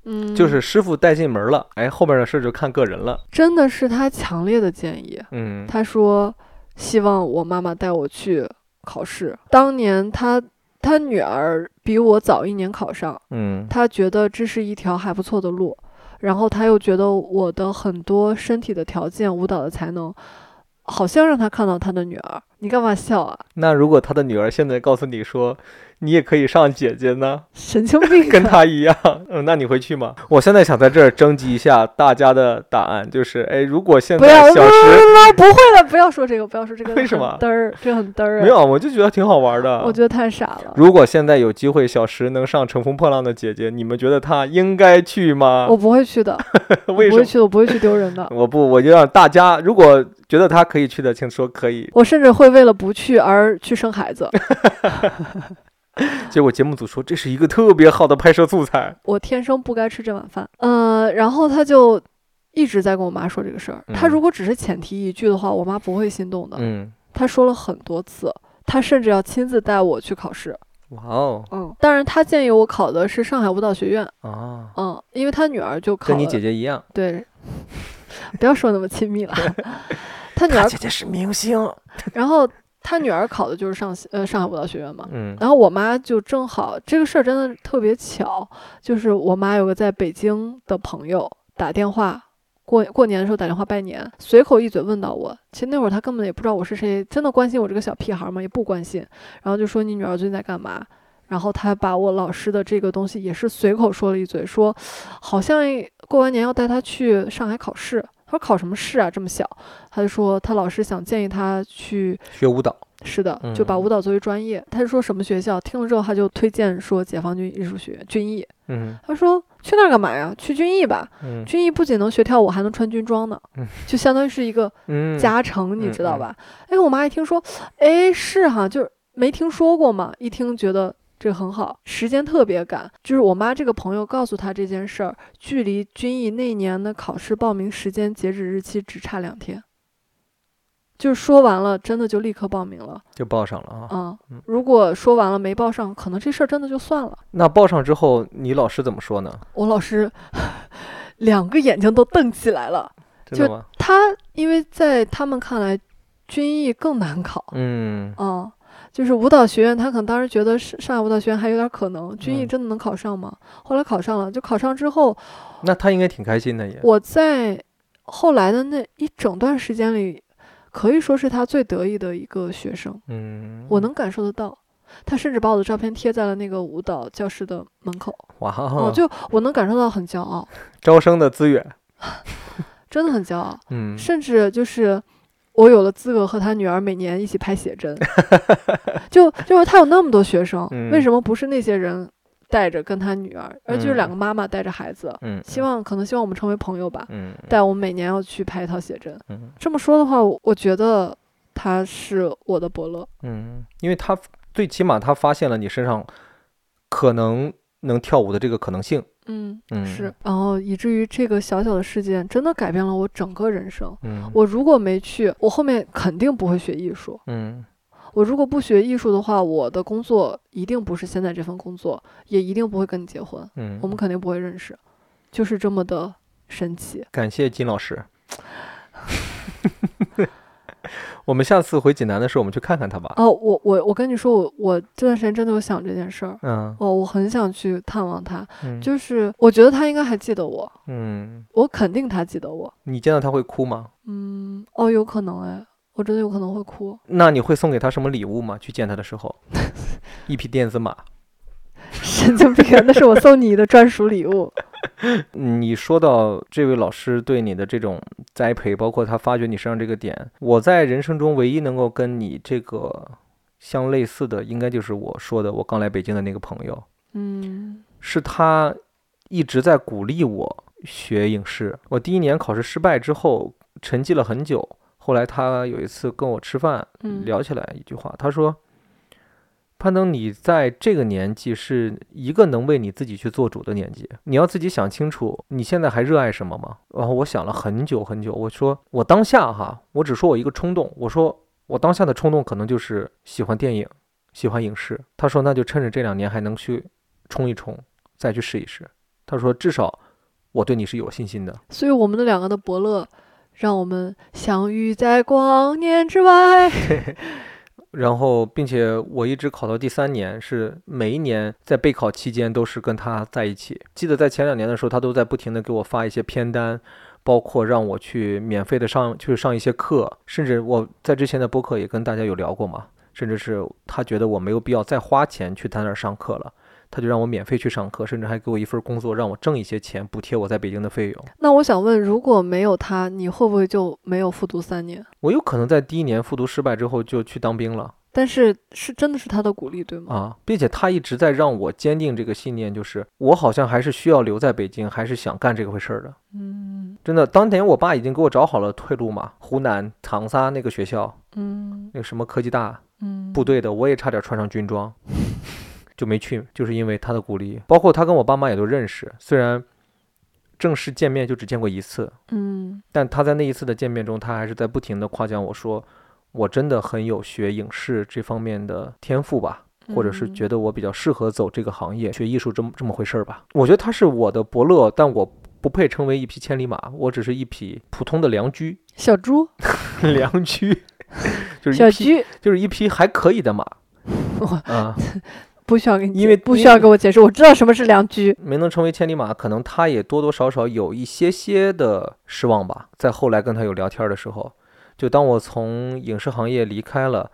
A: 嗯，
B: 就是师傅带进门了，哎，后面的事就看个人了。
A: 真的是他强烈的建议。
B: 嗯
A: 他说希望我妈妈带我去考试。当年他他女儿比我早一年考上，
B: 嗯
A: 他觉得这是一条还不错的路，然后他又觉得我的很多身体的条件、舞蹈的才能，好像让他看到他的女儿。你干嘛笑啊？
B: 那如果他的女儿现在告诉你说，你也可以上姐姐呢，
A: 神经病
B: 跟
A: 啊！
B: 她一样，嗯，那你会去吗？我现在想在这儿征集一下大家的答案，就是，哎，如果现
A: 不要，
B: 在
A: 不
B: 小
A: 要，
B: 时
A: 不要不会了，不要说这个，不要说这个，
B: 为什
A: 很
B: 么
A: 嘚儿，这很嘚儿啊。
B: 没有，我就觉得挺好玩的。
A: 我觉得太傻了。
B: 如果现在有机会，小时能上《乘风破浪的姐姐》，你们觉得她应该去吗
A: 我？不会去的，我
B: 为
A: 不
B: 什
A: 会
B: 么？
A: 去的，我不会去丢人的。
B: 我不，我就让大家，如果觉得她可以去的，请说可以。
A: 我甚至会为了不去而去生孩子。
B: 结果节目组说这是一个特别好的拍摄素材。
A: 我天生不该吃这碗饭。
B: 嗯
A: 呃，然后他就一直在跟我妈说这个事儿。他
B: 嗯
A: 如果只是浅提一句的话，我妈不会心动的。
B: 嗯，
A: 他说了很多次，他甚至要亲自带我去考试。
B: 哇哦
A: 嗯，当然他建议我考的是上海舞蹈学院。
B: 啊！
A: 嗯，因为他女儿就考
B: 跟
A: 了。
B: 你姐姐一样，
A: 对， 不要说那么亲密 了。他女儿，
B: 姐是明星。
A: 然后他女儿考的就是上呃上海舞蹈学院嘛。
B: 嗯
A: 然后我妈就正好这个事儿真的特别巧，就是我妈有个在北京的朋友打电话过过年的时候打电话拜年，随口一嘴问到我。其实那会儿他根本也不知道我是谁，真的关心我这个小屁孩吗？也不关心。然后就说你女儿最近在干嘛？然后他把我老师的这个东西也是随口说了一嘴，说好像过完年要带他去上海考试。他说考什么试啊？这么小，他就说他老师想建议他去
B: 学舞蹈，
A: 是的，就把
B: 嗯
A: 舞蹈作为专业。他说什么学校？听了之后，他就推荐说解放军艺术学院军艺。
B: 嗯
A: 他说去那儿干嘛呀？去军艺吧。
B: 嗯
A: 军艺不仅能学跳舞，还能穿军装呢
B: 嗯，
A: 就相当于是一个
B: 嗯，
A: 加成，你
B: 嗯
A: 知道
B: 嗯
A: 吧？哎，我妈一听说，哎，是哈，就是没听说过嘛，一听觉得。这个很好，时间特别赶。就是我妈这个朋友告诉她这件事儿，距离军艺那年的考试报名时间截止日期只差两天，就是说完了，真的就立刻报名了。
B: 就报上了啊。
A: 嗯
B: 嗯，
A: 如果说完了没报上，可能这事儿真的就算了。
B: 那报上之后，你老师怎么说呢？
A: 我老师 两个眼睛都瞪起来了。
B: 真的吗？
A: 他因为在他们看来，军艺更难考。
B: 嗯
A: 嗯，就是舞蹈学院，他可能当时觉得是上海舞蹈学院还有点可能，军艺
B: 嗯
A: 真的能考上吗？后来考上了，就考上之后，
B: 那他应该挺开心的也。
A: 我在后来的那一整段时间里，可以说是他最得意的一个学生，
B: 嗯，
A: 我能感受得到。他甚至把我的照片贴在了那个舞蹈教室的门口，
B: 哇
A: 哦、
B: 哦，
A: 就我能感受到很骄傲，
B: 招生的资源，
A: 真的很骄傲。
B: 嗯，
A: 甚至就是我有了资格和他女儿每年一起拍写 真，就就是他有那么多学生，
B: 嗯
A: 为什么不是那些人带着跟他女儿，而就是
B: 嗯
A: 两个妈妈带着孩子？
B: 嗯，
A: 希望可能希望我们成为朋友吧，
B: 嗯
A: 但我们每年要去拍一套写真。
B: 嗯
A: 这么说的话，我我觉得他是我的伯乐，
B: 嗯，因为他最起码他发现了你身上可能能跳舞的这个可能性。
A: 嗯，
B: 嗯，
A: 是，，然后以至于这个小小的事件真的改变了我整个人生。
B: 嗯，
A: 我如果没去，我后面肯定不会学艺术。
B: 嗯
A: 我如果不学艺术的话，我的工作一定不是现在这份工作，也一定不会跟你结婚，
B: 嗯，
A: 我们肯定不会认识，就是这么的神奇。
B: 感谢金老师。 我们下次回济南的时候，我们去看看他吧。
A: 哦，我我我跟你说，我我这段时间真的有想这件事儿，
B: 嗯，
A: 哦，我很想去探望他，
B: 嗯
A: 就是我觉得他应该还记得我，
B: 嗯，
A: 我肯定他记得我，
B: 你见到他会哭吗？
A: 嗯，哦，有可能哎，我真的有可能会哭，
B: 那你会送给他什么礼物吗？去见他的时候，一匹电子马。
A: 神经病，那是我送你的专属礼物，
B: 你说到这位老师对你的这种栽培，包括他发掘你身上这个点，我在人生中唯一能够跟你这个相类似的，应该就是我说的我刚来北京的那个朋友，
A: 嗯
B: 是他一直在鼓励我学影视。我第一年考试失败之后，沉寂了很久。后来他有一次跟我吃饭，
A: 嗯，
B: 聊起来一句话，他说：“攀登，你在这个年纪是一个能为你自己去做主的年纪，你要自己想清楚，你现在还热爱什么吗？”然后我想了很久很久，我说：“我当下哈，我只说我一个冲动，我说我当下的冲动可能就是喜欢电影，喜欢影视。”他说：“那就趁着这两年还能去冲一冲，再去试一试。”他说：“至少我对你是有信心的。”
A: 所以我们的两个的伯乐，让我们相遇在光年之外。
B: 然后，并且我一直考到第三年，是每一年在备考期间都是跟他在一起。记得在前两年的时候，他都在不停的给我发一些片单，包括让我去免费的上去上一些课，甚至我在之前的播客也跟大家有聊过嘛，甚至是他觉得我没有必要再花钱去他那儿上课了，他就让我免费去上课，甚至还给我一份工作，让我挣一些钱补贴我在北京的费用。
A: 那我想问，如果没有他，你会不会就没有复读三年？
B: 我有可能在第一年复读失败之后就去当兵了。
A: 但是是真的是他的鼓励，对吗？
B: 啊，并且他一直在让我坚定这个信念，就是我好像还是需要留在北京，还是想干这个回事儿的。
A: 嗯
B: 真的，当年我爸已经给我找好了退路嘛，湖南长沙那个学校，
A: 嗯
B: 那个什么科技大
A: 嗯，
B: 部队的，我也差点穿上军装， 就没去，就是因为他的鼓励。包括他跟我爸妈也都认识，虽然正式见面就只见过一次，
A: 嗯
B: 但他在那一次的见面中，他还是在不停的夸奖我说，我真的很有学影视这方面的天赋吧。或者是
A: 嗯
B: 觉得我比较适合走这个行业，学艺术这么这么回事儿吧。我觉得他是我的伯乐，但我不配称为一匹千里马，我只是一匹普通的良驹，
A: 小猪
B: 良驹 就是
A: 小
B: 一匹
A: 居
B: 就是一匹还可以的马。啊，
A: 不需要给你解，
B: 因为
A: 不需要给我解释，我知道什么是良驹。
B: 没能成为千里马，可能他也多多少少有一些些的失望吧。在后来跟他有聊天的时候，就当我从影视行业离开了，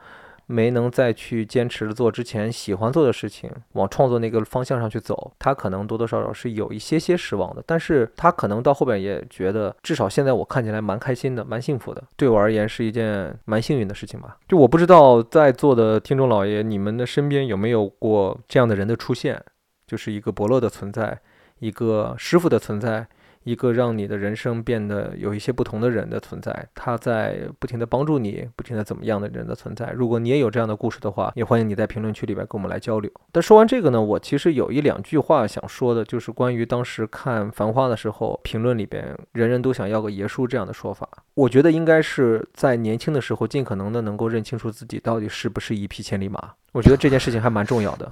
B: 没能再去坚持做之前喜欢做的事情，往创作那个方向上去走，他可能多多少少是有一些些失望的。但是他可能到后边也觉得，至少现在我看起来蛮开心的，蛮幸福的。对我而言是一件蛮幸运的事情吧。就我不知道在座的听众老爷，你们的身边有没有过这样的人的出现？就是一个伯乐的存在，一个师傅的存在，一个让你的人生变得有一些不同的人的存在，他在不停的帮助你，不停的怎么样的人的存在。如果你也有这样的故事的话，也欢迎你在评论区里边跟我们来交流。但说完这个呢，我其实有一两句话想说的，就是关于当时看《繁花》的时候，评论里边人人都想要个爷叔这样的说法，我觉得应该是在年轻的时候，尽可能的能够认清楚自己到底是不是一匹千里马。我觉得这件事情还蛮重要的。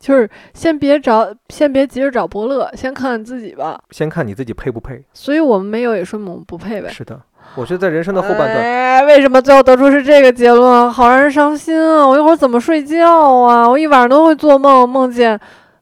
A: 就是先别找，先别急着找伯乐，先看看自己吧。
B: 先看你自己配不配。
A: 所以我们没有也说明我们不配呗。
B: 是的，我觉得在人生的后半段，
A: 哎，为什么最后得出是这个结论？好让人伤心啊！我一会儿怎么睡觉啊？我一晚上都会做梦，梦见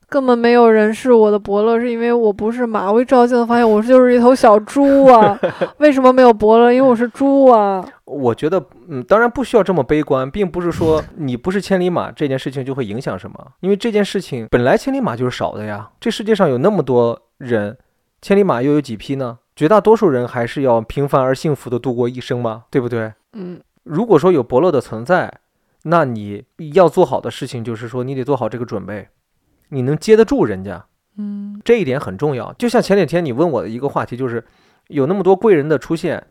A: 根本没有人是我的伯乐，是因为我不是马。我一照镜子发现我就是一头小猪 啊！为什么没有伯乐？因为我是猪啊！
B: 我觉得，嗯，当然不需要这么悲观，并不是说你不是千里马这件事情就会影响什么，因为这件事情本来千里马就是少的呀。这世界上有那么多人，千里马又有几匹呢？绝大多数人还是要平凡而幸福的度过一生嘛，对不对？
A: 嗯，
B: 如果说有伯乐的存在，那你要做好的事情就是说，你得做好这个准备，你能接得住人家，
A: 嗯，
B: 这一点很重要。就像前两天你问我的一个话题，就是有那么多贵人的出现，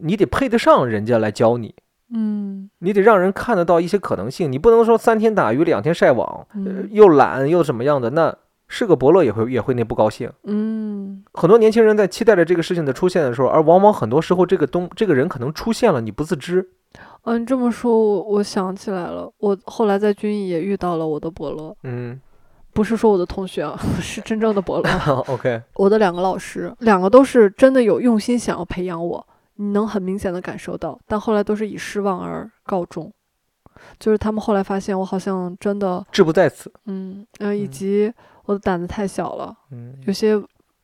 B: 你得配得上人家来教你，
A: 嗯，
B: 你得让人看得到一些可能性。你不能说三天打鱼两天晒网，呃
A: 嗯
B: 又懒又怎么样的，那是个伯乐也会也会那不高兴。
A: 嗯，
B: 很多年轻人在期待着这个事情的出现的时候，而往往很多时候这个东这个人可能出现了，你不自知。
A: 嗯，你这么说，我我想起来了，我后来在军艺也遇到了我的伯乐，
B: 嗯
A: 不是说我的同学啊， 是真正的伯乐。
B: ，OK，
A: 我的两个老师，两个都是真的有用心想要培养我，你能很明显的感受到，但后来都是以失望而告终。就是他们后来发现我好像真的，
B: 志不在此。
A: 嗯，呃，以
B: 嗯
A: 及我的胆子太小了，
B: 嗯，
A: 有些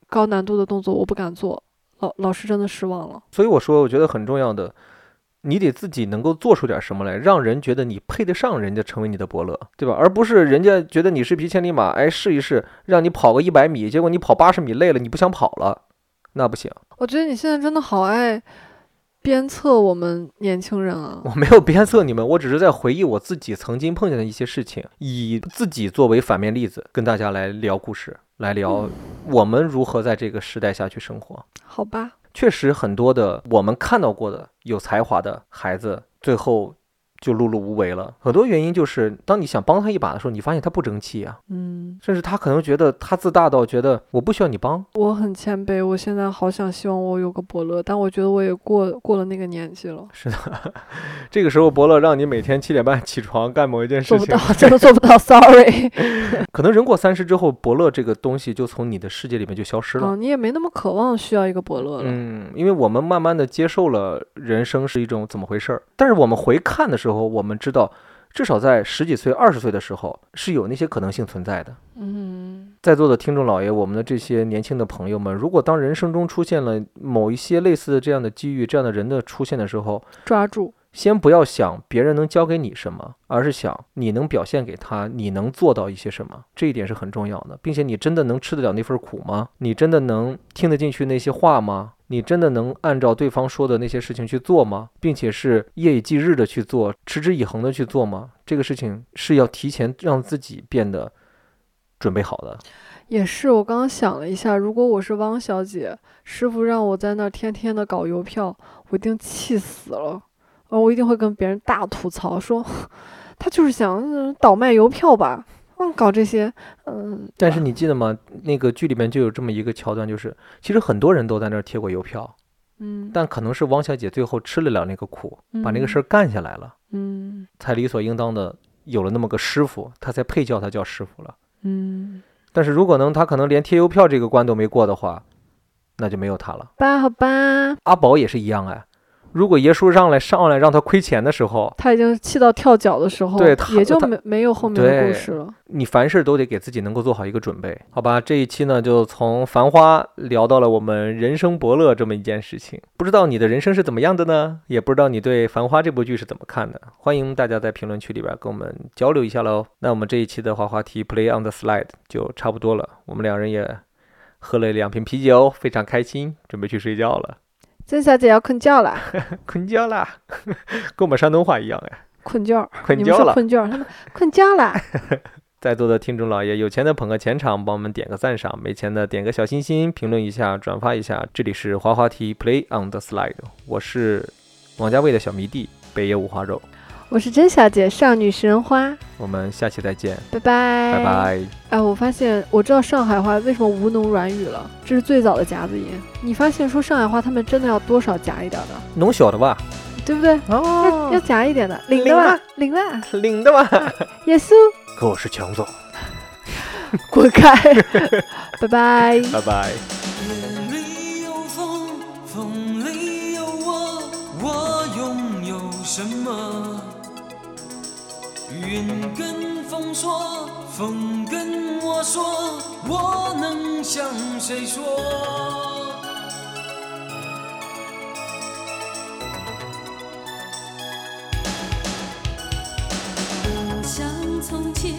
A: 高难度的动作我不敢做，老老师真的失望了。
B: 所以我说，我觉得很重要的，你得自己能够做出点什么来，让人觉得你配得上人家成为你的伯乐，对吧？而不是人家觉得你是匹千里马，哎，试一试，让你跑个一百米，结果你跑八十米累了，你不想跑了，那不行。
A: 我觉得你现在真的好爱鞭策我们年轻人啊，
B: 我没有鞭策你们，我只是在回忆我自己曾经碰见的一些事情，以自己作为反面例子，跟大家来聊故事，来聊我们如何在这个时代下去生活。
A: 好吧，
B: 确实很多的我们看到过的有才华的孩子，最后就碌碌无为了。很多原因就是，当你想帮他一把的时候，你发现他不争气啊，
A: 嗯，
B: 甚至他可能觉得他自大到觉得我不需要你帮。
A: 我很谦卑，我现在好想希望我有个伯乐，但我觉得我也过过了那个年纪了。
B: 这个时候，伯乐让你每天七点半起床干某一件事
A: 做不
B: 情
A: 到，，真的做不到，sorry。
B: 可能人过三十之后，伯乐这个东西就从你的世界里面就消失了。
A: 嗯，你也没那么渴望需要一个伯乐了。
B: 嗯，因为我们慢慢的接受了人生是一种怎么回事儿，但是我们回看的时候，我们知道，至少在十几岁、二十岁的时候，是有那些可能性存在的。
A: 嗯
B: 在座的听众老爷，我们的这些年轻的朋友们，如果当人生中出现了某一些类似的这样的机遇、这样的人的出现的时候，
A: 抓住，
B: 先不要想别人能教给你什么，而是想你能表现给他，你能做到一些什么，这一点是很重要的，并且你真的能吃得了那份苦吗？你真的能听得进去那些话吗？你真的能按照对方说的那些事情去做吗？并且是夜以继日的去做，持之以恒的去做吗？这个事情是要提前让自己变得准备好的。
A: 也是。我刚刚想了一下，如果我是汪小姐，师傅让我在那儿天天的搞邮票，我一定气死了，呃，我一定会跟别人大吐槽说，他就是想嗯倒卖邮票吧，嗯，搞这些，嗯，
B: 但是你记得吗？那个剧里面就有这么一个桥段，就是其实很多人都在那儿贴过邮票，
A: 嗯，
B: 但可能是汪小姐最后吃得了那个苦，把那个事
A: 儿，
B: 儿干下来了。
A: 嗯
B: 才理所应当的有了那么个师傅，他才配叫他叫师傅了。
A: 嗯。
B: 但是如果能他可能连贴邮票这个关都没过的话，那就没有他了。
A: 吧，好吧，
B: 阿宝也是一样哎，如果耶稣让来上来让他亏钱的时候，
A: 他已经气到跳脚的时候，
B: 对他
A: 也就
B: 他
A: 没没有后面的
B: 对
A: 故事了。
B: 你凡事都得给自己能够做好一个准备，好吧？这一期呢，就从《繁花》聊到了我们人生伯乐这么一件事情。不知道你的人生是怎么样的呢？也不知道你对《繁花》这部剧是怎么看的？欢迎大家在评论区里边跟我们交流一下喽。那我们这一期的滑滑梯 Play on the Slide 就差不多了，我们两人也喝了两瓶啤酒，非常开心，准备去睡觉了，
A: 曾小姐要困觉了，
B: 困觉啦， 跟我们山东话一样哎，
A: 困觉儿，
B: 困
A: 你们
B: 觉
A: 说
B: 了。
A: 困觉儿，他们困觉了。
B: 在座的听众老爷，有钱的捧个钱场，帮我们点个赞赏；没钱的点个小心心，评论一下，转发一下。这里是滑滑梯 Play on the Slide，我是王家卫的小迷弟北野五花肉，
A: 我是甄小姐，少女食人花，
B: 我们下期再见，
A: 拜拜，
B: 拜。拜。
A: 哎，我发现我知道上海话为什么吴侬软语了，这是最早的夹子音。你发现说上海话，他们真的要多少夹一点的，
B: 侬晓得吧？
A: 对不对？要要
B: 哦，
A: 夹一点的，领
B: 领
A: 的吧
B: 了，
A: 领了，
B: 领的吧？
A: 耶稣，
B: 可我是强总，
A: 滚 开，拜拜。
B: 拜拜。
D: 眼里有风，风里有我，我拥有什么？云跟风说，风跟我说，我能向谁说？
E: 不像从前，